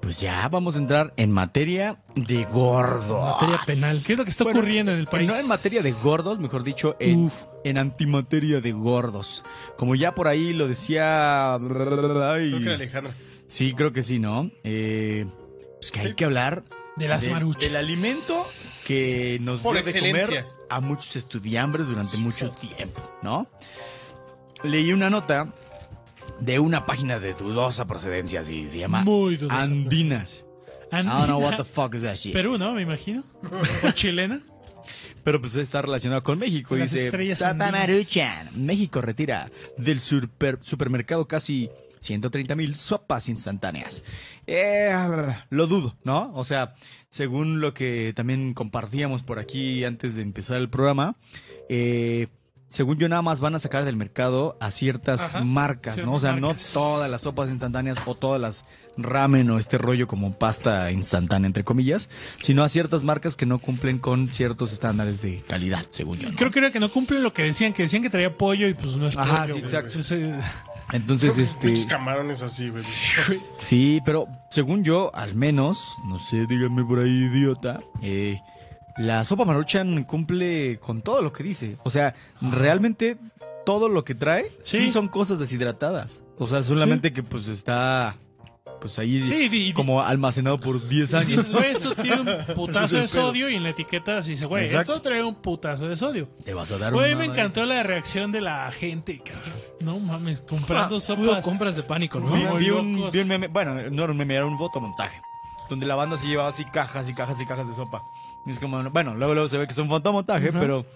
Speaker 4: Pues ya vamos a entrar en materia de gordo.
Speaker 1: Materia penal.
Speaker 2: ¿Qué es lo que está
Speaker 4: Bueno,
Speaker 2: ocurriendo en el país?
Speaker 4: No en materia de gordos, mejor dicho, en, en antimateria de gordos. Como ya por ahí lo decía... ay,
Speaker 3: Creo que era Alejandra.
Speaker 4: Sí, creo que sí, ¿no? Eh, pues que hay
Speaker 3: Sí.
Speaker 4: que hablar
Speaker 2: De las
Speaker 4: de-
Speaker 2: maruchas.
Speaker 4: del alimento que nos
Speaker 3: Por
Speaker 4: dio de comer
Speaker 3: excelencia.
Speaker 4: a muchos estudiambres durante mucho tiempo, ¿no? Leí una nota de una página de dudosa procedencia, así se llama
Speaker 2: Muy dudosa.
Speaker 4: Andinas. I
Speaker 2: Andina,
Speaker 4: don't know Ah, what the fuck is that
Speaker 2: *laughs*
Speaker 4: shit.
Speaker 2: Perú, ¿no? Me imagino. ¿O chilena?
Speaker 4: Pero pues está relacionado con México.
Speaker 2: Las
Speaker 4: Dice,
Speaker 2: estrellas
Speaker 4: Sopa
Speaker 2: andinas".
Speaker 4: Maruchan, México retira del super- supermercado casi 130 mil sopas instantáneas. Eh, lo dudo, ¿no? O sea, según lo que también compartíamos por aquí antes de empezar el programa, eh, según yo nada más van a sacar del mercado a ciertas
Speaker 2: Ajá,
Speaker 4: marcas, ¿no? O sea,
Speaker 2: ciertas marcas.
Speaker 4: no todas las sopas instantáneas o todas las ramen o este rollo como pasta instantánea, entre comillas, sino a ciertas marcas que no cumplen con ciertos estándares de calidad, según yo. ¿no?
Speaker 2: Creo que era que no cumple lo que decían, que decían que traía pollo y pues no es
Speaker 4: Ajá,
Speaker 2: pollo,
Speaker 4: sí,
Speaker 2: güey.
Speaker 4: exacto.
Speaker 2: Es, eh,
Speaker 1: Pues,
Speaker 4: Entonces, este...
Speaker 3: Pinches camarones así, güey.
Speaker 4: Sí, pero según yo, al menos, no sé, díganme por ahí, idiota, eh, la sopa maruchan cumple con todo lo que dice. O sea, realmente todo lo que trae sí,
Speaker 2: Sí.
Speaker 4: son cosas deshidratadas. O sea, solamente que pues está, pues ahí
Speaker 2: Sí, di- di-
Speaker 4: como almacenado por 10
Speaker 2: Y
Speaker 4: años.
Speaker 2: dices, güey, esto tiene un
Speaker 4: Ese
Speaker 2: putazo
Speaker 4: es el
Speaker 2: de sodio y en la etiqueta dice, güey,
Speaker 4: Exacto.
Speaker 2: esto trae un putazo de sodio.
Speaker 4: Te vas a dar
Speaker 2: Güey,
Speaker 4: una
Speaker 2: me
Speaker 4: de
Speaker 2: encantó la reacción de la gente, cabrón. No mames, comprando
Speaker 1: Ah, Hubo
Speaker 2: sopas.
Speaker 1: compras de pánico,
Speaker 4: Vi,
Speaker 1: ¿no?
Speaker 2: Muy
Speaker 4: vi un,
Speaker 2: locos.
Speaker 4: vi un meme, bueno, no era un meme, era un fotomontaje. Donde la banda se llevaba así cajas y cajas y cajas de sopa. Y es como, bueno, luego, luego se ve que es un fotomontaje,
Speaker 1: Ajá.
Speaker 4: pero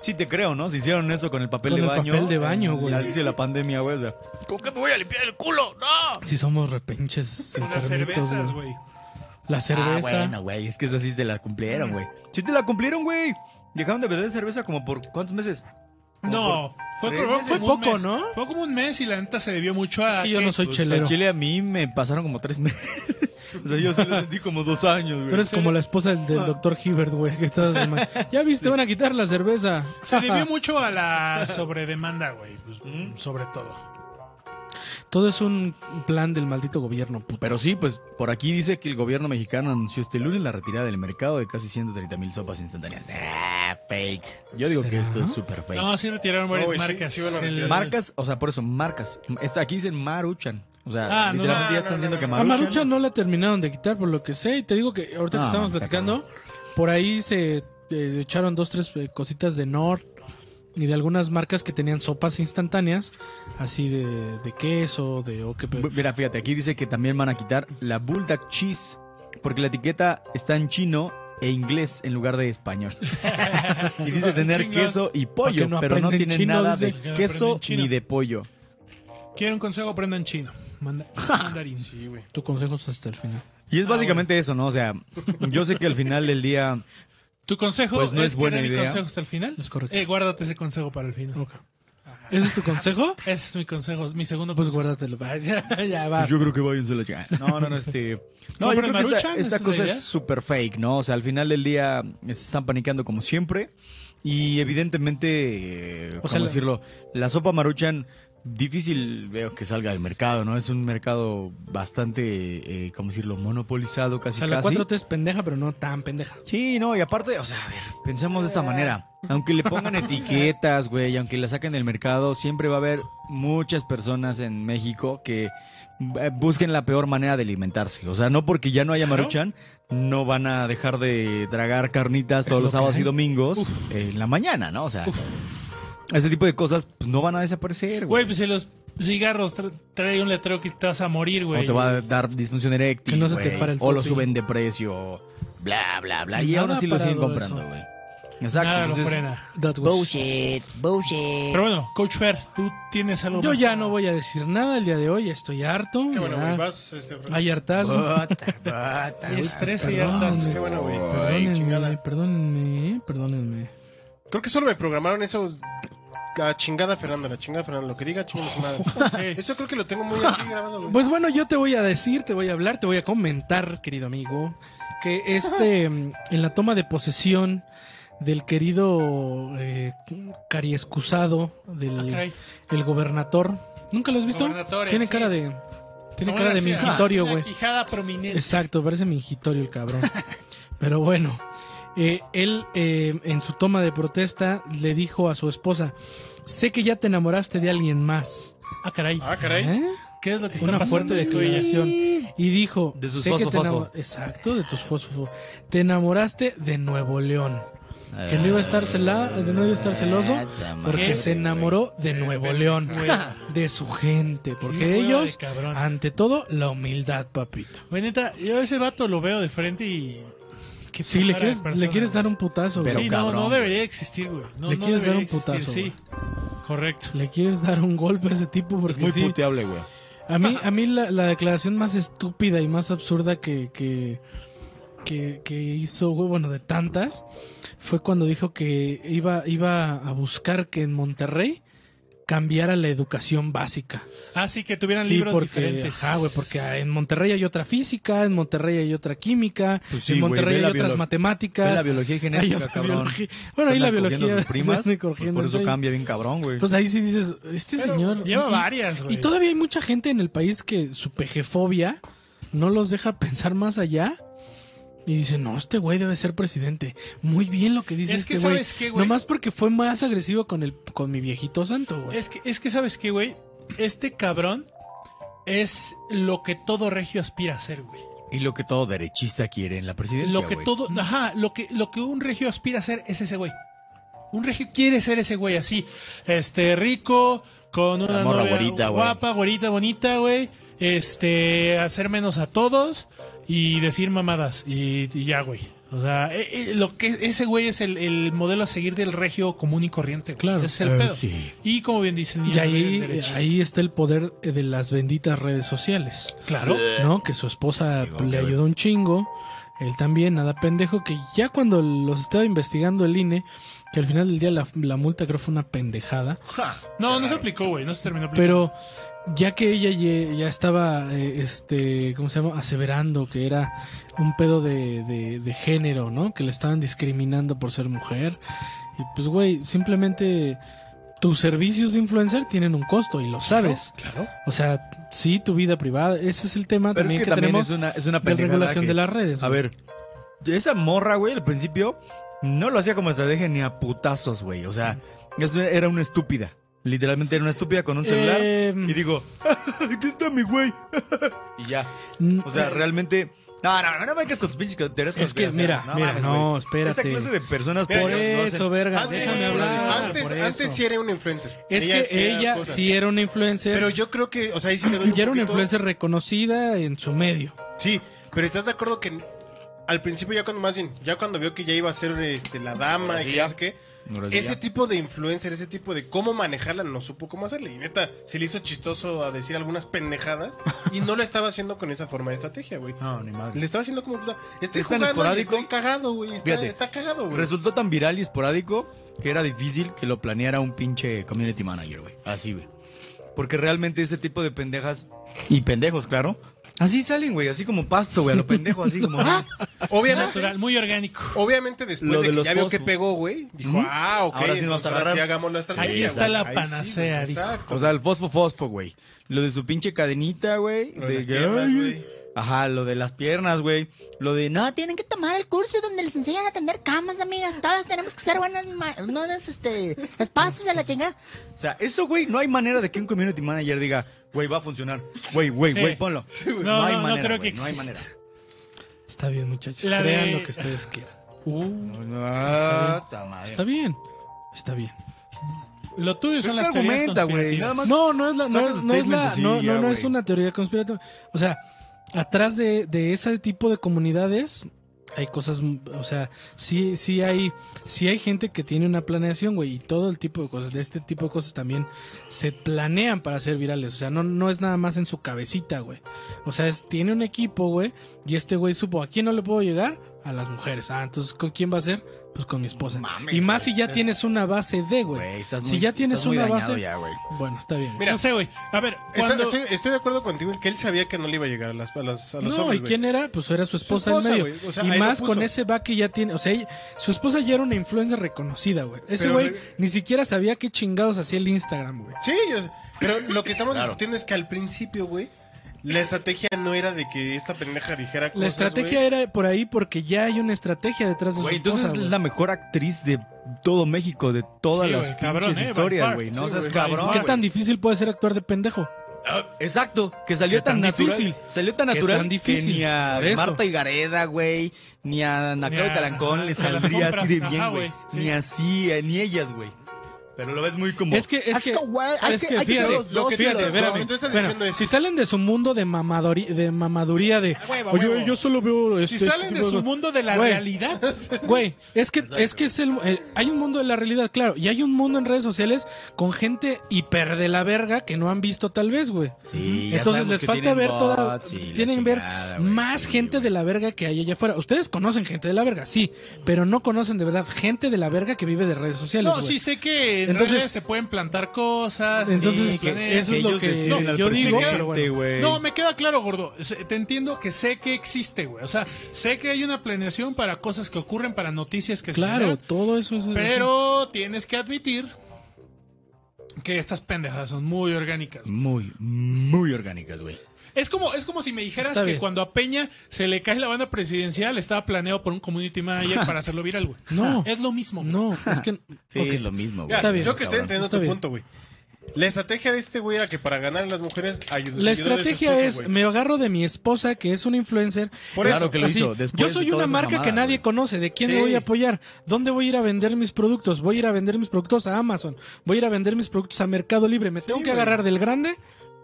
Speaker 4: sí te creo, ¿no? Se hicieron eso con el papel
Speaker 1: Con
Speaker 4: de
Speaker 1: el
Speaker 4: baño.
Speaker 1: papel de baño, güey.
Speaker 4: Al inicio de la pandemia, güey. o sea, ¿Con qué me voy a limpiar el culo? ¡No!
Speaker 1: Si somos repinches
Speaker 2: Con las
Speaker 1: enfermitos,
Speaker 2: cervezas,
Speaker 1: güey.
Speaker 2: güey.
Speaker 1: La
Speaker 4: Ah,
Speaker 1: cerveza.
Speaker 4: bueno, güey, es que esa sí te la cumplieron, güey. Sí te la cumplieron, güey. Dejaron de beber cerveza como por cuántos meses. Como
Speaker 2: No, fue,
Speaker 4: tres
Speaker 2: como-
Speaker 4: meses.
Speaker 2: fue como un
Speaker 1: Fue poco,
Speaker 2: mes.
Speaker 1: ¿no?
Speaker 2: Fue como un mes y la neta se debió mucho a.
Speaker 1: Es que yo no soy
Speaker 4: Pues,
Speaker 1: chelero.
Speaker 4: al Chile a mí me pasaron como tres meses. *laughs* o sea, yo sí lo sentí como dos años,
Speaker 1: Tú
Speaker 4: güey.
Speaker 1: eres como la esposa del,
Speaker 2: Ah.
Speaker 1: del doctor Hibbert, güey. Que estás de ma- Ya viste, van a quitar la cerveza.
Speaker 2: *laughs* Se
Speaker 1: *laughs*
Speaker 2: debió mucho a la sobredemanda, güey. pues, sobre todo.
Speaker 1: Todo es un plan del maldito gobierno, puta.
Speaker 4: Pero sí, pues por aquí dice que el gobierno mexicano anunció este lunes la retirada del mercado de casi 130 mil sopas instantáneas. Ah, fake. Yo digo que
Speaker 1: ¿Será?
Speaker 4: esto es súper fake.
Speaker 2: No, sí retiraron
Speaker 3: No,
Speaker 2: varias
Speaker 3: güey, sí-
Speaker 2: marcas.
Speaker 3: sí van a
Speaker 2: El-
Speaker 3: retirar.
Speaker 4: Marcas, o sea, por eso, marcas. Esta, aquí dicen Maruchan. O sea,
Speaker 2: Ah, no,
Speaker 4: literalmente
Speaker 3: no,
Speaker 4: ya
Speaker 3: no,
Speaker 4: están
Speaker 3: no,
Speaker 4: diciendo
Speaker 3: no,
Speaker 4: que
Speaker 3: no.
Speaker 1: A
Speaker 4: Maruchan. Ah,
Speaker 1: Marucha no la terminaron de quitar, por lo que sé. Y te digo que ahorita
Speaker 4: No,
Speaker 1: que estábamos
Speaker 4: mames, está
Speaker 1: platicando, por ahí se eh, echaron dos, tres eh, cositas de Nord y de algunas marcas que tenían sopas instantáneas, así de, de queso, de... o que-
Speaker 4: B- Mira, fíjate, aquí dice que también van a quitar la Bulldog Cheese. Porque la etiqueta está en chino e inglés en lugar
Speaker 2: *laughs*
Speaker 4: de español. y dice tener
Speaker 2: Chingón.
Speaker 4: queso y
Speaker 1: que
Speaker 4: pollo,
Speaker 1: no
Speaker 4: pero no
Speaker 1: aprenden
Speaker 4: tiene
Speaker 1: chino,
Speaker 4: nada
Speaker 1: dice.
Speaker 4: de
Speaker 2: Para que no
Speaker 4: queso
Speaker 2: aprenden chino.
Speaker 4: ni de pollo.
Speaker 2: Quiero un consejo, aprendan chino. Manda-
Speaker 1: *laughs*
Speaker 2: mandarín.
Speaker 3: Sí, güey.
Speaker 1: Tu consejo es hasta el final.
Speaker 4: Y es básicamente eso, ¿no? O sea, yo sé que al final del día
Speaker 2: Tu consejo
Speaker 4: Pues no es
Speaker 2: que
Speaker 4: buena
Speaker 2: dé mi
Speaker 4: idea.
Speaker 2: consejo hasta el final.
Speaker 1: Es correcto.
Speaker 2: Eh, guárdate ese consejo para el final.
Speaker 1: ¿Ese es tu consejo? *laughs*
Speaker 2: Ese es mi consejo, es mi segundo
Speaker 1: Pues
Speaker 2: consejo.
Speaker 1: guárdatelo. *laughs* Ya, ya va.
Speaker 4: Pues yo creo que váyanselo ya. No, no, no, este. No,
Speaker 2: ¿Compran
Speaker 4: yo creo que esta,
Speaker 2: Maruchan?
Speaker 4: esta
Speaker 2: ¿Es una
Speaker 4: cosa
Speaker 2: idea?
Speaker 4: es súper fake, ¿no? O sea, al final del día eh, se están paniqueando como siempre. Y evidentemente, eh,
Speaker 1: O sea,
Speaker 4: ¿cómo
Speaker 1: la-
Speaker 4: decirlo? La sopa maruchan difícil veo que salga del mercado, ¿no? Es un mercado bastante, eh, ¿cómo decirlo? Monopolizado
Speaker 1: O
Speaker 4: casi
Speaker 1: sea, la
Speaker 4: casi.
Speaker 1: 4T es pendeja, pero no tan pendeja.
Speaker 4: Sí, no, y aparte, o sea, a ver, pensamos de esta manera. Aunque le pongan etiquetas, güey, aunque la saquen del mercado, siempre va a haber muchas personas en México que eh, busquen la peor manera de alimentarse. O sea, no porque ya no haya
Speaker 2: Claro.
Speaker 4: maruchan, no van a dejar de tragar carnitas todos
Speaker 1: lo
Speaker 4: los
Speaker 1: que
Speaker 4: sábados y
Speaker 1: hay.
Speaker 4: domingos eh, en la mañana, ¿no? O sea, ese tipo de cosas pues, no van a desaparecer,
Speaker 2: Güey,
Speaker 4: güey.
Speaker 2: pues si los cigarros tra- trae un letrero que estás a morir, güey.
Speaker 4: O te va a dar disfunción eréctil,
Speaker 1: Que no se te
Speaker 4: güey,
Speaker 1: para el
Speaker 4: o lo
Speaker 1: tuti.
Speaker 4: suben de precio, bla, bla, bla. Y
Speaker 1: Nada
Speaker 4: aún así lo
Speaker 1: ha
Speaker 4: siguen
Speaker 1: parado
Speaker 4: comprando,
Speaker 1: eso.
Speaker 4: güey. Exacto.
Speaker 2: Nada lo
Speaker 4: entonces-
Speaker 2: frena.
Speaker 1: That was-
Speaker 7: Bullshit, bullshit.
Speaker 2: Pero bueno, Coach Fer, tú tienes algo
Speaker 1: Yo
Speaker 2: más
Speaker 1: ya
Speaker 2: para-
Speaker 1: no voy a decir nada el día de hoy, estoy harto.
Speaker 3: Qué bueno,
Speaker 1: ya.
Speaker 3: güey. Vas, este, Fran.
Speaker 1: Hay hartazgo.
Speaker 7: Bota, bota.
Speaker 2: Es estrés y
Speaker 1: Perdón,
Speaker 2: hartazgo.
Speaker 1: güey.
Speaker 3: Qué bueno, güey. Ay,
Speaker 1: Perdónenme,
Speaker 3: chingada.
Speaker 1: perdónenme, eh, perdónenme.
Speaker 3: Creo que solo me programaron eso. La chingada Fernanda, la chingada Fernanda. Lo que diga, chingada
Speaker 1: *laughs*
Speaker 3: Fernanda.
Speaker 2: Sí.
Speaker 3: Eso creo que lo tengo muy aquí grabado, güey.
Speaker 1: Pues bueno, yo te voy a decir, te voy a hablar, te voy a comentar, querido amigo, que
Speaker 2: *laughs*
Speaker 1: este, mm, en la toma de posesión del querido eh, cariescusado,
Speaker 2: Ah,
Speaker 1: del
Speaker 2: caray.
Speaker 1: el gobernador, ¿nunca lo has visto?
Speaker 2: Gobernador,
Speaker 1: Tiene
Speaker 2: sí.
Speaker 1: cara de, tiene
Speaker 2: Samuel
Speaker 1: cara de
Speaker 2: García.
Speaker 1: mingitorio,
Speaker 2: Una
Speaker 1: güey.
Speaker 2: Quijada prominente.
Speaker 1: Exacto, parece mingitorio el
Speaker 2: *laughs*
Speaker 1: cabrón. Pero bueno, eh, él eh, en su toma de protesta le dijo a su esposa, sé que ya te enamoraste de alguien más.
Speaker 2: Ah, caray.
Speaker 3: Ah, caray.
Speaker 1: ¿Eh?
Speaker 2: ¿Qué es lo que está
Speaker 1: Una
Speaker 2: pasando
Speaker 1: fuerte
Speaker 2: entre ellas?
Speaker 1: declaración. Y dijo,
Speaker 4: De sus
Speaker 1: sé que te enamo-
Speaker 4: fosfo-fosfo".
Speaker 1: Exacto, de tus fosfo. Te enamoraste de Nuevo León. Que no iba a estar, cela- de no iba a estar celoso
Speaker 4: Ah,
Speaker 1: porque
Speaker 2: madre,
Speaker 1: se enamoró de Nuevo León. *laughs* De su gente.
Speaker 2: Qué
Speaker 1: Porque
Speaker 2: hueva de
Speaker 1: ellos,
Speaker 2: cabrón.
Speaker 1: ante todo, la humildad, papito.
Speaker 2: Güey, neta, yo a ese vato lo veo de frente y... qué
Speaker 1: Sí, le
Speaker 2: cara de
Speaker 1: quieres, le
Speaker 2: persona,
Speaker 1: quieres dar un putazo, güey.
Speaker 4: Pero
Speaker 2: sí,
Speaker 4: cabrón,
Speaker 2: no, no
Speaker 4: güey.
Speaker 2: debería existir, güey. No,
Speaker 1: Le
Speaker 2: no
Speaker 1: quieres dar
Speaker 2: debería
Speaker 1: un
Speaker 2: existir,
Speaker 1: putazo,
Speaker 2: Sí, correcto.
Speaker 1: Le quieres dar un golpe a ese tipo porque
Speaker 4: muy
Speaker 1: sí.
Speaker 4: puteable, güey.
Speaker 1: A mí, a mí la, la declaración más estúpida y más absurda que, que, que, que hizo, güey, bueno, de tantas, fue cuando dijo que iba, iba a buscar que en Monterrey cambiara la educación básica.
Speaker 2: Ah, sí, que tuvieran
Speaker 1: sí,
Speaker 2: libros
Speaker 1: porque,
Speaker 2: diferentes.
Speaker 1: ajá, güey, porque en Monterrey hay otra física, en Monterrey hay otra química,
Speaker 4: Pues sí,
Speaker 1: en
Speaker 4: güey,
Speaker 1: Monterrey
Speaker 4: ve
Speaker 1: hay
Speaker 4: la
Speaker 1: otras
Speaker 4: biolo- Ve
Speaker 1: matemáticas.
Speaker 4: la biología y
Speaker 1: hay
Speaker 4: genética,
Speaker 1: otra
Speaker 4: cabrón.
Speaker 1: biología. Bueno, ahí la
Speaker 4: Andan cogiendo
Speaker 1: biología.
Speaker 4: sus primas,
Speaker 1: *laughs*
Speaker 4: pues
Speaker 1: se andan cogiendo
Speaker 4: por eso
Speaker 1: entre-
Speaker 4: cambia bien cabrón, güey.
Speaker 1: Entonces ahí sí dices, este señor...
Speaker 2: Lleva
Speaker 1: y-
Speaker 2: varias, güey.
Speaker 1: Y todavía hay mucha gente en el país que su pejefobia no los deja *laughs* pensar más allá. Y dice, no, este güey debe ser presidente. Muy bien lo que dice
Speaker 2: Es que
Speaker 1: este güey.
Speaker 2: ¿sabes qué, güey?
Speaker 1: Nomás porque fue más agresivo con el con mi viejito santo, güey.
Speaker 2: Es que, es que ¿sabes qué, güey? Este cabrón es lo que todo regio aspira a ser, güey.
Speaker 4: Y lo que todo derechista quiere en la presidencia,
Speaker 2: Lo que
Speaker 4: güey.
Speaker 2: todo, ajá, lo que, lo que un regio aspira a ser es ese güey. Un regio quiere ser ese güey así. Este, rico, con una
Speaker 4: morra
Speaker 2: novia
Speaker 4: güerita, güey.
Speaker 2: guapa, güerita, bonita, güey. Este, hacer menos a todos y decir mamadas. Y, y ya, güey. O sea, eh, eh, lo que ese güey es el, el modelo a seguir del regio común y corriente. güey.
Speaker 1: Claro.
Speaker 2: Ese Es el
Speaker 4: Eh,
Speaker 2: pedo.
Speaker 4: sí.
Speaker 2: Y como bien dice el niño,
Speaker 1: Y ahí,
Speaker 2: derechista.
Speaker 1: ahí está el poder eh, de las benditas redes sociales.
Speaker 2: claro.
Speaker 1: ¿No? Que su esposa
Speaker 4: Digo,
Speaker 1: le
Speaker 4: a ver.
Speaker 1: ayudó un chingo. Él también, nada pendejo. Que ya cuando los estaba investigando el INE, que al final del día la, la multa creo fue una pendejada.
Speaker 2: No, no se aplicó, güey. No se terminó aplicando.
Speaker 1: Pero ya que ella ye- ya estaba, eh, este, ¿cómo se llama? Aseverando que era un pedo de, de- de género, ¿no? Que le estaban discriminando por ser mujer. Y pues, güey, simplemente tus servicios de influencer tienen un costo y lo sabes.
Speaker 2: Claro.
Speaker 1: O sea, sí, tu vida privada. Ese es el tema
Speaker 4: Pero es
Speaker 1: también
Speaker 4: que,
Speaker 1: que,
Speaker 4: también
Speaker 1: tenemos
Speaker 4: es una, es una
Speaker 1: de
Speaker 4: pendejada
Speaker 1: regulación
Speaker 4: que-
Speaker 1: de las redes.
Speaker 4: A
Speaker 1: güey.
Speaker 4: ver, esa morra, güey, al principio no lo hacía como estrategia ni a putazos, güey. O sea, es- era una estúpida. Literalmente era una estúpida con un celular.
Speaker 1: Eh,
Speaker 4: Y digo, *laughs* aquí está mi güey. *laughs* y ya.
Speaker 1: mm,
Speaker 4: O sea,
Speaker 1: eh,
Speaker 4: realmente. No, no, no, no me vengas con tus pinches teorías
Speaker 1: es que mira, mira,
Speaker 4: conspiraciones. mames, güey.
Speaker 1: no, espérate.
Speaker 4: Esa clase de personas
Speaker 3: Mira,
Speaker 1: Por
Speaker 4: pobres no hacen-
Speaker 1: eso, verga,
Speaker 3: Antes-
Speaker 1: déjame hablar.
Speaker 3: Antes,
Speaker 1: por
Speaker 3: antes
Speaker 1: eso.
Speaker 3: sí era un influencer.
Speaker 1: Es
Speaker 3: sí
Speaker 1: que
Speaker 3: era
Speaker 1: ella
Speaker 3: cosa.
Speaker 1: sí era una influencer.
Speaker 3: Pero yo creo que, o sea, ahí sí le doy un
Speaker 1: *laughs* ya era una
Speaker 3: poquito-
Speaker 1: influencer reconocida en su medio.
Speaker 3: Sí, pero ¿estás de acuerdo que al principio ya cuando, más bien, ya cuando vio que ya iba a ser este, la dama y que no sé qué,
Speaker 4: Ahora sí
Speaker 3: ese
Speaker 4: ya.
Speaker 3: tipo de influencer, ese tipo de cómo manejarla, no supo cómo hacerle. Y neta, se le hizo chistoso a decir algunas pendejadas y no lo estaba haciendo con esa forma de estrategia, güey.
Speaker 4: No, ni madre.
Speaker 3: Le estaba haciendo como, o sea, estoy
Speaker 4: Es tan
Speaker 3: jugando y
Speaker 4: esporádico.
Speaker 3: estoy cagado, güey. Está,
Speaker 4: Fíjate.
Speaker 3: está cagado, güey.
Speaker 4: Resultó tan viral y esporádico que era difícil que lo planeara un pinche community manager, güey. Así, güey. Porque realmente ese tipo de pendejas y pendejos, claro, Así salen, güey, así como pasto, güey, a lo pendejo,
Speaker 1: *laughs*
Speaker 4: así como. ah,
Speaker 3: Obviamente,
Speaker 2: Natural, muy orgánico.
Speaker 3: obviamente después
Speaker 4: Lo
Speaker 3: de,
Speaker 4: de
Speaker 3: que
Speaker 4: los
Speaker 3: ya vio que
Speaker 4: fosfo.
Speaker 3: pegó, güey, dijo, ah, ok,
Speaker 4: Ahora sí nos
Speaker 3: entonces ahora
Speaker 4: agarraron.
Speaker 3: sí hagamos nuestra
Speaker 2: Ahí está la panacea, dijo.
Speaker 3: exacto.
Speaker 4: o sea, el fosfo fosfo, güey. Lo de su pinche cadenita, güey.
Speaker 3: Lo de
Speaker 4: de
Speaker 3: las
Speaker 4: que,
Speaker 3: piernas,
Speaker 4: ay,
Speaker 3: güey.
Speaker 4: Ajá, lo de las piernas, güey. Lo de no,
Speaker 7: No, tienen que tomar el curso donde les enseñan a tender camas, amigas. Todas tenemos que ser buenas, ma- buenas, este, espacios de la chingada.
Speaker 4: O sea, eso, güey, no hay manera de que un community manager diga, güey, va a funcionar. Güey, güey,
Speaker 2: Sí.
Speaker 4: güey, ponlo.
Speaker 2: güey.
Speaker 4: no,
Speaker 2: No,
Speaker 4: hay
Speaker 2: no, no
Speaker 4: manera,
Speaker 2: creo
Speaker 4: güey,
Speaker 2: que
Speaker 4: no hay
Speaker 2: exista.
Speaker 4: manera.
Speaker 1: Está bien, muchachos.
Speaker 2: La
Speaker 1: crean
Speaker 2: de-
Speaker 1: lo que ustedes quieran.
Speaker 2: Uh,
Speaker 4: Ah, ta madre.
Speaker 1: Está bien. Está bien.
Speaker 2: lo tuyo son
Speaker 4: Pero
Speaker 2: las
Speaker 4: Pues es que
Speaker 2: teorías
Speaker 4: argumenta, güey,
Speaker 2: conspirativas.
Speaker 4: nada más.
Speaker 1: No, no es la, no,
Speaker 4: Sacas
Speaker 1: es- no es la-
Speaker 4: statements
Speaker 1: no,
Speaker 4: así,
Speaker 1: no,
Speaker 4: ya,
Speaker 1: no es
Speaker 4: güey.
Speaker 1: una teoría conspirativa. O sea, atrás de, de ese tipo de comunidades hay cosas, m- o sea, sí, sí hay, sí hay gente que tiene una planeación, güey, y todo el tipo de cosas, de este tipo de cosas también se planean para ser virales. O sea, no, no es nada más en su cabecita, güey. O sea, es- tiene un equipo, güey, y este güey supo, ¿a quién no le puedo llegar? A las mujeres. Ah, entonces, ¿con quién va a ser? Pues con mi esposa. y más si ya tienes una base de,
Speaker 4: Güey,
Speaker 1: güey.
Speaker 4: estás
Speaker 1: Si
Speaker 4: muy-
Speaker 1: ya tienes
Speaker 4: estás muy
Speaker 1: una
Speaker 4: dañado
Speaker 1: base.
Speaker 4: ya, güey.
Speaker 1: Bueno, está bien. güey.
Speaker 3: Mira,
Speaker 2: No sé, güey. A ver,
Speaker 3: Está-
Speaker 2: cuando...
Speaker 3: estoy, estoy de acuerdo contigo en que él sabía que no le iba a llegar a, las, a, las, a los
Speaker 1: No,
Speaker 3: hombres,
Speaker 1: ¿y
Speaker 3: güey.
Speaker 1: quién era? Pues era su esposa,
Speaker 3: esposa,
Speaker 1: en medio.
Speaker 3: güey. O sea, ahí
Speaker 1: y
Speaker 3: lo
Speaker 1: más
Speaker 3: puso.
Speaker 1: con ese va que ya tiene. O sea, ella- su esposa ya era una influencer reconocida, güey. Ese
Speaker 3: Pero
Speaker 1: güey
Speaker 3: le-
Speaker 1: ni siquiera sabía qué chingados hacía el Instagram, güey.
Speaker 3: Sí, yo sé. pero lo que estamos discutiendo es que al principio, güey, la estrategia no era de que esta pendeja dijera
Speaker 1: La
Speaker 3: cosas,
Speaker 1: estrategia
Speaker 3: güey.
Speaker 1: era por ahí porque ya hay una estrategia detrás de
Speaker 4: Güey,
Speaker 1: su esposa,
Speaker 4: entonces es
Speaker 1: güey.
Speaker 4: la mejor actriz de todo México, de todas
Speaker 2: Sí,
Speaker 4: las
Speaker 2: güey,
Speaker 4: pinches
Speaker 2: cabrón, eh, by
Speaker 4: historias,
Speaker 2: far.
Speaker 4: güey. No
Speaker 2: Sí,
Speaker 4: seas
Speaker 2: güey, by
Speaker 4: cabrón.
Speaker 2: far.
Speaker 1: ¿Qué
Speaker 4: güey.
Speaker 1: tan difícil puede ser actuar de pendejo?
Speaker 4: Exacto, que salió
Speaker 1: Qué
Speaker 4: tan,
Speaker 1: tan
Speaker 4: difícil.
Speaker 1: difícil.
Speaker 4: Salió tan
Speaker 1: Qué
Speaker 4: natural
Speaker 1: tan difícil,
Speaker 4: que ni a
Speaker 1: por eso.
Speaker 4: Marta Higareda, güey, ni a Ana
Speaker 2: Ni
Speaker 4: Claudia
Speaker 2: a-
Speaker 4: Talancón le
Speaker 2: ajá, se las
Speaker 4: saldría
Speaker 2: compras,
Speaker 4: así de
Speaker 2: ajá,
Speaker 4: bien, güey.
Speaker 2: güey, sí.
Speaker 4: Ni así, eh, ni ellas, güey. Pero lo ves muy como...
Speaker 1: Es que, es que,
Speaker 7: Asco, güey, hay
Speaker 1: es
Speaker 7: que-
Speaker 1: que,
Speaker 7: hay que
Speaker 1: fíjate,
Speaker 7: ver los
Speaker 3: Lo
Speaker 7: dos
Speaker 3: que tú
Speaker 1: fíjate,
Speaker 3: estás-
Speaker 1: espérame.
Speaker 3: lo que tú estás
Speaker 1: Bueno,
Speaker 3: diciendo es-
Speaker 1: si salen de su mundo de mamadori- de mamaduría de,
Speaker 3: huevo, Ah, a
Speaker 1: oye,
Speaker 3: huevo".
Speaker 1: yo solo veo
Speaker 2: Si
Speaker 1: este
Speaker 2: salen
Speaker 1: tipo
Speaker 2: de su mundo de la
Speaker 1: Güey. *laughs*
Speaker 2: realidad,
Speaker 1: Güey, es que es que es el, el- hay un mundo de la realidad, claro, y hay un mundo en redes sociales con gente hiper de la verga que no han visto tal vez, güey.
Speaker 4: Sí, ya
Speaker 1: Entonces
Speaker 4: sabemos
Speaker 1: les
Speaker 4: que
Speaker 1: falta
Speaker 4: tienen
Speaker 1: ver
Speaker 4: bots
Speaker 1: toda
Speaker 4: y la
Speaker 1: tienen ver
Speaker 4: chingada, güey,
Speaker 1: más
Speaker 4: sí,
Speaker 1: gente
Speaker 4: güey.
Speaker 1: de la verga que hay allá afuera. Ustedes conocen gente de la verga, sí, pero no conocen de verdad gente de la verga que vive de redes sociales,
Speaker 2: no,
Speaker 1: güey.
Speaker 2: sí sé que en
Speaker 1: Entonces-
Speaker 2: redes se pueden plantar cosas.
Speaker 1: Entonces,
Speaker 2: se planean.
Speaker 1: eso es lo
Speaker 4: ellos
Speaker 1: que
Speaker 4: deciden al
Speaker 1: yo digo,
Speaker 4: presidente,
Speaker 1: pero bueno.
Speaker 4: güey.
Speaker 2: No, me queda claro, gordo. Se- Te entiendo que sé que existe, güey. O sea, sé que hay una planeación para cosas que ocurren, para noticias que
Speaker 1: Claro,
Speaker 2: se generan,
Speaker 1: todo eso es
Speaker 2: ¿eh? Pero tienes que admitir que estas pendejas son muy orgánicas.
Speaker 4: Muy, muy orgánicas, güey.
Speaker 2: Es como, es como si me dijeras
Speaker 1: Está
Speaker 2: que
Speaker 1: bien.
Speaker 2: cuando a Peña se le cae la banda presidencial, estaba planeado por un
Speaker 1: *laughs*
Speaker 2: community manager para hacerlo viral, güey.
Speaker 1: No.
Speaker 2: Es lo mismo. güey.
Speaker 1: No, es que
Speaker 4: *laughs* Sí,
Speaker 1: ok.
Speaker 4: es lo mismo, güey.
Speaker 3: Mira,
Speaker 1: Está bien,
Speaker 3: Yo que estoy
Speaker 4: cabrón.
Speaker 3: entendiendo
Speaker 1: Está
Speaker 3: tu
Speaker 1: bien.
Speaker 3: punto, güey. La estrategia de este güey era que para ganar a las mujeres ayudó.
Speaker 1: La
Speaker 3: ayudó de su
Speaker 1: estrategia
Speaker 3: esposo,
Speaker 1: es,
Speaker 3: güey.
Speaker 1: me agarro de mi esposa, que es una influencer.
Speaker 3: Por
Speaker 4: Claro
Speaker 3: eso.
Speaker 4: que lo
Speaker 1: Así,
Speaker 4: hizo. después
Speaker 1: yo soy
Speaker 4: de
Speaker 1: una
Speaker 4: toda esa
Speaker 1: marca que
Speaker 4: mamada,
Speaker 1: nadie
Speaker 4: güey.
Speaker 1: conoce. ¿De quién
Speaker 3: Sí.
Speaker 1: me voy a apoyar? ¿Dónde voy a ir a vender mis productos? Voy a ir a vender mis productos a Amazon. Voy a ir a vender mis productos a Mercado Libre. Me tengo que agarrar del grande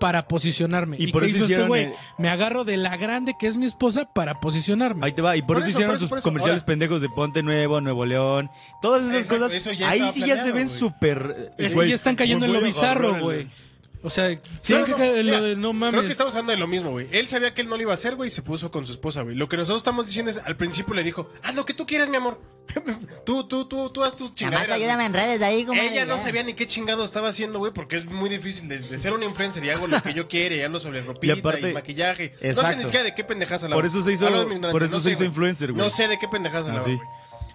Speaker 1: para posicionarme.
Speaker 4: Y
Speaker 1: ¿Y,
Speaker 4: por
Speaker 1: qué
Speaker 4: eso
Speaker 1: hizo este
Speaker 4: hicieron
Speaker 1: güey?
Speaker 4: el-
Speaker 1: Me agarro de la grande que es mi esposa para posicionarme.
Speaker 4: Ahí te va, y por,
Speaker 3: Por
Speaker 4: eso,
Speaker 3: eso,
Speaker 4: hicieron
Speaker 3: por eso,
Speaker 4: sus
Speaker 3: por eso.
Speaker 4: comerciales
Speaker 3: Ahora-
Speaker 4: pendejos de Ponte Nuevo, Nuevo León, todas esas
Speaker 3: Exacto,
Speaker 4: cosas.
Speaker 3: eso ya
Speaker 4: ahí
Speaker 3: estaba
Speaker 4: sí ya se
Speaker 3: planeado,
Speaker 4: ven
Speaker 3: güey.
Speaker 4: súper.
Speaker 1: es que
Speaker 4: güey,
Speaker 1: ya están cayendo en
Speaker 4: muy
Speaker 1: lo
Speaker 4: buen
Speaker 1: bizarro,
Speaker 4: agarrón,
Speaker 1: güey. O sea,
Speaker 3: No,
Speaker 1: ¿sabes
Speaker 3: no,
Speaker 1: qué?
Speaker 3: mira,
Speaker 1: lo de no mames.
Speaker 3: Creo que estamos hablando de lo mismo, güey. Él sabía que él no lo iba a hacer, güey, y se puso con su esposa, güey. Lo que nosotros estamos diciendo es, al principio le dijo, haz lo que tú quieras, mi amor. *laughs* tú, tú, tú, tú haz tus
Speaker 7: Nada
Speaker 3: chingaderas.
Speaker 7: más ayúdame
Speaker 3: güey".
Speaker 7: en redes ahí, como.
Speaker 3: Ella no sabía ni qué chingado estaba haciendo, güey, porque es muy difícil de, de ser una influencer y hago lo que yo quiere, ya lo sobre ropita
Speaker 4: Y
Speaker 3: y,
Speaker 4: aparte-
Speaker 3: maquillaje. No sé
Speaker 4: Exacto.
Speaker 3: ni siquiera de qué pendejas hablaba.
Speaker 4: Por eso se hizo-
Speaker 3: Hablo de mi ignorancia,
Speaker 4: por eso se
Speaker 3: sé,
Speaker 4: hizo influencer, güey.
Speaker 3: No sé de qué pendejas hablaba,
Speaker 4: Así.
Speaker 3: güey.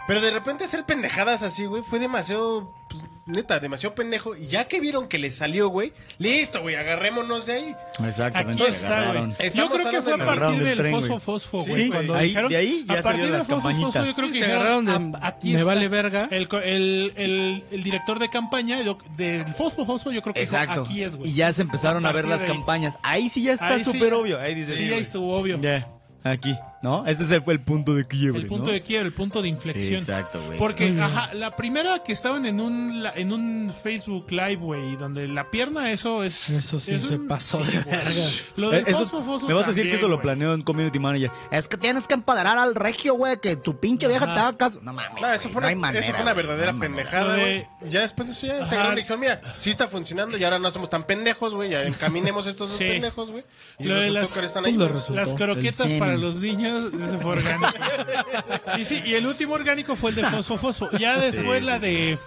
Speaker 3: Pero de repente hacer pendejadas así, güey, fue demasiado, pues, neta, demasiado pendejo. Y ya que vieron que le salió, güey, listo, güey, agarrémonos de ahí.
Speaker 4: Exactamente.
Speaker 2: Aquí está, güey.
Speaker 4: agarraron.
Speaker 2: Yo
Speaker 3: Estamos
Speaker 2: creo que
Speaker 3: hablando
Speaker 2: fue
Speaker 3: de
Speaker 2: a
Speaker 3: la
Speaker 4: agarraron
Speaker 2: partir del
Speaker 4: del tren,
Speaker 2: fosfo
Speaker 4: güey.
Speaker 2: fosfo,
Speaker 4: Sí,
Speaker 2: güey. cuando
Speaker 4: ahí-
Speaker 2: dijeron,
Speaker 4: de ahí ya
Speaker 2: a partir
Speaker 4: salieron
Speaker 2: del
Speaker 4: las
Speaker 2: fosfo
Speaker 4: campañitas.
Speaker 2: fosfo, yo creo
Speaker 1: Sí,
Speaker 2: que
Speaker 1: se
Speaker 2: dijeron,
Speaker 1: agarraron de-
Speaker 2: "Ah, aquí
Speaker 1: me
Speaker 2: está".
Speaker 1: vale verga.
Speaker 2: El, co- el, el, el director de campaña yo- del fosfo fosfo, yo creo que dijo,
Speaker 4: Exacto.
Speaker 2: aquí es, güey.
Speaker 4: y ya se empezaron a, ver
Speaker 2: partir
Speaker 4: las
Speaker 2: de ahí.
Speaker 4: campañas. Ahí sí ya está
Speaker 2: Ahí sí.
Speaker 4: súper obvio. Ahí dice.
Speaker 2: Sí, ahí
Speaker 4: güey.
Speaker 2: estuvo obvio.
Speaker 4: Ya, aquí, ¿no? Este es el- fue el punto de quiebre.
Speaker 2: El punto
Speaker 4: ¿no? Eh,
Speaker 2: de quiebre, el punto de inflexión.
Speaker 4: Sí, exacto, güey.
Speaker 1: Muy
Speaker 2: Porque,
Speaker 1: bien.
Speaker 2: ajá, la primera que estaban en un la- en un Facebook Live, güey, donde la pierna, eso es.
Speaker 1: Eso sí
Speaker 2: es
Speaker 1: se pasó de
Speaker 2: güey.
Speaker 1: verga.
Speaker 2: Lo
Speaker 4: Eh,
Speaker 2: del
Speaker 4: eso-
Speaker 2: fosfo, fosfo
Speaker 4: me vas a decir
Speaker 2: también,
Speaker 4: que eso lo
Speaker 2: güey.
Speaker 4: planeó un community manager.
Speaker 7: Es que tienes que empadrar al regio, güey, que tu pinche vieja
Speaker 2: Ajá.
Speaker 7: te haga caso. No mames.
Speaker 3: No, eso
Speaker 7: güey,
Speaker 3: fue
Speaker 7: no
Speaker 3: una,
Speaker 7: hay manera,
Speaker 3: eso fue una
Speaker 7: güey,
Speaker 3: verdadera
Speaker 7: no hay manera.
Speaker 3: pendejada,
Speaker 2: Lo de-
Speaker 3: güey. Ya después eso ya
Speaker 2: Ajá.
Speaker 3: se agarraron y dijeron, mira, sí está funcionando y ahora no somos tan pendejos, güey. Ya encaminemos estos dos
Speaker 2: Sí.
Speaker 3: pendejos, güey. Y
Speaker 2: Lo de
Speaker 3: resultó
Speaker 2: las-
Speaker 3: que ahora están
Speaker 1: Pues
Speaker 3: ahí.
Speaker 1: lo
Speaker 3: güey.
Speaker 1: resultó.
Speaker 2: Las croquetas
Speaker 1: El
Speaker 2: para
Speaker 1: semen.
Speaker 2: los niños, ese fue orgánico.
Speaker 4: *laughs*
Speaker 2: y sí, y el último orgánico fue el de fosfo fosfo. Ya después la de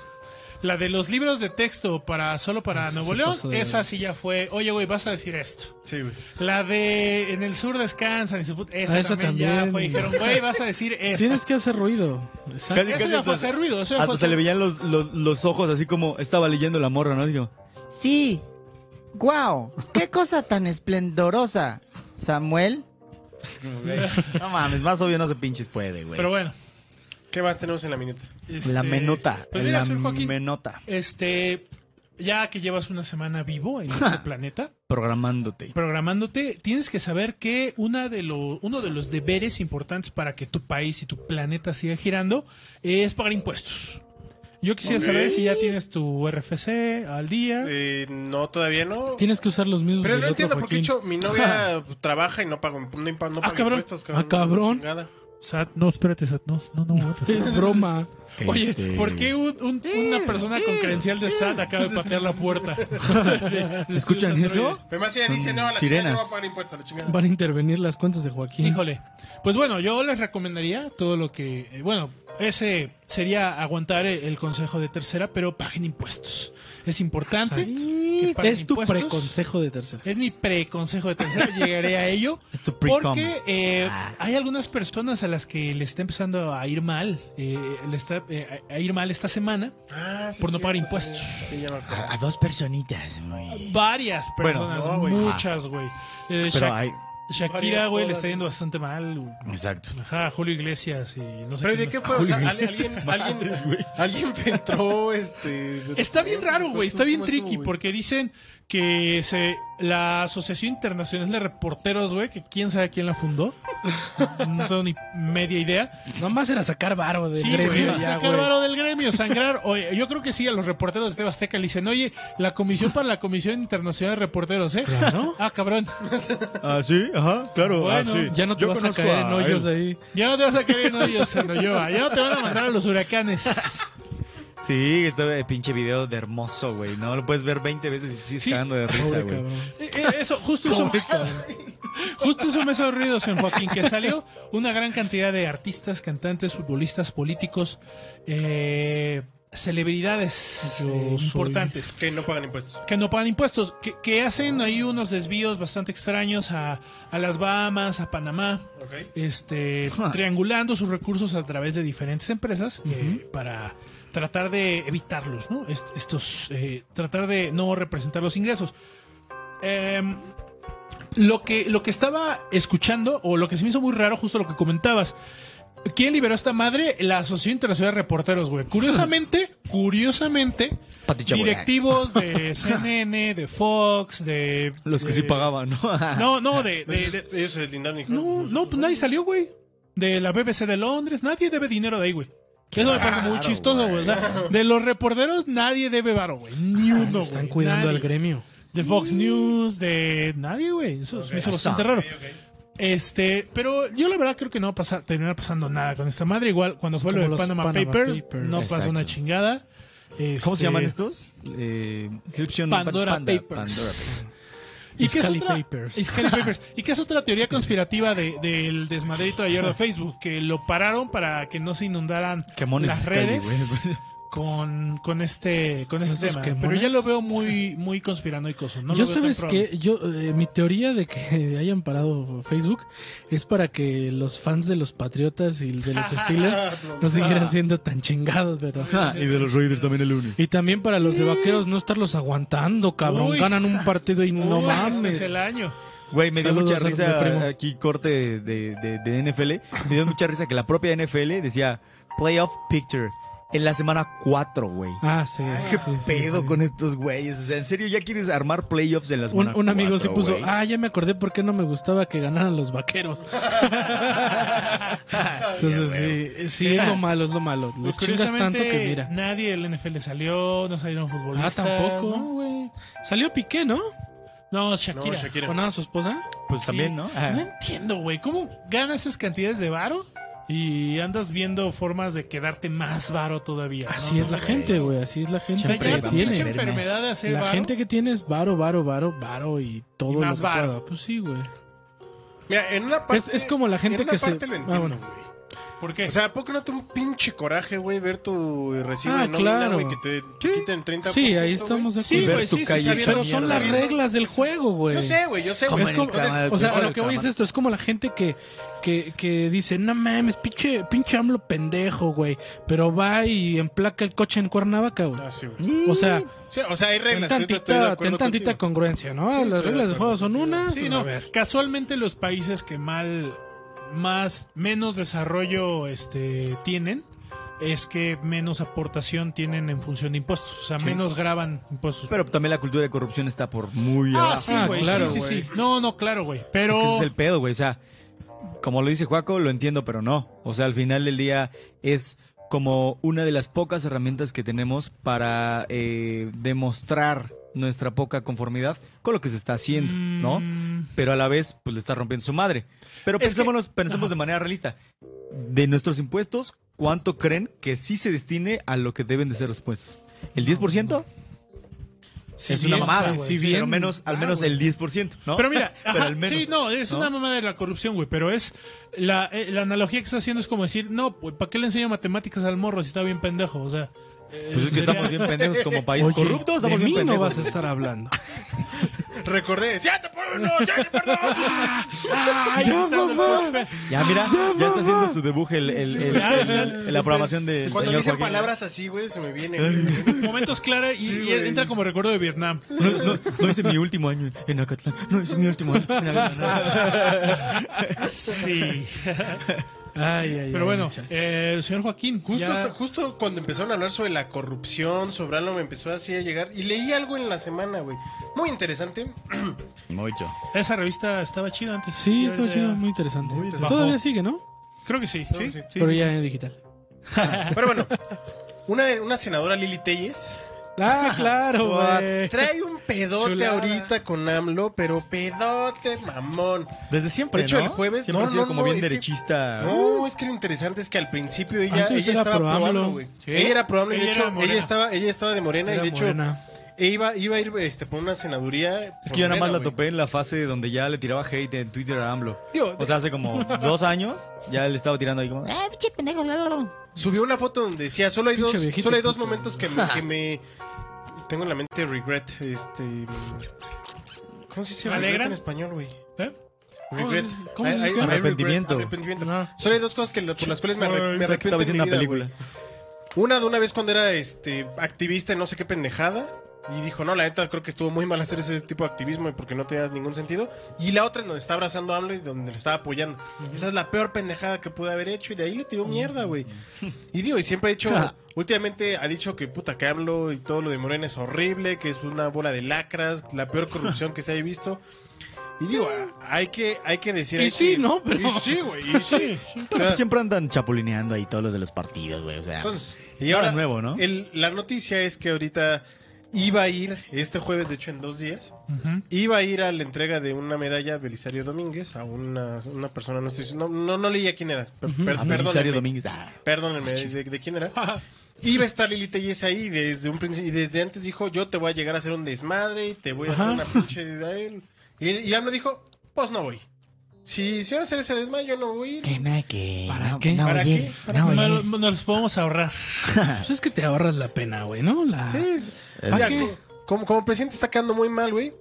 Speaker 2: La de los libros de texto para solo para
Speaker 1: Ah,
Speaker 2: Nuevo
Speaker 1: se
Speaker 2: León,
Speaker 1: pasó de
Speaker 2: esa
Speaker 1: verga.
Speaker 2: sí ya fue. Oye, güey, vas a decir esto.
Speaker 3: Sí, güey.
Speaker 2: La de En el sur descansan y su puta- Esa,
Speaker 1: Ah, esa
Speaker 2: también, ya
Speaker 1: también.
Speaker 2: fue. Dijeron, güey, vas a decir esto.
Speaker 1: Tienes que hacer ruido. Exacto.
Speaker 2: Eso ya fue hacer ruido. Eso ya fue
Speaker 4: Hasta se le
Speaker 2: hacer-
Speaker 4: veían los, los, los ojos así como estaba leyendo la morra, ¿no? Digo,
Speaker 7: Sí. ¡Guau! ¡Qué cosa tan esplendorosa! Samuel.
Speaker 4: *laughs* no mames, más obvio no se pinches puede, güey.
Speaker 2: Pero bueno.
Speaker 3: ¿Qué más tenemos en la minuta?
Speaker 4: la
Speaker 2: este,
Speaker 4: menota,
Speaker 2: Pues mira,
Speaker 4: la
Speaker 2: señor Joaquín,
Speaker 4: menota,
Speaker 2: este, ya que llevas una semana vivo
Speaker 1: *laughs*
Speaker 2: en este planeta,
Speaker 4: programándote.
Speaker 2: programándote, tienes que saber que una de lo- uno de los deberes importantes para que tu país y tu planeta siga girando es pagar impuestos. Yo quisiera
Speaker 3: Ok.
Speaker 2: saber si ya tienes tu RFC al día.
Speaker 3: Eh, no, todavía no.
Speaker 1: Tienes que usar los mismos
Speaker 3: Pero
Speaker 1: del
Speaker 3: no
Speaker 1: otro,
Speaker 3: entiendo por
Speaker 1: Joaquín.
Speaker 3: qué, hecho,
Speaker 2: *laughs*
Speaker 3: mi novia pues, trabaja y no pago, no, impa- no
Speaker 2: Ah,
Speaker 3: paga
Speaker 2: cabrón.
Speaker 3: impuestos,
Speaker 1: Ah, cabrón.
Speaker 3: Chingada.
Speaker 2: Sat, no, espérate, Sat, no, no, no. espérate.
Speaker 1: Es broma.
Speaker 2: Oye,
Speaker 4: Este,
Speaker 2: ¿por qué un- un- una persona con credencial de SAT acaba de patear la puerta? *laughs*
Speaker 4: ¿Escuchan eso?
Speaker 3: Además, ella dice,
Speaker 4: Son
Speaker 3: no, a la chingada
Speaker 4: sirenas.
Speaker 3: no va a pagar impuestos, a la chingada.
Speaker 1: Van a intervenir las cuentas de Joaquín.
Speaker 2: Híjole. Pues bueno, yo les recomendaría todo lo que. eh, bueno, ese sería aguantar el, el consejo de tercera, pero paguen impuestos. Es importante.
Speaker 1: Exacto.
Speaker 2: que paguen
Speaker 1: Es tu
Speaker 2: impuestos.
Speaker 1: preconsejo de tercera.
Speaker 2: Es mi preconsejo de tercera. Llegaré a ello.
Speaker 4: *laughs* Es tu pre-com. Ah.
Speaker 2: Porque eh, hay algunas personas a las que le está empezando a ir mal. eh, le está, eh, a a ir mal esta semana.
Speaker 3: Ah, sí,
Speaker 2: Por no
Speaker 3: cierto,
Speaker 2: pagar
Speaker 3: sí,
Speaker 2: impuestos. Ah.
Speaker 3: sí, ya me acuerdo.
Speaker 4: A, a dos personitas, güey.
Speaker 2: Varias personas,
Speaker 3: no, güey.
Speaker 2: muchas, güey. Eh,
Speaker 4: Pero
Speaker 2: Shak-
Speaker 4: hay...
Speaker 2: Shakira,
Speaker 3: varias
Speaker 2: güey, le
Speaker 3: todas
Speaker 2: está yendo
Speaker 3: esas.
Speaker 2: bastante mal. güey.
Speaker 4: Exacto.
Speaker 2: Ajá, Julio Iglesias y no sé
Speaker 3: Pero
Speaker 2: quién
Speaker 3: ¿y de
Speaker 2: más.
Speaker 3: qué fue? O sea,
Speaker 2: *laughs*
Speaker 3: ¿al- alguien, alguien, alguien filtró este.
Speaker 2: Está bien raro, güey. Está bien
Speaker 3: ¿Cómo estuvo,
Speaker 2: tricky
Speaker 3: güey?
Speaker 2: porque dicen que se la Asociación Internacional de Reporteros, güey, que quién sabe quién la fundó. No tengo ni media idea.
Speaker 1: Nomás era sacar varo de
Speaker 2: Sí,
Speaker 1: gremio
Speaker 2: güey,
Speaker 1: ya,
Speaker 2: sacar
Speaker 1: güey.
Speaker 2: varo del gremio, sangrar. Oye, yo creo que sí, a los reporteros de TV Azteca le dicen, oye, la comisión para la Comisión Internacional de Reporteros, ¿eh?
Speaker 1: Claro.
Speaker 2: Ah, cabrón.
Speaker 4: Ah, sí, ajá, claro.
Speaker 2: Bueno,
Speaker 4: ah, sí.
Speaker 1: Ya no te
Speaker 4: Yo
Speaker 1: vas a
Speaker 4: conozco
Speaker 1: caer en hoyos
Speaker 4: él.
Speaker 1: de ahí.
Speaker 2: Ya no te vas a caer en hoyos en Oyoa. Ya no te van a mandar a los huracanes.
Speaker 4: Sí, este pinche video de hermoso, güey. No lo puedes ver 20 veces y te sigues
Speaker 2: Sí. Ah,
Speaker 4: cagando de risa,
Speaker 1: Pobre
Speaker 4: güey.
Speaker 1: cabrón.
Speaker 2: Eh, eh, Eso, justo eso. *laughs* Justo eso me hizo ruido, señor Joaquín, que salió una gran cantidad de artistas, cantantes, futbolistas, políticos, eh, celebridades
Speaker 1: Yo
Speaker 2: eh,
Speaker 1: soy-
Speaker 2: importantes
Speaker 3: Que no pagan impuestos.
Speaker 2: que no pagan impuestos, que, que hacen ahí unos desvíos bastante extraños a, a las Bahamas, a Panamá,
Speaker 3: Ok.
Speaker 2: este, triangulando sus recursos a través de diferentes empresas eh, para tratar de evitarlos, ¿no? Est- estos, eh, tratar de no representar los ingresos. Em, lo, que, lo que estaba escuchando, o lo que se me hizo muy raro, justo lo que comentabas. ¿Quién liberó a esta madre? La Asociación Internacional de Reporteros, güey. Curiosamente, *laughs* curiosamente,
Speaker 4: Pati Chapoy.
Speaker 2: directivos de CNN, de Fox, de...
Speaker 4: Los que
Speaker 2: de-
Speaker 4: sí pagaban, ¿no?
Speaker 2: Eh, No, no, de... de- de-
Speaker 3: Ellos se deslindaron y
Speaker 2: Pues, no, no, pues nadie salió, güey. De la BBC de Londres, nadie debe dinero de ahí, güey. Eso me parece muy
Speaker 4: raro,
Speaker 2: chistoso, güey. O sea, de los reporteros nadie debe varo, güey. Ni uno, güey.
Speaker 1: Están cuidando
Speaker 2: Nadie.
Speaker 1: al gremio.
Speaker 2: De Fox News, de nadie, güey. Eso se me hizo bastante raro. Este, pero yo la verdad creo que no va a pasar, terminar pasando nada con esta madre. Igual cuando
Speaker 1: Es
Speaker 2: fue lo
Speaker 1: como
Speaker 2: de
Speaker 1: los
Speaker 2: Panama,
Speaker 1: Panama
Speaker 2: Papers,
Speaker 1: Papers.
Speaker 2: no pasó
Speaker 4: Exacto.
Speaker 2: una chingada.
Speaker 4: *laughs* ¿Cómo
Speaker 2: Este,
Speaker 4: se llaman estos? Eh, Inscription-
Speaker 2: Pandora
Speaker 4: Panda-
Speaker 2: Papers.
Speaker 4: Pandora Papers.
Speaker 2: ¿Y qué, es
Speaker 1: Iscali
Speaker 2: otra,
Speaker 1: Papers. *laughs*
Speaker 2: Iscali Papers. ¿Y qué es otra teoría conspirativa de- del desmadrito de ayer de Facebook? Que lo pararon para que no se inundaran
Speaker 4: Quemones
Speaker 2: las
Speaker 4: Iscali,
Speaker 2: redes
Speaker 4: güey.
Speaker 2: con, con este, con este
Speaker 1: ¿Esos
Speaker 2: tema.
Speaker 1: quemones?
Speaker 2: Pero ya lo veo muy, muy conspiranoico. eso. No lo
Speaker 1: yo
Speaker 2: veo tan
Speaker 1: sabes
Speaker 2: probable.
Speaker 1: que yo eh, mi teoría de que *laughs* hayan parado Facebook es para que los fans de los Patriotas y de
Speaker 2: *laughs*
Speaker 1: los Steelers no siguieran siendo tan chingados, ¿verdad?
Speaker 4: Ah, *laughs* y de los Raiders también el lunes.
Speaker 1: *laughs* Y también para los de Vaqueros no estarlos aguantando, cabrón.
Speaker 2: Uy.
Speaker 1: Ganan un
Speaker 2: *laughs*
Speaker 1: partido y no
Speaker 2: Uy, Este
Speaker 1: mames.
Speaker 2: es el año.
Speaker 4: Güey, me dio
Speaker 1: Saludos
Speaker 4: mucha
Speaker 1: a- mi primo.
Speaker 4: risa aquí, corte de, de- de NFL. Me dio mucha risa que la propia NFL decía Playoff Picture en la semana 4, güey.
Speaker 1: Ah, sí.
Speaker 4: ¿Qué
Speaker 1: sí, sí,
Speaker 4: pedo
Speaker 1: sí.
Speaker 4: con estos güeyes? O sea, ¿en serio ya quieres armar playoffs en la
Speaker 1: un,
Speaker 4: semana
Speaker 1: un amigo sí
Speaker 4: cuatro,
Speaker 1: puso,
Speaker 4: güey?
Speaker 1: ah, ya me acordé por qué no me gustaba que ganaran los
Speaker 2: *laughs*
Speaker 1: vaqueros. Entonces, sí, sí, es lo malo, es lo malo. Los
Speaker 2: Pues,
Speaker 1: chingas tanto
Speaker 2: curiosamente,
Speaker 1: que mira.
Speaker 2: Nadie del NFL salió, no salieron futbolistas.
Speaker 1: Ah, tampoco.
Speaker 2: No, güey.
Speaker 1: Salió Piqué, ¿no?
Speaker 2: No,
Speaker 3: No,
Speaker 2: Shakira.
Speaker 3: Shakira.
Speaker 1: ¿O nada su esposa?
Speaker 4: Pues también, ¿no? Ah.
Speaker 2: No entiendo, güey. ¿Cómo ganas esas cantidades de varo y andas viendo formas de quedarte más varo todavía? ¿no?
Speaker 1: Así es la gente, güey. Así es la
Speaker 2: O sea,
Speaker 1: gente
Speaker 4: Siempre
Speaker 2: ya
Speaker 1: que
Speaker 2: la
Speaker 4: vamos a
Speaker 2: pinche
Speaker 1: tiene.
Speaker 4: ver más.
Speaker 2: enfermedad de hacer
Speaker 1: La
Speaker 2: varo.
Speaker 1: gente que tiene es varo, varo, varo, varo y todo
Speaker 2: Y más
Speaker 1: lo que
Speaker 2: varo.
Speaker 1: pueda. Pues sí, güey.
Speaker 3: Mira, en una parte.
Speaker 1: Es- es como la gente
Speaker 3: en una
Speaker 1: que se-
Speaker 3: parte Lo
Speaker 1: Ah,
Speaker 3: entiendo,
Speaker 1: bueno.
Speaker 3: güey.
Speaker 2: ¿Por qué?
Speaker 3: O sea, ¿a poco no te da un pinche coraje, güey, ver tu recibo
Speaker 1: Ah,
Speaker 3: de nómina,
Speaker 1: claro.
Speaker 3: güey, que te
Speaker 1: Sí.
Speaker 3: quiten 30%?
Speaker 1: Sí, ahí
Speaker 3: güey?
Speaker 1: estamos de acuerdo.
Speaker 2: sí,
Speaker 4: ver
Speaker 2: güey,
Speaker 4: tu
Speaker 2: sí, sí,
Speaker 4: calle
Speaker 2: sabiendo-
Speaker 1: Pero
Speaker 4: hecha
Speaker 1: son
Speaker 4: mierda.
Speaker 1: las reglas del juego, güey.
Speaker 3: Yo sé, güey, yo sé,
Speaker 1: Como en
Speaker 3: güey.
Speaker 1: el
Speaker 3: Entonces,
Speaker 4: canal.
Speaker 1: O sea,
Speaker 4: Pero
Speaker 1: a lo que voy
Speaker 4: cámara.
Speaker 1: es esto, es como la gente que, que, que dice, no mames, pinche, pinche AMLO pendejo, güey. Pero va y emplaca el coche en Cuernavaca, güey.
Speaker 3: ah, sí, güey.
Speaker 1: O sea,
Speaker 3: Sí, o sea, hay
Speaker 1: ten
Speaker 3: reglas. yo estoy- estoy de
Speaker 1: tantita,
Speaker 3: acuerdo
Speaker 1: ten tantita
Speaker 3: contigo.
Speaker 1: congruencia, ¿no?
Speaker 3: Sí, estoy
Speaker 1: las
Speaker 3: de
Speaker 1: reglas de juego
Speaker 3: acuerdo
Speaker 1: son
Speaker 3: contigo.
Speaker 1: unas.
Speaker 2: Sí,
Speaker 1: a
Speaker 2: no.
Speaker 1: ver.
Speaker 2: Casualmente los países que mal, más, menos desarrollo este, tienen es que menos aportación tienen en función de impuestos. O sea, menos graban impuestos.
Speaker 4: Pero también la cultura de corrupción está por muy
Speaker 2: ah,
Speaker 4: abajo.
Speaker 2: sí,
Speaker 1: Ah,
Speaker 2: güey.
Speaker 1: claro,
Speaker 2: sí, sí,
Speaker 1: güey.
Speaker 2: sí. No, no, claro, güey. Pero...
Speaker 4: Es que ese es el pedo, güey. O sea, como lo dice Juaco, lo entiendo, pero no. O sea, al final del día es como una de las pocas herramientas que tenemos para eh, demostrar nuestra poca conformidad con lo que se está haciendo, ¿no?
Speaker 2: Mm,
Speaker 4: Pero a la vez, pues le está rompiendo su madre. Pero
Speaker 2: Es que-
Speaker 4: pensémonos, pensemos de manera realista. De nuestros impuestos, ¿cuánto creen que sí se destine a lo que deben de ser los impuestos? ¿El 10%?
Speaker 1: Si
Speaker 4: es una
Speaker 1: bien,
Speaker 4: mamada,
Speaker 1: sí,
Speaker 4: güey.
Speaker 1: si bien-
Speaker 4: pero menos, al
Speaker 1: ah,
Speaker 4: menos
Speaker 1: güey.
Speaker 4: el 10%, ¿no?
Speaker 2: Pero mira,
Speaker 4: *laughs* Pero
Speaker 2: ajá,
Speaker 4: al menos,
Speaker 2: sí, no, es una mamada de la corrupción, güey, pero es la, eh, la analogía que está haciendo es como decir, no, pues, ¿para qué le enseño matemáticas al morro si está bien pendejo? O sea, eh,
Speaker 4: Pues es que
Speaker 2: sería-
Speaker 4: estamos bien pendejos
Speaker 3: *laughs*
Speaker 4: como país
Speaker 1: Oye,
Speaker 4: corrupto,
Speaker 1: de
Speaker 4: estamos
Speaker 1: mí
Speaker 4: bien
Speaker 1: no
Speaker 4: pendejos.
Speaker 1: vas a estar hablando.
Speaker 3: Recordé, ¡siete por uno! ¡Siete por dos!
Speaker 2: *laughs* Ay,
Speaker 1: Ya,
Speaker 2: entrando el
Speaker 1: mamá.
Speaker 2: profe.
Speaker 4: Ya mira, ya, está haciendo su debuje el, el- el-
Speaker 2: Ya,
Speaker 4: el-
Speaker 2: o sea,
Speaker 4: *laughs* el- la programación de
Speaker 3: Cuando
Speaker 4: señor
Speaker 3: dicen
Speaker 4: Joaquín.
Speaker 3: palabras así, güey, se me viene. güey.
Speaker 2: Momentos clara y, y entra como recuerdo de Vietnam.
Speaker 4: No, no, no hice mi último año en Acatlán. No hice mi último año. en Acatlán.
Speaker 2: Sí.
Speaker 1: Ay, ay,
Speaker 2: Pero
Speaker 1: ay,
Speaker 2: bueno,
Speaker 1: muchachos.
Speaker 2: eh, el señor Joaquín,
Speaker 3: Justo,
Speaker 2: ya-
Speaker 3: hasta- justo cuando empezaron a hablar sobre la corrupción, sobre algo me empezó así a llegar. Y leí algo en la semana, güey. Muy interesante.
Speaker 4: Mucho.
Speaker 2: esa revista estaba chida antes.
Speaker 1: sí,
Speaker 2: Ya-
Speaker 1: está
Speaker 2: ya-
Speaker 1: chido, muy interesante.
Speaker 3: interesante.
Speaker 1: Todavía sigue, ¿no?
Speaker 2: Creo que sí.
Speaker 3: Sí, sí.
Speaker 1: Pero ya en digital.
Speaker 3: Pero bueno, una, una senadora Lili Telles
Speaker 1: Ah, claro, güey.
Speaker 3: trae un pedote
Speaker 1: Chulada.
Speaker 3: ahorita con AMLO, pero pedote, mamón.
Speaker 4: Desde siempre,
Speaker 3: De hecho,
Speaker 4: ¿no?
Speaker 3: el jueves-
Speaker 4: Siempre
Speaker 3: no,
Speaker 4: ha sido
Speaker 3: no,
Speaker 4: como
Speaker 3: no,
Speaker 4: bien
Speaker 3: es que-
Speaker 4: derechista.
Speaker 3: No, es que lo interesante es que al principio ella,
Speaker 1: Antes
Speaker 3: ella
Speaker 1: era
Speaker 3: estaba
Speaker 1: pro
Speaker 3: pro
Speaker 1: AMLO.
Speaker 3: AMLO, güey. Ella era pro AMLO, y de
Speaker 2: Ella era
Speaker 3: hecho,
Speaker 2: morena.
Speaker 3: ella estaba, ella estaba de morena
Speaker 1: Era
Speaker 3: y de hecho e
Speaker 1: morena.
Speaker 3: iba, iba a ir este, por una senaduría.
Speaker 4: Es que yo nada más la
Speaker 3: morena, güey.
Speaker 4: topé en la fase donde ya le tiraba hate en Twitter a AMLO.
Speaker 3: Digo,
Speaker 4: O sea, hace
Speaker 3: *laughs*
Speaker 4: como dos años ya le estaba tirando ahí como... "Ah,
Speaker 7: Eh, pinche pendejo. la, la, la.
Speaker 3: Subió una foto donde decía, solo hay dos,
Speaker 1: Pinche viejito
Speaker 3: solo hay dos
Speaker 1: puto,
Speaker 3: momentos que me, que me- *laughs* tengo en la mente regret, este ¿Cómo se dice regret
Speaker 2: ¿Alegra?
Speaker 3: en español, güey?
Speaker 2: ¿Eh?
Speaker 3: Regret.
Speaker 1: ¿Cómo
Speaker 3: I-
Speaker 1: se
Speaker 3: I-
Speaker 1: dice?
Speaker 3: I regret,
Speaker 4: Arrepentimiento.
Speaker 3: arrepentimiento.
Speaker 1: Ah.
Speaker 3: Solo hay dos cosas que lo- por las cuales me, arre-
Speaker 4: Ay,
Speaker 3: me
Speaker 4: pensé que
Speaker 3: arrepiento
Speaker 4: estaba
Speaker 3: en mi
Speaker 4: diciendo una
Speaker 3: vida,
Speaker 4: película.
Speaker 3: güey. Una de una vez cuando era este activista y no sé qué pendejada. Y dijo, no, la neta, creo que estuvo muy mal hacer ese tipo de activismo y porque no tenía ningún sentido. Y la otra en donde está abrazando a AMLO y donde lo estaba apoyando. Esa es la peor pendejada que pude haber hecho y de ahí le tiró mierda, güey. Y digo, y
Speaker 1: *laughs*
Speaker 3: siempre ha dicho, últimamente ha dicho que puta que AMLO y todo lo de Morena es horrible, que es una bola de lacras, la peor corrupción que se haya visto. Y digo, ah, hay que, hay que decir...
Speaker 1: Y
Speaker 3: hay
Speaker 1: sí,
Speaker 3: que-
Speaker 1: ¿no? Pero-
Speaker 3: Y sí, güey,
Speaker 1: *laughs*
Speaker 3: y sí. O sea,
Speaker 4: Siempre andan chapulineando ahí todos los de los partidos, güey. O sea,
Speaker 3: entonces, y
Speaker 4: Nada
Speaker 3: ahora,
Speaker 4: nuevo, ¿no?
Speaker 3: el- la noticia es que ahorita iba a ir, este jueves, de hecho en dos días,
Speaker 2: Ujú.
Speaker 3: iba a ir a la entrega de una medalla a Belisario Domínguez, a una, una persona, no estoy no, no, no leía quién era, per- per-
Speaker 4: a Belisario
Speaker 3: perdónenme,
Speaker 4: Domínguez. ah.
Speaker 3: perdónenme, de, de quién era. Iba a estar Lili Tellez ahí desde un principio, y desde antes dijo, yo te voy a llegar a hacer un desmadre y te voy a hacer
Speaker 1: Ajá.
Speaker 3: una pinche... ay". Y, y AMLO dijo, pues no voy. Si se va a hacer ese desmadre, yo no voy a ir.
Speaker 8: Que me que.
Speaker 1: ¿Para
Speaker 8: no,
Speaker 1: qué?
Speaker 8: No,
Speaker 3: ¿Para
Speaker 8: oye,
Speaker 3: qué?
Speaker 8: no, oye.
Speaker 2: Bueno, Nos los podemos ahorrar.
Speaker 1: Pues es que te ahorras la pena, güey, ¿no? La...
Speaker 4: Ah.
Speaker 3: Sí, sí.
Speaker 1: ¿Para
Speaker 3: Ya,
Speaker 1: qué?
Speaker 3: co- Como, como presidente está quedando muy mal, güey.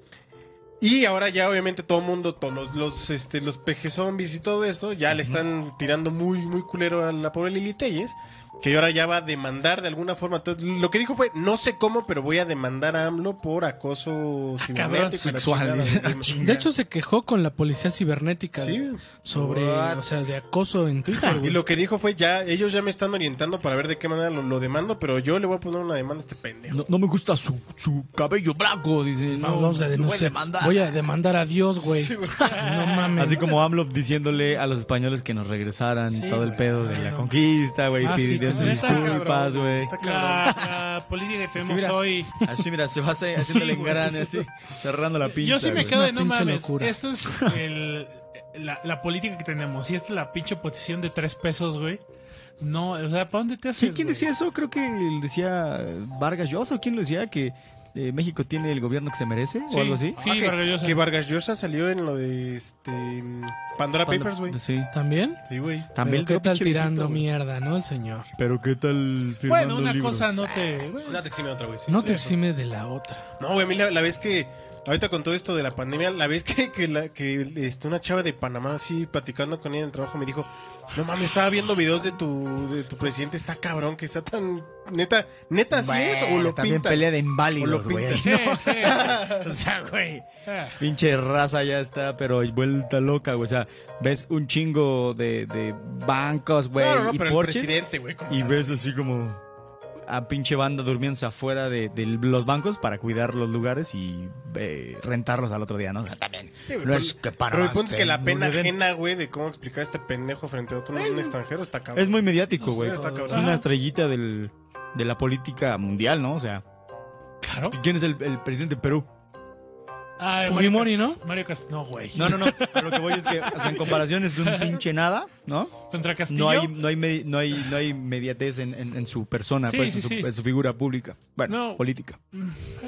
Speaker 3: Y ahora ya obviamente todo el mundo, todos los, los, este, los pejezombies y todo eso, ya le están tirando muy, muy culero a la pobre Lili Telles, que ahora ya va a demandar de alguna forma. Entonces, lo que dijo fue, no sé cómo, pero voy a demandar a AMLO por acoso
Speaker 2: cabrón,
Speaker 3: cibernético. y la
Speaker 4: Ah, sexual, dice. Ah,
Speaker 3: chingada,
Speaker 1: *laughs*
Speaker 3: güey.
Speaker 1: De hecho, se quejó con la policía cibernética
Speaker 3: Sí.
Speaker 1: de- sobre,
Speaker 3: What?
Speaker 1: o sea, de acoso en Twitter,
Speaker 3: Y
Speaker 1: güey.
Speaker 3: lo que dijo fue, ya, ellos ya me están orientando para ver de qué manera lo, lo demando, pero yo le voy a poner una demanda a este pendejo.
Speaker 4: No, no me gusta su, su cabello blanco, dice.
Speaker 1: Vamos,
Speaker 4: No,
Speaker 1: vamos a
Speaker 4: lo voy a
Speaker 1: denunciar.
Speaker 4: demandar.
Speaker 1: Voy a demandar a Dios, güey.
Speaker 3: Sí, güey.
Speaker 1: No mames.
Speaker 4: Así como AMLO diciéndole a los españoles que nos regresaran todo el pedo de la conquista, güey,
Speaker 1: Ah, sí,
Speaker 4: pidiendo
Speaker 1: claro.
Speaker 4: sus
Speaker 2: Está cabrón,
Speaker 4: disculpas, güey.
Speaker 3: Está cabrón.
Speaker 2: La, la política que tenemos
Speaker 4: mira.
Speaker 2: hoy.
Speaker 4: Así, mira, se va hace- haciéndole engrane, así, cerrando la pinza.
Speaker 2: Yo sí me
Speaker 4: güey.
Speaker 2: quedo de
Speaker 1: Una
Speaker 2: no
Speaker 1: pinche
Speaker 2: mames.
Speaker 1: locura.
Speaker 2: Esto es el- la, la política que tenemos. Y esta es la pinche posición de tres pesos, güey. No, o sea, ¿para dónde te haces?
Speaker 4: Sí, ¿Quién
Speaker 2: güey?
Speaker 4: decía eso? Creo que decía Vargas Llosa, o quién lo decía, que eh, México tiene el gobierno que se merece
Speaker 2: Sí,
Speaker 4: o algo así.
Speaker 2: Sí,
Speaker 3: Ah, que-
Speaker 2: Vargas Llosa.
Speaker 3: Que Vargas Llosa salió en lo de este Pandora
Speaker 4: Cuando-
Speaker 3: Ah, Papers, güey.
Speaker 4: Sí.
Speaker 1: ¿También?
Speaker 3: Sí, güey.
Speaker 1: También
Speaker 4: creo
Speaker 1: ¿Qué tal
Speaker 4: pinche
Speaker 1: tirando
Speaker 4: viejito, güey.
Speaker 1: mierda, no? El señor.
Speaker 4: Pero qué tal
Speaker 2: Bueno, una cosa no
Speaker 4: Ah.
Speaker 2: te. bueno,
Speaker 3: Una te exime otra, güey. sí.
Speaker 1: No te exime de la otra.
Speaker 3: No, güey, a mí la, la vez que. Ahorita con todo esto de la pandemia, la vez que, que, la- que, este, una chava de Panamá, así platicando con ella en el trabajo, me dijo: No mames, estaba viendo videos de tu, de tu presidente, está cabrón, que está tan. Neta, neta, así es, o lo
Speaker 4: También
Speaker 3: pinta.
Speaker 4: pelea de
Speaker 3: O lo
Speaker 4: inválidos, güey.
Speaker 3: pinta.
Speaker 2: sí, sí.
Speaker 1: *laughs*
Speaker 4: O sea, güey.
Speaker 2: Ah,
Speaker 4: Pinche raza ya está, pero vuelta loca, güey. O sea, ves un chingo de, de bancos, güey,
Speaker 3: no, no, no,
Speaker 4: y
Speaker 3: pero el
Speaker 4: porches.
Speaker 3: presidente, güey. como
Speaker 4: Y
Speaker 3: tal.
Speaker 4: ves así como a pinche banda durmiéndose afuera de, de los bancos para cuidar los lugares y eh, rentarlos al otro día, ¿no? O sea, también.
Speaker 3: Sí, güey,
Speaker 4: No
Speaker 3: pero-
Speaker 4: es que para.
Speaker 3: Pero el punto es que la pena ajena, güey, de cómo explicar a este pendejo frente a otro un extranjero está cabrón.
Speaker 4: Es muy mediático, güey.
Speaker 3: Sí, está cabrón.
Speaker 4: Es una estrellita del, de la política mundial, ¿no? O sea,
Speaker 2: claro.
Speaker 4: ¿quién es el, el presidente de Perú?
Speaker 2: Ah, el
Speaker 1: Fujimori,
Speaker 2: Mario Cas- Mario Cas- no, güey.
Speaker 4: No, no, no. A lo que voy es que o sea, en comparación es un pinche nada, ¿no?
Speaker 2: Contra Castillo.
Speaker 4: No hay, no hay, medi- no hay, no hay mediatez en, en- en su persona,
Speaker 2: Sí,
Speaker 4: pues,
Speaker 2: sí,
Speaker 4: en, su,
Speaker 2: sí.
Speaker 4: en su figura pública. Bueno,
Speaker 2: No.
Speaker 4: política.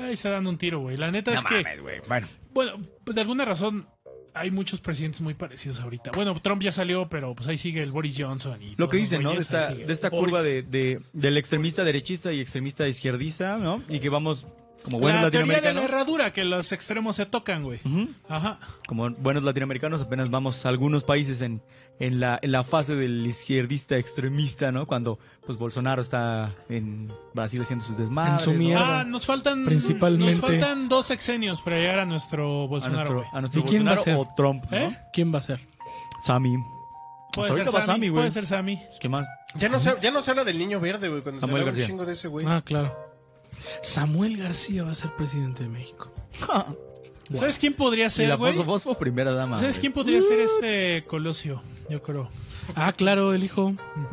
Speaker 2: Ahí se dan un tiro, güey. La neta es
Speaker 4: No
Speaker 2: que.
Speaker 4: mames, güey. Bueno,
Speaker 2: Bueno, pues de alguna razón hay muchos presidentes muy parecidos ahorita. Bueno, Trump ya salió, pero pues ahí sigue el Boris Johnson y
Speaker 4: Lo
Speaker 2: todos
Speaker 4: que
Speaker 2: esos
Speaker 4: dicen, ¿no? De
Speaker 2: güeyes, ahí
Speaker 4: esta,
Speaker 2: sigue.
Speaker 4: de esta
Speaker 2: Boris.
Speaker 4: curva de, de- del extremista derechista y extremista izquierdista, ¿no? Y que vamos como buenos
Speaker 2: la teoría de la
Speaker 4: latinoamericanos.
Speaker 2: herradura, que los extremos se tocan, güey.
Speaker 4: Ujú.
Speaker 2: Ajá.
Speaker 4: Como buenos latinoamericanos apenas vamos a algunos países en, en, la, en la fase del izquierdista extremista, ¿no? Cuando pues Bolsonaro está en Brasil haciendo sus desmadres.
Speaker 1: En su
Speaker 4: ¿no?
Speaker 1: mierda.
Speaker 2: Ah, nos faltan.
Speaker 1: Principalmente.
Speaker 2: Nos faltan dos sexenios para llegar a nuestro
Speaker 4: A
Speaker 2: Bolsonaro,
Speaker 4: nuestro,
Speaker 2: güey.
Speaker 4: a nuestro
Speaker 1: ¿Y quién va a
Speaker 4: Bolsonaro
Speaker 1: ser?
Speaker 4: o Trump, ¿no?
Speaker 2: ¿Eh?
Speaker 1: ¿Quién va a ser?
Speaker 4: Sammy.
Speaker 2: Puede
Speaker 4: ahorita
Speaker 2: ser
Speaker 4: va
Speaker 2: Sammy,
Speaker 4: Sammy, güey.
Speaker 2: puede ser Sammy.
Speaker 4: ¿Qué más?
Speaker 3: Ya no, se, ya no se habla del niño verde, güey, cuando
Speaker 4: Samuel
Speaker 3: se habla
Speaker 4: García.
Speaker 3: un chingo de ese, güey.
Speaker 1: Ah, claro. Samuel García va a ser presidente de México.
Speaker 2: ¿Sabes quién podría
Speaker 4: y
Speaker 2: ser,
Speaker 4: la
Speaker 2: güey?
Speaker 4: Fosfo Fosfo, primera dama.
Speaker 2: ¿Sabes
Speaker 4: güey.
Speaker 2: quién podría ser este Colosio? Yo creo.
Speaker 1: Ah, claro, el hijo.
Speaker 2: Ujú.
Speaker 1: el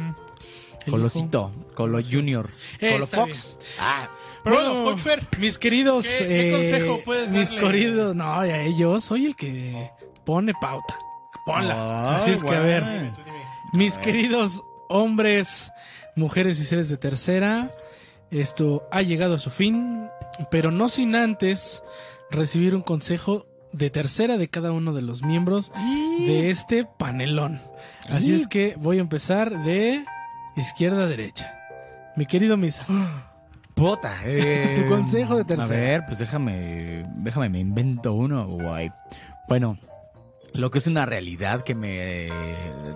Speaker 1: hijo.
Speaker 4: Colosito, Colo Junior,
Speaker 1: Eh,
Speaker 4: Colo
Speaker 1: está
Speaker 4: Fox. Ah,
Speaker 2: Pero
Speaker 1: Bueno,
Speaker 2: bueno, Pochfer,
Speaker 1: Mis queridos.
Speaker 2: ¿Qué- qué
Speaker 1: eh,
Speaker 2: consejo puedes
Speaker 1: Mis
Speaker 2: darle?
Speaker 1: queridos. No, a ellos. Soy el que pone pauta.
Speaker 2: ponla.
Speaker 1: Así es que, a ver.
Speaker 4: güey.
Speaker 1: Mis queridos hombres, mujeres y seres de tercera, esto ha llegado a su fin, pero no sin antes recibir un consejo de tercera de cada uno de los miembros de este panelón. Así es que voy a empezar de izquierda a derecha. Mi querido Misa,
Speaker 4: Puta, eh,
Speaker 1: Tu consejo de tercera.
Speaker 4: A ver, pues déjame, déjame, me invento uno, guay. Bueno, lo que es una realidad que me eh,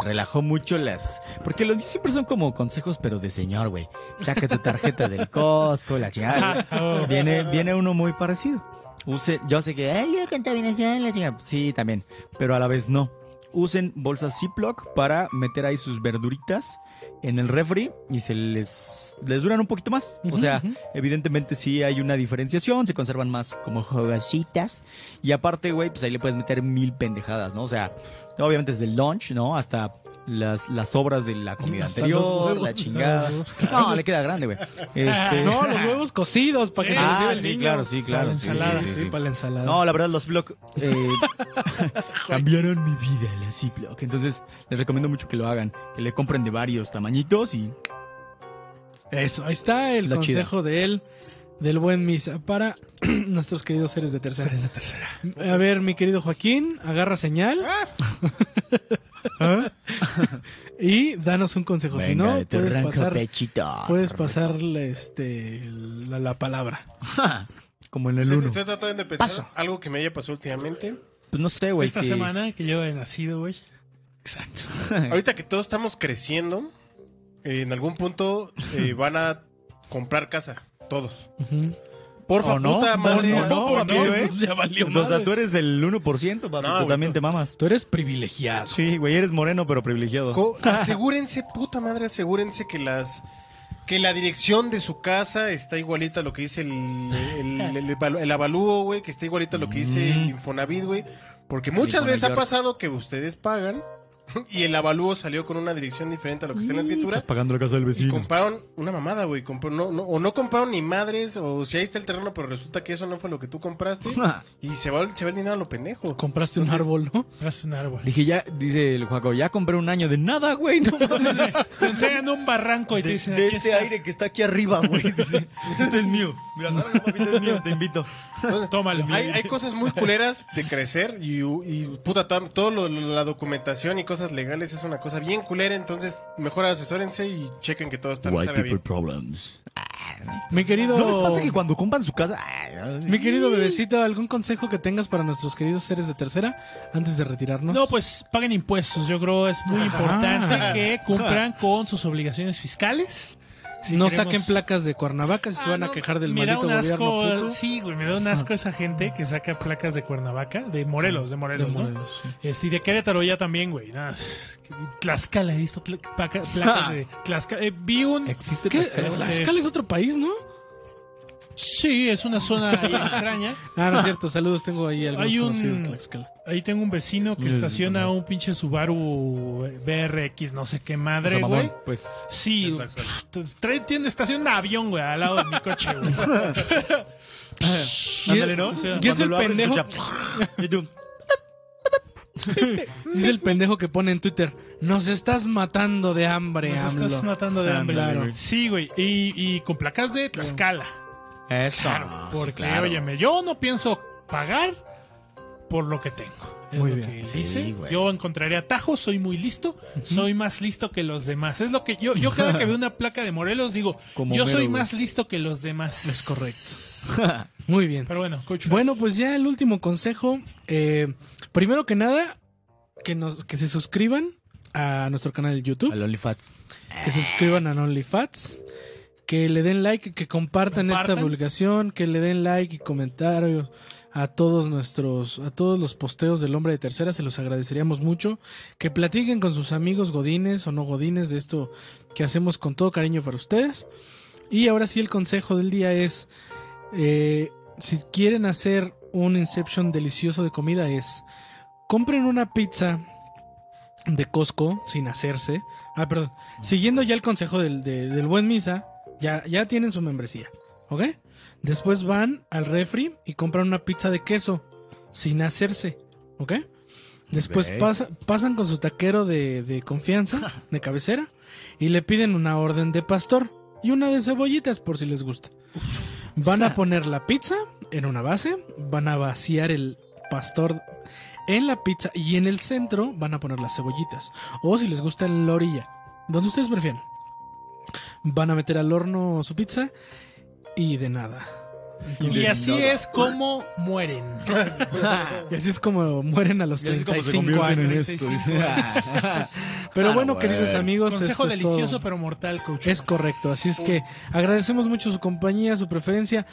Speaker 4: relajó mucho las... Porque los míos siempre son como consejos, pero de señor, güey. Saca tu tarjeta del Costco, la chingada.
Speaker 2: Ah,
Speaker 4: güey. Viene, viene uno muy parecido. Use, yo sé que, ay, la contaminación, la chingada. Sí, también, pero a la vez no. Usen bolsas Ziploc para meter ahí sus verduritas en el refri y se les, les duran un poquito más. O sea,
Speaker 1: Ujú, ujú.
Speaker 4: Evidentemente sí hay una diferenciación, se conservan más como jugasitas. Y aparte, güey, pues ahí le puedes meter mil pendejadas, ¿no? O sea, obviamente desde el lunch, ¿no? Hasta las, las sobras de la comida
Speaker 1: Hasta
Speaker 4: anterior,
Speaker 1: los huevos,
Speaker 4: la chingada.
Speaker 1: hasta los huevos, claro.
Speaker 4: No, le queda
Speaker 1: *laughs*
Speaker 4: grande, güey. Este...
Speaker 1: no, los huevos cocidos para que se los
Speaker 4: ah,
Speaker 1: lleve
Speaker 4: sí,
Speaker 1: el niño.
Speaker 4: claro, sí,
Speaker 1: Para
Speaker 4: claro.
Speaker 1: la
Speaker 4: sí, sí,
Speaker 1: ensalada,
Speaker 4: sí,
Speaker 1: sí,
Speaker 4: sí.
Speaker 1: para la ensalada.
Speaker 4: No, la verdad, los Ziploc *laughs* eh, cambiaron mi vida, las Ziploc. Entonces, les recomiendo mucho que lo hagan. Que le compren de varios tamañitos y
Speaker 1: Eso, ahí está el
Speaker 4: La chida.
Speaker 1: consejo de él, del buen misa, para *clears throat* nuestros queridos seres de tercera.
Speaker 2: Seres de tercera.
Speaker 1: A ver, mi querido Joaquín, agarra señal. *laughs* ¿Ah? y danos un consejo. si
Speaker 4: Venga,
Speaker 1: no,
Speaker 4: de tu
Speaker 1: puedes
Speaker 4: ronco
Speaker 1: pasar,
Speaker 4: pechito.
Speaker 1: puedes pasarle este, la, la palabra.
Speaker 4: *laughs* Como en el
Speaker 3: Estoy,
Speaker 4: uno.
Speaker 3: estoy tratando de pensar
Speaker 1: Paso.
Speaker 3: algo que me haya pasado últimamente.
Speaker 4: Pues no sé, *laughs* güey.
Speaker 2: Esta
Speaker 4: que-
Speaker 2: semana que yo he nacido, güey. Exacto.
Speaker 3: Ahorita que todos estamos creciendo, eh, en algún punto
Speaker 4: *laughs*
Speaker 3: eh, van a comprar casa. Todos.
Speaker 1: Ujú.
Speaker 3: Porfa,
Speaker 4: ¿O no?
Speaker 3: puta
Speaker 4: No,
Speaker 3: madre.
Speaker 4: no, no,
Speaker 3: ¿por
Speaker 4: ¿o
Speaker 3: qué, eh?
Speaker 4: no?
Speaker 3: güey?
Speaker 1: Pues ya valió
Speaker 4: O sea,
Speaker 1: madre.
Speaker 4: tú eres del 1%, papi, tú
Speaker 3: No, güey,
Speaker 4: también
Speaker 3: no.
Speaker 4: te mamas.
Speaker 1: Tú eres privilegiado.
Speaker 4: Sí, güey, eres moreno, pero privilegiado.
Speaker 3: Co- asegúrense, puta madre, asegúrense que las que la dirección de su casa está igualita a lo que dice el, el, el- el evalu- el avalúo, güey, que está igualita a lo que dice el Infonavit, güey. Porque muchas veces ha
Speaker 4: Infonavit.
Speaker 3: pasado que ustedes pagan *laughs* Y el avalúo salió con una dirección diferente a lo que está en la escritura.
Speaker 4: Estás pagando la casa del
Speaker 3: Y
Speaker 4: vecino.
Speaker 3: compraron una mamada, güey. compró- no- no- o no compraron ni madres, o si ahí está el terreno, pero resulta que eso no fue lo que
Speaker 1: *laughs*
Speaker 3: tú compraste. y se va, se va el dinero a lo pendejo.
Speaker 1: Compraste un árbol, ¿no?
Speaker 2: Tras un
Speaker 4: *laughs*
Speaker 2: árbol.
Speaker 4: Dije, ya, dice el Juaco, ya compré un año de nada, güey. *laughs* No mames.
Speaker 2: Te enseñan un barranco y te
Speaker 4: de,
Speaker 2: dicen,
Speaker 4: de
Speaker 2: "Aquí
Speaker 4: este
Speaker 2: está".
Speaker 4: aire que está aquí arriba, güey.
Speaker 2: *laughs*
Speaker 4: Dice, este es mío. Mira, dame, papito, es mío, te invito.
Speaker 2: *laughs*
Speaker 3: Entonces,
Speaker 2: Tómalo.
Speaker 3: Hay, hay cosas muy culeras de crecer y, y puta, toda la documentación y cosas legales es una cosa bien culera. Entonces, mejor asesórense y chequen que todo está salga bien.
Speaker 4: problems.
Speaker 1: Mi querido.
Speaker 4: ¿No les pasa que cuando compran su casa... ay, ay,
Speaker 1: Mi querido bebecita, ¿algún consejo que tengas para nuestros queridos seres de tercera antes de retirarnos?
Speaker 2: No, pues paguen impuestos. Yo creo es muy importante
Speaker 1: Ajá.
Speaker 2: que cumplan con sus obligaciones fiscales. Si
Speaker 1: no
Speaker 2: queremos-
Speaker 1: saquen placas de Cuernavaca si se
Speaker 2: Ah,
Speaker 1: van a
Speaker 2: no,
Speaker 1: quejar del
Speaker 2: me da
Speaker 1: maldito
Speaker 2: un asco,
Speaker 1: gobierno puto. Ah.
Speaker 2: Sí, güey, me da un asco esa gente que saca placas de Cuernavaca, de Morelos,
Speaker 1: De
Speaker 2: de Morelos, ¿no?
Speaker 1: Morelos, sí.
Speaker 2: Este, y de Querétaro ya también, güey. Nada, es que Tlaxcala, he visto tla- placa-
Speaker 1: *laughs*
Speaker 2: placas de Tlaxcala. Eh, vi un...
Speaker 4: ¿Existe
Speaker 1: ¿Qué?
Speaker 4: Tlaxcala?
Speaker 1: Tlaxcala es otro país, ¿no?
Speaker 2: Sí, es una zona
Speaker 1: *laughs*
Speaker 2: ahí extraña.
Speaker 1: Ah, no es cierto. Saludos, tengo ahí algunos
Speaker 2: Hay un-
Speaker 1: conocidos de Tlaxcala.
Speaker 2: Ahí tengo un vecino que
Speaker 4: Mm,
Speaker 2: estaciona
Speaker 4: ajá.
Speaker 2: un pinche Subaru eh, BRX, no sé qué
Speaker 4: O
Speaker 2: madre,
Speaker 4: sea, mamón,
Speaker 2: güey.
Speaker 4: pues.
Speaker 2: Sí,
Speaker 3: De Tlaxcala.
Speaker 2: pff, trae, tiene estación de avión, güey, al lado de mi coche, güey.
Speaker 1: *laughs*
Speaker 4: Ándale, ¿no?
Speaker 2: Sí,
Speaker 1: Y es
Speaker 4: Cuando
Speaker 1: el
Speaker 4: lo abres,
Speaker 1: pendejo.
Speaker 4: escucha. Y tú,
Speaker 2: *laughs*
Speaker 1: Es el pendejo que pone en Twitter. Nos estás matando de hambre,
Speaker 2: Nos
Speaker 1: AMLO".
Speaker 2: estás matando de hambre.
Speaker 1: Ándale,
Speaker 2: Claro.
Speaker 1: güey.
Speaker 2: Sí, güey. Y, y con placas de Tlaxcala.
Speaker 4: Eso.
Speaker 1: Ah,
Speaker 2: Claro.
Speaker 4: sí,
Speaker 2: Porque,
Speaker 4: claro.
Speaker 2: óyeme, yo no pienso pagar por lo que tengo. Es
Speaker 1: Muy
Speaker 2: lo
Speaker 1: bien.
Speaker 2: que
Speaker 4: Sí,
Speaker 2: dice.
Speaker 4: güey.
Speaker 2: Yo encontraré atajos, soy muy listo, soy más listo que los demás. Es lo que yo, yo
Speaker 1: *laughs*
Speaker 2: cada que veo una placa de Morelos digo,
Speaker 4: Como
Speaker 2: yo
Speaker 4: Homero,
Speaker 2: soy
Speaker 4: güey.
Speaker 2: más listo que los demás.
Speaker 1: Es correcto. Muy bien.
Speaker 2: Pero bueno, coach.
Speaker 1: Bueno, pues ya el último consejo. Eh, primero que nada, que, nos, que se suscriban a nuestro canal de YouTube.
Speaker 4: *laughs* Al OnlyFats.
Speaker 1: que se suscriban a OnlyFats, que le den like, que compartan, esta
Speaker 2: Compartan.
Speaker 1: publicación, que le den like y comentarios a todos nuestros, a todos los posteos del hombre de tercera, se los agradeceríamos mucho, que platiquen con sus amigos godines o no godines de esto que hacemos con todo cariño para ustedes. Y ahora sí el consejo del día es, eh, si quieren hacer un Inception delicioso de comida es, compren una pizza de Costco sin hacerse. Ah, perdón. Siguiendo ya el consejo del, de- del buen misa, ya, ya tienen su membresía. ¿Ok? Después van al refri y compran una pizza de queso sin hacerse. ¿Ok? Después
Speaker 4: Ok.
Speaker 1: pasa- pasan con su taquero de, de confianza, de cabecera, y le piden una orden de pastor y una de cebollitas por si les gusta. Van a poner la pizza en una base, van a vaciar el pastor en la pizza y en el centro van a poner las cebollitas. O si les gusta en la orilla, donde ustedes prefieran. Van a meter al horno su pizza y de nada.
Speaker 2: y así es como mueren.
Speaker 1: Y así es como mueren a los
Speaker 4: Y así es como se
Speaker 1: 35
Speaker 4: convierten en
Speaker 1: años.
Speaker 4: esto.
Speaker 2: 35
Speaker 4: dice.
Speaker 1: Pero
Speaker 4: Ah,
Speaker 1: bueno,
Speaker 4: güey.
Speaker 1: queridos amigos,
Speaker 2: Consejo
Speaker 1: esto es todo.
Speaker 2: delicioso pero mortal, coach.
Speaker 1: Es correcto, así es que agradecemos mucho su compañía, su preferencia.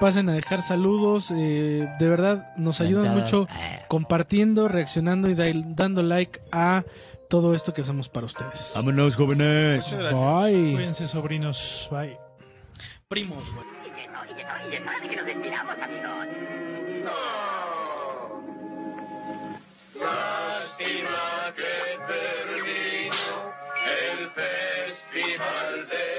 Speaker 1: Pasen a dejar saludos, eh, de verdad nos ayudan mucho compartiendo, reaccionando y dai- dando like a todo esto que hacemos para ustedes.
Speaker 4: *laughs* Vámonos, jóvenes.
Speaker 3: Muchas gracias.
Speaker 1: Bye.
Speaker 2: Cuídense, sobrinos. Bye.
Speaker 1: Primos, güey.
Speaker 8: Y que no, y que no, y que no, es que nos estiramos, amigos.
Speaker 6: Lástima que terminó el festival de